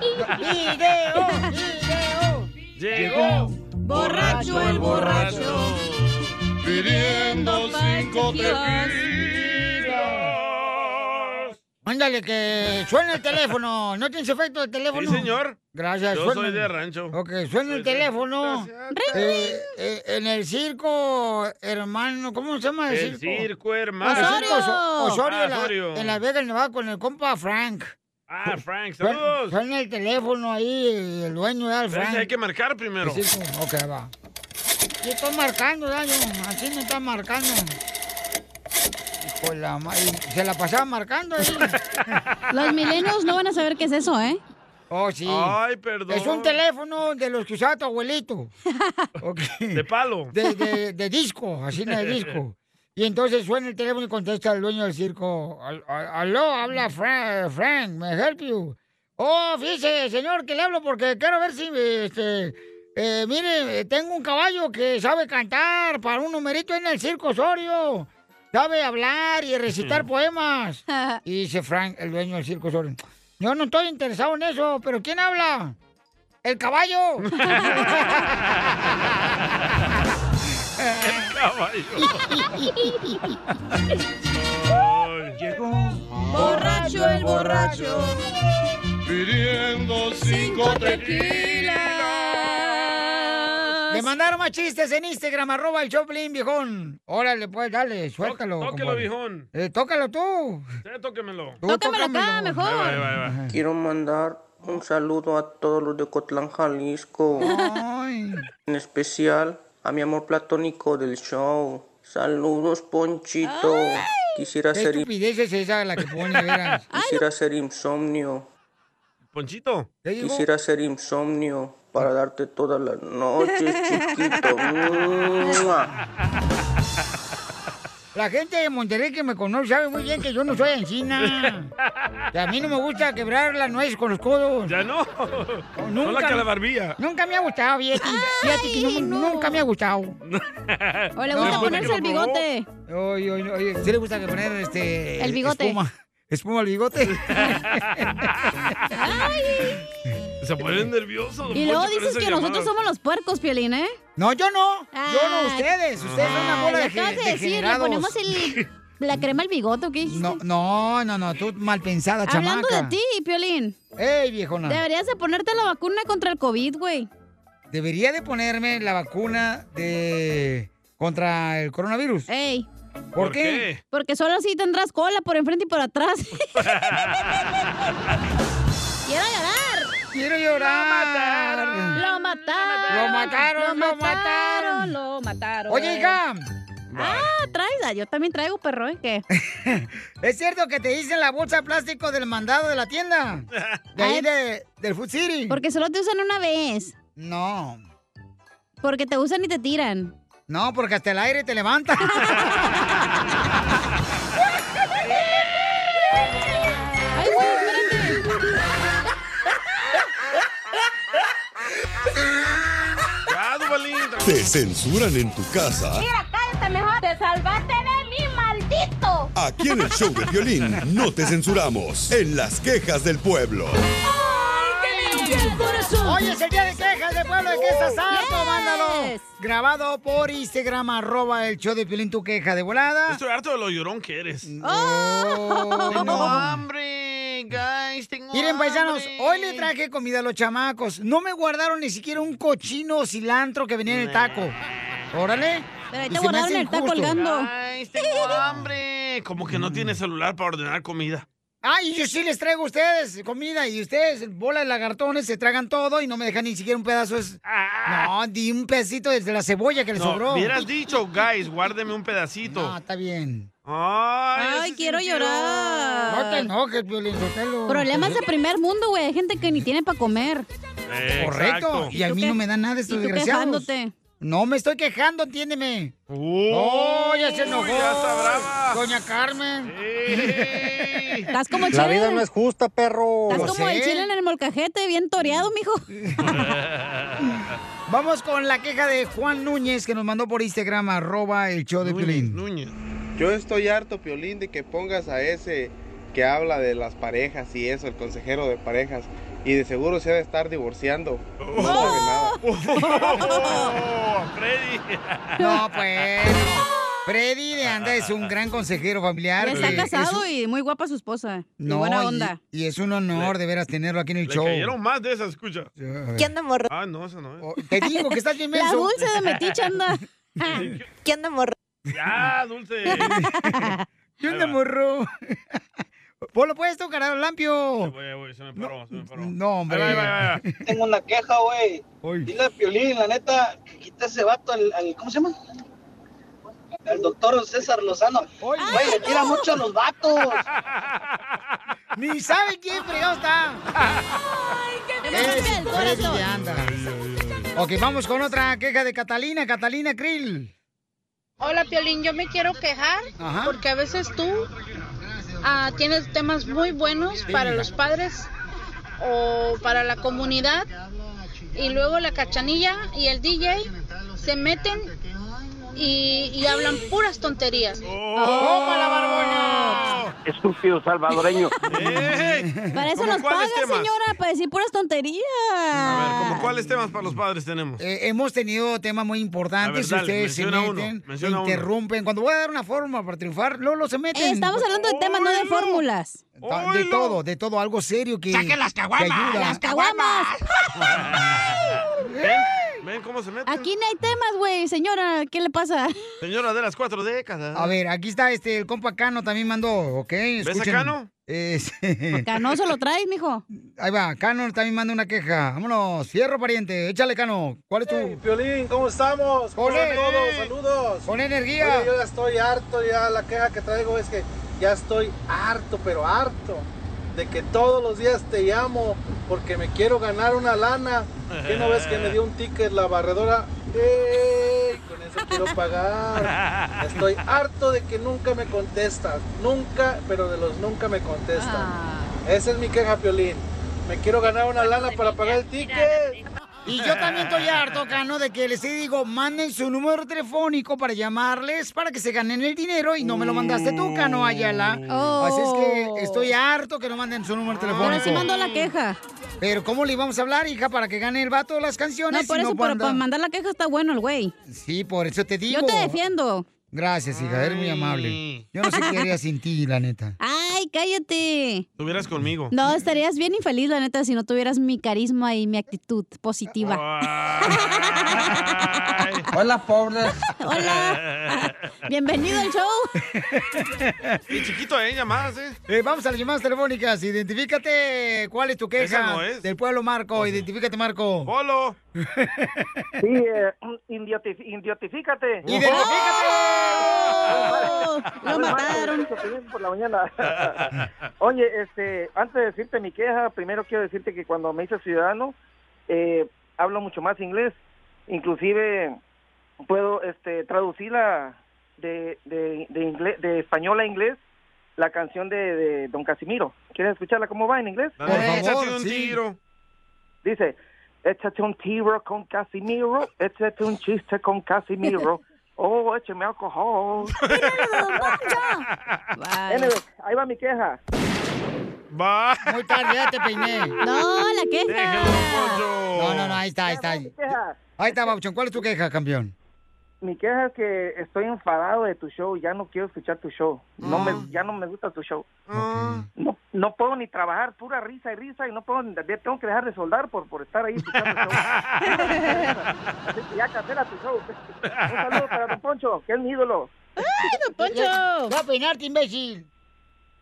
Speaker 9: ¡Video! ¡Video!
Speaker 4: Llegó.
Speaker 9: Borracho el borracho. Pidiendo cinco tequilas.
Speaker 3: Ándale, que suena el teléfono. ¿No tienes efecto de teléfono?
Speaker 4: Sí, señor.
Speaker 3: Gracias,
Speaker 4: Yo
Speaker 3: suena.
Speaker 4: soy de rancho.
Speaker 3: Ok, suena el teléfono. Eh, eh, en el circo, hermano, ¿cómo se llama el,
Speaker 4: El
Speaker 3: circo?
Speaker 4: circo, hermano.
Speaker 3: El circo Oso- Osorio,
Speaker 4: Osorio. Ah,
Speaker 3: en la-
Speaker 4: Osorio.
Speaker 3: en Las Vegas, Nevada, con el compa Frank.
Speaker 4: Ah, Frank,
Speaker 3: Suen-
Speaker 4: saludos.
Speaker 3: Suena el teléfono ahí, el dueño de
Speaker 4: Pero ese hay
Speaker 3: Frank.
Speaker 4: que marcar primero.
Speaker 3: El circo, ok, va. Yo estoy marcando, Daño, así no está marcando. Hijo de la madre, se la pasaba marcando ahí.
Speaker 2: Los milenios no van a saber qué es eso, ¿eh?
Speaker 3: Oh, sí.
Speaker 4: Ay, perdón.
Speaker 3: Es un teléfono de los que usaba tu abuelito.
Speaker 4: De palo.
Speaker 3: De, de- de disco, así de disco. Y entonces suena el teléfono y contesta el dueño del circo. "Al- al- Aló, habla Fra- Frank, me help you. Oh, fíjese, señor, que le hablo porque quiero ver si, este, eh, mire, eh, tengo un caballo que sabe cantar para un numerito en el circo Osorio. Sabe hablar y recitar poemas. Y dice Frank, el dueño del circo Osorio. Yo no estoy interesado en eso, pero ¿quién habla? El caballo.
Speaker 9: El
Speaker 4: Llegó
Speaker 9: borracho el borracho pidiendo cinco tequilas.
Speaker 3: Le mandaron más chistes en Instagram, arroba el Choplin, viejón. Órale, pues, dale, suéltalo.
Speaker 4: tóquelo,
Speaker 3: compadre.
Speaker 4: viejón.
Speaker 3: Eh, tócalo tú.
Speaker 4: Sí, tóquemelo.
Speaker 3: Tú Oh, Tócamelo acá, tócamelo. mejor.
Speaker 4: Ahí va, ahí va, ahí va.
Speaker 16: Quiero mandar un saludo a todos los de Cotlán, Jalisco. En especial a mi amor platónico del show. Saludos, Ponchito. Quisiera
Speaker 3: Qué
Speaker 16: ser,
Speaker 3: estupidez es esa la que pone, de veras.
Speaker 16: quisiera ser insomnio.
Speaker 4: Ponchito.
Speaker 16: Quisiera ser insomnio para darte todas las noches, chiquito. Mua.
Speaker 3: La gente de Monterrey que me conoce sabe muy bien que yo no soy encina. Que a mí no me gusta quebrar las nueces con los codos.
Speaker 4: Ya no. No la calabarbilla.
Speaker 3: Nunca me ha gustado, fíjate. Fíjate que no- nunca me ha gustado.
Speaker 2: O le gusta ponerse el bigote.
Speaker 3: Oye, oye, oye, ¿sí le gusta que poner este...
Speaker 2: El bigote.
Speaker 3: Espuma, espuma al bigote.
Speaker 4: Se ponen nerviosos.
Speaker 2: Y luego dices que nosotros somos los puercos, Piolín, ¿eh?
Speaker 3: No, yo no. Yo no, ustedes. Ustedes son una bola de
Speaker 2: Acabas de
Speaker 3: ge-
Speaker 2: decir, le
Speaker 3: degenerados.
Speaker 2: ponemos el, la crema al bigote, ¿o ¿qué dijiste?
Speaker 3: No, no, no, no, tú mal pensada,
Speaker 2: Hablando
Speaker 3: chamaca.
Speaker 2: de ti, Piolín.
Speaker 3: ¡Ey, viejona!
Speaker 2: Deberías de ponerte la vacuna contra el COVID, güey.
Speaker 3: Debería de ponerme la vacuna de contra el coronavirus.
Speaker 2: ¡Ey!
Speaker 3: ¿Por, qué?
Speaker 2: Porque solo así tendrás cola por enfrente y por atrás. ¡Quiero llorar!
Speaker 3: ¡Quiero llorar!
Speaker 2: ¡Lo mataron!
Speaker 3: Lo mataron, lo mataron.
Speaker 2: ¡Lo mataron!
Speaker 3: Oye, hija.
Speaker 2: Ah, traes, ah, yo también traigo perro, ¿eh? ¿Qué?
Speaker 3: ¿Es cierto que te dicen la bolsa de plástico del mandado de la tienda? De ahí
Speaker 2: Ay.
Speaker 3: de- del Food City.
Speaker 2: Porque solo te usan una vez.
Speaker 3: No.
Speaker 2: Porque te usan y te tiran.
Speaker 3: No, porque hasta el aire te levanta.
Speaker 2: ¡Ay, sí,
Speaker 4: Ah,
Speaker 7: Te censuran en tu casa.
Speaker 9: cállate mejor. Te salvaste de mí, maldito.
Speaker 7: Aquí en el show de violín no te censuramos. En las quejas del pueblo.
Speaker 3: Hoy es el día de quejas del pueblo de que estás harto, mándalo. Grabado por Instagram, arroba el show de Piolín, tu queja de volada.
Speaker 4: Estoy harto de lo llorón que eres.
Speaker 3: Tengo
Speaker 4: hambre, guys, tengo
Speaker 3: Miren, paisanos, hoy le traje comida a los chamacos. No me guardaron ni siquiera un cochino cilantro que venía en el taco. Órale.
Speaker 2: Pero ahí
Speaker 3: Y
Speaker 2: te
Speaker 3: se me hace
Speaker 2: guardaron el taco
Speaker 3: injusto.
Speaker 2: colgando.
Speaker 4: Ay, tengo hambre. Eh, Como que
Speaker 3: Mm.
Speaker 4: no tiene celular para ordenar comida.
Speaker 3: Ay, yo sí les traigo a ustedes comida y ustedes, bola de lagartones, se tragan todo y no me dejan ni siquiera un pedazo. Es... No, di un pedacito desde la cebolla que les
Speaker 4: Ah. No,
Speaker 3: sobró.
Speaker 4: hubieras dicho, guys, guárdeme un pedacito.
Speaker 3: No, está bien.
Speaker 4: Ay,
Speaker 2: Ay, quiero llorar.
Speaker 3: No te enojes, Piolín Sotelo.
Speaker 2: Problemas de primer mundo, güey. Hay gente que ni tiene para comer.
Speaker 3: Correcto. Y a
Speaker 2: ¿Tú
Speaker 3: mí
Speaker 2: qué?
Speaker 3: no me dan nada estos
Speaker 2: ¿Y tú
Speaker 3: desgraciados.
Speaker 2: quejándote?
Speaker 3: No me estoy quejando, entiéndeme. ¡Oh, ya se enojó!
Speaker 5: ya está brava.
Speaker 3: Doña Carmen.
Speaker 2: Estás como el
Speaker 5: La
Speaker 2: chile.
Speaker 5: vida no es justa, perro.
Speaker 2: Estás como el chile en el molcajete, bien toreado, mijo.
Speaker 3: Vamos con la queja de Juan Núñez que nos mandó por Instagram, arroba el show de Piolín.
Speaker 17: Yo estoy harto, Piolín, de que pongas a ese que habla de las parejas y eso, el consejero de parejas. Y de seguro se ha de estar divorciando. No sabe nada.
Speaker 4: Freddy.
Speaker 3: No, pues. Freddy de Anda es un gran consejero familiar.
Speaker 2: Ya está
Speaker 3: que
Speaker 2: casado
Speaker 3: es
Speaker 2: y muy guapa su esposa.
Speaker 3: un-
Speaker 2: Y
Speaker 3: No,
Speaker 2: buena
Speaker 3: y-
Speaker 2: onda.
Speaker 3: Y, es un honor de veras tenerlo aquí en el
Speaker 4: Le
Speaker 3: show.
Speaker 4: cayeron más de esas, escucha.
Speaker 2: ¿Qué anda, morro?
Speaker 4: Ah, no, esa no es.
Speaker 3: Oh, Te digo que estás bien menso.
Speaker 2: La dulce de metiche anda. ¿Qué anda, morro?
Speaker 4: Ya, dulce.
Speaker 3: ¿Qué onda, morro? Polo, puedes tocar al lampio.
Speaker 4: Oye, oye, se me paró, se me paró.
Speaker 3: No, hombre.
Speaker 4: Ahí va, ahí va, ahí va.
Speaker 14: Tengo una queja, güey.
Speaker 3: Uy.
Speaker 14: Dile a Piolín, la neta, que quita ese vato al, al- ¿cómo se llama? Al doctor César Lozano. Güey, le tira mucho a los vatos.
Speaker 3: Ni sabe quién fregado está. Es Freddy de Anda. Ok, vamos con otra queja de Catalina, Catalina Krill.
Speaker 35: Hola, Piolín, yo me quiero quejar
Speaker 3: Ajá.
Speaker 35: porque a veces tú ah, tienes temas muy buenos para los padres o para la comunidad y luego la cachanilla y el DJ se meten y, y hablan puras tonterías.
Speaker 3: Oh.
Speaker 4: ¡Toma la barbona!
Speaker 14: Estúpido salvadoreño.
Speaker 2: Para eso
Speaker 4: ¿Cómo
Speaker 2: nos pagan,
Speaker 4: cuáles temas?
Speaker 2: señora, para decir puras tonterías.
Speaker 4: A ver, ¿cómo ¿cuáles temas para los padres tenemos?
Speaker 3: Eh, hemos tenido temas muy importantes.
Speaker 4: A ver, dale,
Speaker 3: ustedes se
Speaker 4: menciona uno,
Speaker 3: meten, se
Speaker 4: menciona uno.
Speaker 3: interrumpen. Cuando voy a dar una fórmula para triunfar, Lolo se meten. Oh,
Speaker 2: Eh, estamos hablando de temas, no de fórmulas.
Speaker 3: Ta- De todo, de todo, algo serio que.
Speaker 2: ¡Saquen las caguamas!
Speaker 3: que ayuda.
Speaker 2: ¡Las caguamas!
Speaker 4: ¿Ven? ¿Ven cómo se meten?
Speaker 2: Aquí no hay temas, güey, señora. ¿Qué le pasa?
Speaker 4: Señora de las cuatro décadas.
Speaker 3: A ver, aquí está este, el compa Cano también mandó, ¿ok?
Speaker 4: a
Speaker 3: Escuchen.
Speaker 4: Cano?
Speaker 3: Es-
Speaker 2: Canoso Pues lo traes, mijo.
Speaker 3: Ahí va, Cano también manda una queja. Vámonos, fierro pariente, échale Cano. ¿Cuál es tu?
Speaker 25: Piolín, ¿cómo estamos? ¿Cómo
Speaker 3: Ole.
Speaker 25: va todo? Saludos.
Speaker 3: Con energía.
Speaker 25: Oye, yo ya estoy harto, ya la queja que traigo es que ya estoy harto, pero harto, de que todos los días te llamo porque me quiero ganar una lana. ¿Qué no ves que me dio un ticket la barredora? ¡Ey! Con eso quiero pagar. Estoy harto de que nunca me contestas. Nunca, pero de los nunca me contestan.
Speaker 3: Ah.
Speaker 25: Esa es mi queja, Piolín. Me quiero ganar
Speaker 3: Pues
Speaker 25: una lana para pagar el ticket.
Speaker 3: Y yo también estoy harto, Cano, de que les digo, manden su número telefónico para llamarles para que se ganen el dinero y no me lo mandaste tú, Cano Ayala.
Speaker 2: Oh.
Speaker 3: Así es que estoy harto que no manden su número telefónico.
Speaker 2: Pero sí mandó la queja.
Speaker 3: Pero ¿cómo le íbamos a hablar, hija, para que gane el vato las
Speaker 2: No,
Speaker 3: canciones?
Speaker 2: por
Speaker 3: si
Speaker 2: eso, pero
Speaker 3: manda-
Speaker 2: para mandar la queja está bueno el güey.
Speaker 3: Sí, por eso te digo.
Speaker 2: Yo te defiendo.
Speaker 3: Gracias, hija, eres muy amable. Yo no sé qué haría sin ti, la neta.
Speaker 2: Ay, Ay, cállate.
Speaker 4: Estuvieras conmigo.
Speaker 2: No, estarías bien infeliz, la neta, si no tuvieras mi carisma y mi actitud positiva.
Speaker 3: Ah.
Speaker 9: Hola, pobres.
Speaker 2: Hola. Bienvenido al show.
Speaker 4: Y chiquito, ¿eh? Llamadas, ¿eh?
Speaker 3: Eh, vamos a las llamadas telefónicas. Identifícate cuál es tu queja
Speaker 4: Esa no es.
Speaker 3: del pueblo, Marco. Identifícate, Marco.
Speaker 4: ¡Polo!
Speaker 6: Sí, eh, idioti- idiotifícate.
Speaker 2: ¡Identifícate!
Speaker 6: Lo mataron. Por la mañana. Oye, este, antes de decirte mi queja, primero quiero decirte que cuando me hice ciudadano, eh, hablo mucho más inglés. Inclusive puedo este, traducirla de, de, de, inglés, de español a inglés, la canción de, de Don Casimiro. ¿Quieres escucharla cómo va en inglés?
Speaker 4: Por favor, Échate un sí. tiro.
Speaker 6: Dice, échate un tiro con Casimiro, échate un chiste con Casimiro. Oh, écheme alcohol. Anyway, ahí va mi queja.
Speaker 4: Va.
Speaker 3: Muy tarde, ya te peiné.
Speaker 2: No, la queja.
Speaker 3: No, no, no, ahí está, ahí está. Ahí, Ahí está, Bauchón. ¿Cuál es tu queja, campeón?
Speaker 6: Mi queja es que estoy enfadado de tu show, ya no quiero escuchar tu show. No me, ya no me gusta tu show. No, no puedo ni trabajar, pura risa y risa, y no puedo, ni- tengo que dejar de soldar por, por estar ahí escuchando el show. Así que ya cancela tu show. Un saludo para Don Poncho, que es mi ídolo.
Speaker 3: ¡Ay,
Speaker 6: don Poncho!
Speaker 3: ¡Va a peinarte, imbécil!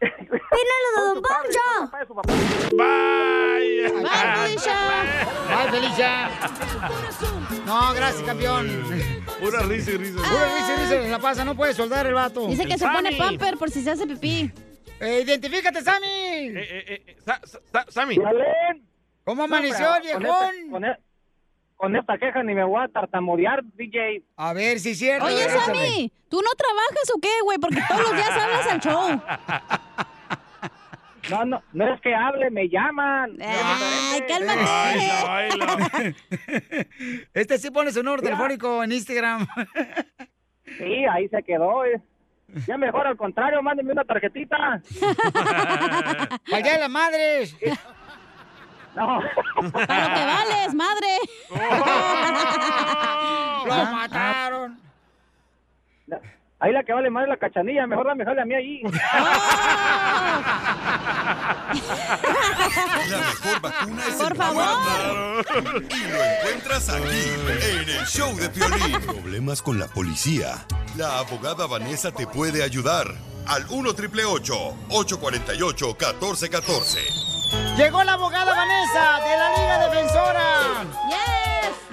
Speaker 6: ¡Pínalo, don Poncho!
Speaker 4: ¡Bye!
Speaker 3: ¡Bye, Felicia! ¡Bye, Felicia! No, gracias, campeón.
Speaker 4: Pura risa y risa.
Speaker 3: Pura risa, y risa, se la pasa, no puede soldar el vato.
Speaker 2: Dice que se pone pamper por si se hace pipí.
Speaker 3: identifícate, Sammy.
Speaker 4: Sammy.
Speaker 3: ¿Cómo amaneció,
Speaker 6: Hombre,
Speaker 3: viejón?
Speaker 6: Con, e- con esta queja ni me voy a tartamudear, DJ.
Speaker 3: A ver si es cierto.
Speaker 2: Oye,
Speaker 3: échale.
Speaker 2: Sammy, ¿tú no trabajas o qué, güey? Porque todos los días hablas al show.
Speaker 6: No, no, no es que hable, me llaman.
Speaker 2: Ay,
Speaker 6: cálmate.
Speaker 3: Este sí pone su número telefónico en Instagram.
Speaker 6: Sí, ahí se quedó. eh. Ya mejor al contrario, mándenme una tarjetita.
Speaker 3: ¡Allá de las madres!
Speaker 6: No.
Speaker 2: Para lo que vales, madre.
Speaker 3: Oh.
Speaker 2: Ah.
Speaker 3: Lo mataron.
Speaker 6: Ahí la que vale más es la cachanilla, mejor dame jale a mí ahí.
Speaker 7: La mejor vacuna es
Speaker 2: Por
Speaker 7: el
Speaker 2: favor.
Speaker 7: amor. Y lo encuentras aquí, en el show de Piolín. Problemas con la policía. La abogada Vanessa te puede ayudar. Al 1 triple 848 1414.
Speaker 3: Llegó la abogada Vanessa de la Liga Defensora.
Speaker 2: Yes.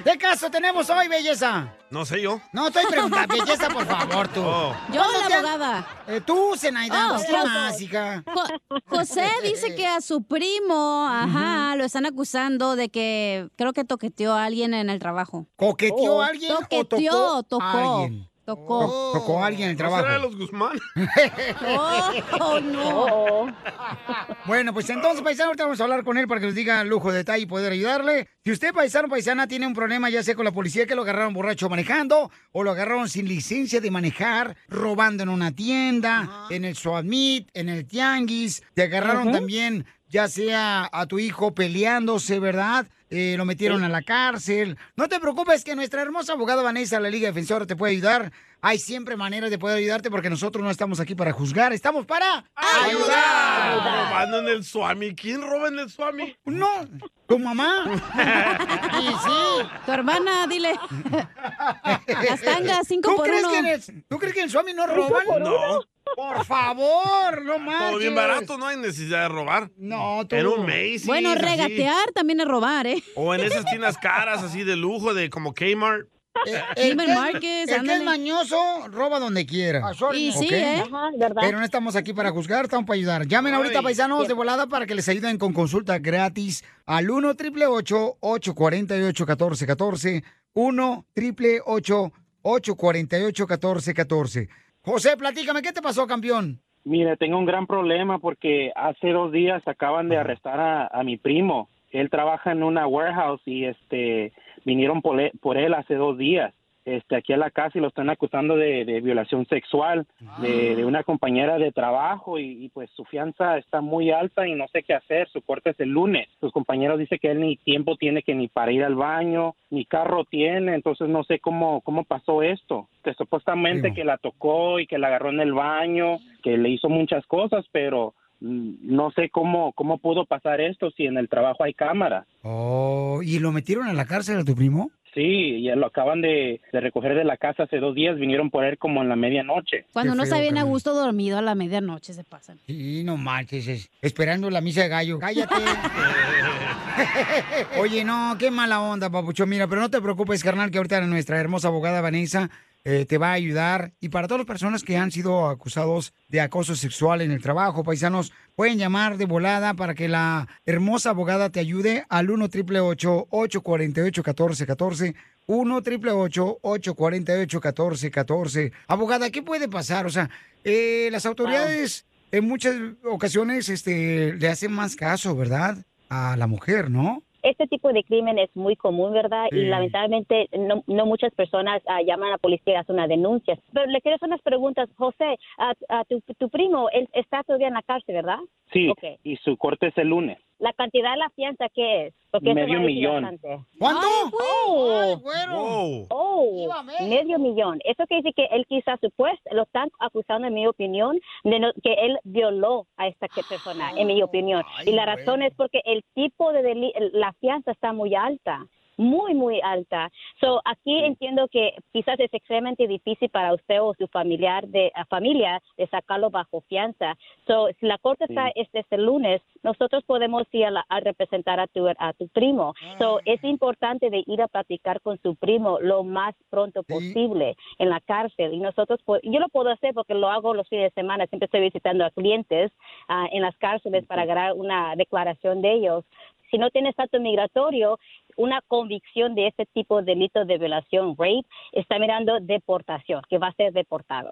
Speaker 3: ¿Qué caso tenemos hoy, belleza?
Speaker 4: No sé yo.
Speaker 3: No estoy preguntando, belleza, por favor, tú.
Speaker 4: Oh.
Speaker 2: Yo,
Speaker 3: ¿Cuándo
Speaker 2: la
Speaker 3: te han-
Speaker 2: abogada.
Speaker 3: Eh, tú, Zenaida,
Speaker 2: Oh,
Speaker 3: pues, ¿qué
Speaker 2: cierto.
Speaker 3: más, hija? Eh.
Speaker 2: Jo- José dice que a su primo, ajá, lo están acusando de que creo que toqueteó a alguien en el trabajo.
Speaker 3: ¿Coqueteó
Speaker 6: Oh.
Speaker 3: a alguien o
Speaker 2: Toqueteó,
Speaker 3: tocó a
Speaker 2: tocó.
Speaker 3: alguien?
Speaker 2: Tocó.
Speaker 3: To- Tocó a alguien en el
Speaker 4: ¿No
Speaker 3: trabajo.
Speaker 4: será de los Guzmán?
Speaker 2: Oh, no.
Speaker 3: Bueno, pues entonces, paisano, ahorita vamos a hablar con él para que nos diga lujo, detalle y poder ayudarle. Si usted, paisano, paisana, tiene un problema, ya sea con la policía que lo agarraron borracho manejando, o lo agarraron sin licencia de manejar, robando en una tienda, en el Suadmit, en el Tianguis, te agarraron
Speaker 6: Ujú.
Speaker 3: también, ya sea a tu hijo peleándose, ¿verdad? Eh, lo metieron
Speaker 6: Sí.
Speaker 3: a la cárcel. No te preocupes que nuestra hermosa abogada Vanessa, la Liga Defensora, te puede ayudar. Hay siempre maneras de poder ayudarte porque nosotros no estamos aquí para juzgar, estamos para
Speaker 4: ¡Ayuda! Robando en el Suami. ¿Quién roba en el Suami?
Speaker 3: No, tu mamá. Sí, sí.
Speaker 2: Tu hermana, dile. Las tangas, cinco
Speaker 3: ¿Tú
Speaker 2: por
Speaker 3: crees
Speaker 2: uno.
Speaker 3: Que en el, ¿Tú crees que en Suami no roban?
Speaker 4: por No. uno?
Speaker 3: Por favor, no marches.
Speaker 4: Todo bien barato, no hay necesidad de robar.
Speaker 3: Ah, No, tú.
Speaker 4: En un Macy's.
Speaker 2: bueno,
Speaker 4: así.
Speaker 2: regatear también es robar, ¿eh?
Speaker 4: O en esas tiendas caras así de lujo, de como Kmart.
Speaker 3: El que, es- el que es mañoso roba donde quiera.
Speaker 4: Y sí,
Speaker 3: ¿Ok?
Speaker 4: ¿eh?
Speaker 3: Pero no estamos aquí para juzgar, estamos para ayudar. Llamen ahorita,
Speaker 6: Ay.
Speaker 3: paisanos de volada, para que les ayuden con consulta gratis al 1 888 848 1414 1 888 848 1414 José, platícame, ¿qué te pasó, campeón?
Speaker 17: Mire, tengo un gran problema porque hace dos días acaban de arrestar a, a mi primo. Él trabaja en una warehouse y este vinieron por él, por él hace dos días. Este, aquí a la casa y lo están acusando de, de violación sexual de, de una compañera de trabajo y, y, pues su fianza está muy alta y no sé qué hacer. Su corte es el lunes. Sus compañeros dicen que él ni tiempo tiene que ni para ir al baño, ni carro tiene. Entonces no sé cómo cómo pasó esto. Que supuestamente que la tocó y que la agarró en el baño, que le hizo muchas cosas, pero mm, no sé cómo, cómo pudo pasar esto si en el trabajo hay cámaras.
Speaker 3: Oh, ¿y lo metieron a la cárcel a tu primo?
Speaker 17: Sí, ya lo acaban de, de recoger de la casa hace dos días, vinieron por él como en la medianoche.
Speaker 2: Cuando no está bien a gusto dormido a la medianoche se pasan.
Speaker 3: Y no manches, es- esperando la misa de gallo. Cállate. Oye, no, qué mala onda, papucho. Mira, pero no te preocupes, carnal, que ahorita nuestra hermosa abogada Vanessa eh, te va a ayudar. Y para todas las personas que han sido acusados de acoso sexual en el trabajo, paisanos, pueden llamar de volada para que la hermosa abogada te ayude al 1 888 848 1414 1 888 848 1414 Abogada, ¿qué puede pasar? O sea, eh, las autoridades en muchas ocasiones este, le hacen más caso, ¿verdad? A la mujer, ¿no?
Speaker 36: Este tipo de crimen es muy común, ¿verdad?
Speaker 3: Sí.
Speaker 36: Y lamentablemente no, no muchas personas ah, llaman a la policía y hacen una denuncia. Pero le quiero hacer unas preguntas. José, a, a tu, tu primo, él está todavía en la cárcel, ¿verdad?
Speaker 17: Sí,
Speaker 36: Ok.
Speaker 17: y su corte es el lunes.
Speaker 36: La cantidad de la fianza, ¿qué es? Porque eso
Speaker 17: Medio
Speaker 36: va a decir
Speaker 17: millón.
Speaker 36: bastante.
Speaker 3: ¿Cuánto?
Speaker 36: ¡Oh!
Speaker 17: Wow.
Speaker 36: Oh, medio millón. Eso quiere decir que él quizás supuesto, lo están acusando, en mi opinión, de no- que él violó a esta que- persona, en mi opinión. y la razón es porque el tipo de deli- la fianza está muy alta. Muy, muy alta. So, aquí entiendo que quizás es extremadamente difícil para usted o su familiar de a familia de sacarlo bajo fianza. So, si la corte está
Speaker 15: Sí.
Speaker 36: este, este lunes, nosotros podemos ir a, la- a representar a tu, a tu primo. So, es importante de ir a platicar con su primo lo más pronto posible en la cárcel. Y nosotros, po- yo lo puedo hacer porque lo hago los fines de semana. Siempre estoy visitando a clientes ah, en las cárceles para agarrar una declaración de ellos. Si no tiene estatus migratorio, una convicción de este tipo de delito de violación, rape, está mirando deportación, que va a ser deportado.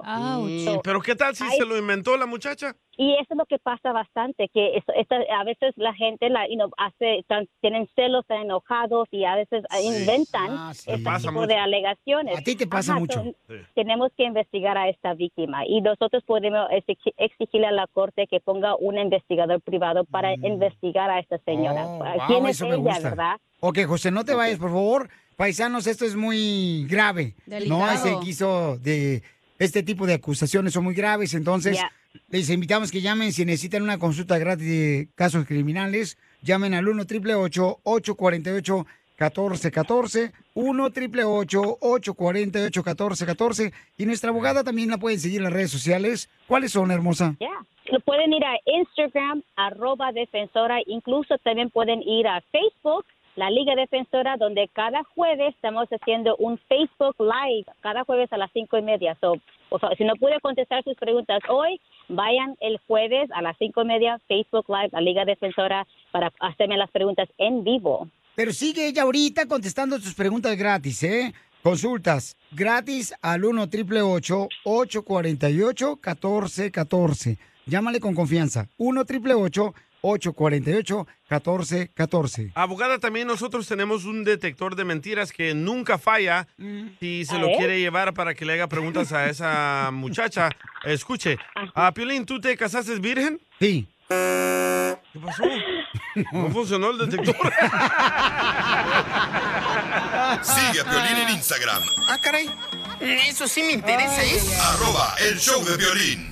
Speaker 36: So,
Speaker 4: Mm, Pero ¿qué tal si
Speaker 36: hay-
Speaker 4: se lo inventó la muchacha?
Speaker 36: y eso es lo que pasa bastante, que eso- esta- a veces la gente la, you know, hace, tan- tienen celos, están enojados y a veces
Speaker 4: Sí.
Speaker 36: inventan
Speaker 4: Ah, sí.
Speaker 36: este
Speaker 4: Pasa
Speaker 36: tipo
Speaker 4: mucho.
Speaker 36: de alegaciones.
Speaker 4: A ti te pasa mucho.
Speaker 36: so-
Speaker 4: Sí.
Speaker 36: Tenemos que investigar a esta víctima y nosotros podemos exigi- exigirle a la corte que ponga un investigador privado para investigar a esta señora.
Speaker 3: Mm. Oh, Wow,
Speaker 36: Ah, ¿Quién es
Speaker 3: eso
Speaker 36: ella,
Speaker 3: me gusta.
Speaker 36: verdad?
Speaker 3: Ok, José, no te vayas, por favor. Paisanos, esto es muy grave. No,
Speaker 36: Delicado.
Speaker 3: ese quiso de este tipo de acusaciones son muy graves, entonces
Speaker 36: Ya.
Speaker 3: les invitamos que llamen si necesitan una consulta gratis de casos criminales, llamen al 1 888 848 1414 1 888 848 1414 y nuestra abogada también la pueden seguir en las redes sociales. ¿Cuáles son, hermosa?
Speaker 36: Yeah. Lo pueden ir a Instagram, arroba defensora, incluso también pueden ir a Facebook, la Liga Defensora, donde cada jueves estamos haciendo un Facebook Live, cada jueves a las cinco y media. So, por favor, si no pude contestar sus preguntas hoy, vayan el jueves a las cinco y media, Facebook Live, la Liga Defensora, para hacerme las preguntas en vivo.
Speaker 3: Pero sigue ella ahorita contestando tus preguntas gratis, ¿eh? Consultas gratis al 1 triple 848 1414. Llámale con confianza. 1 triple 848 1414.
Speaker 4: Abogada, también nosotros tenemos un detector de mentiras que nunca falla. Si se
Speaker 3: Mm. A
Speaker 4: lo
Speaker 3: ver.
Speaker 4: quiere llevar para que le haga preguntas a esa muchacha, escuche. Ah, Piolín, ¿tú te casaste virgen?
Speaker 3: Sí.
Speaker 4: ¿Qué pasó? No funcionó el detector.
Speaker 7: Sigue a Piolín en Instagram,
Speaker 9: Ah, caray. Eso sí me interesa, ¿eh?
Speaker 7: arroba el show de Piolín.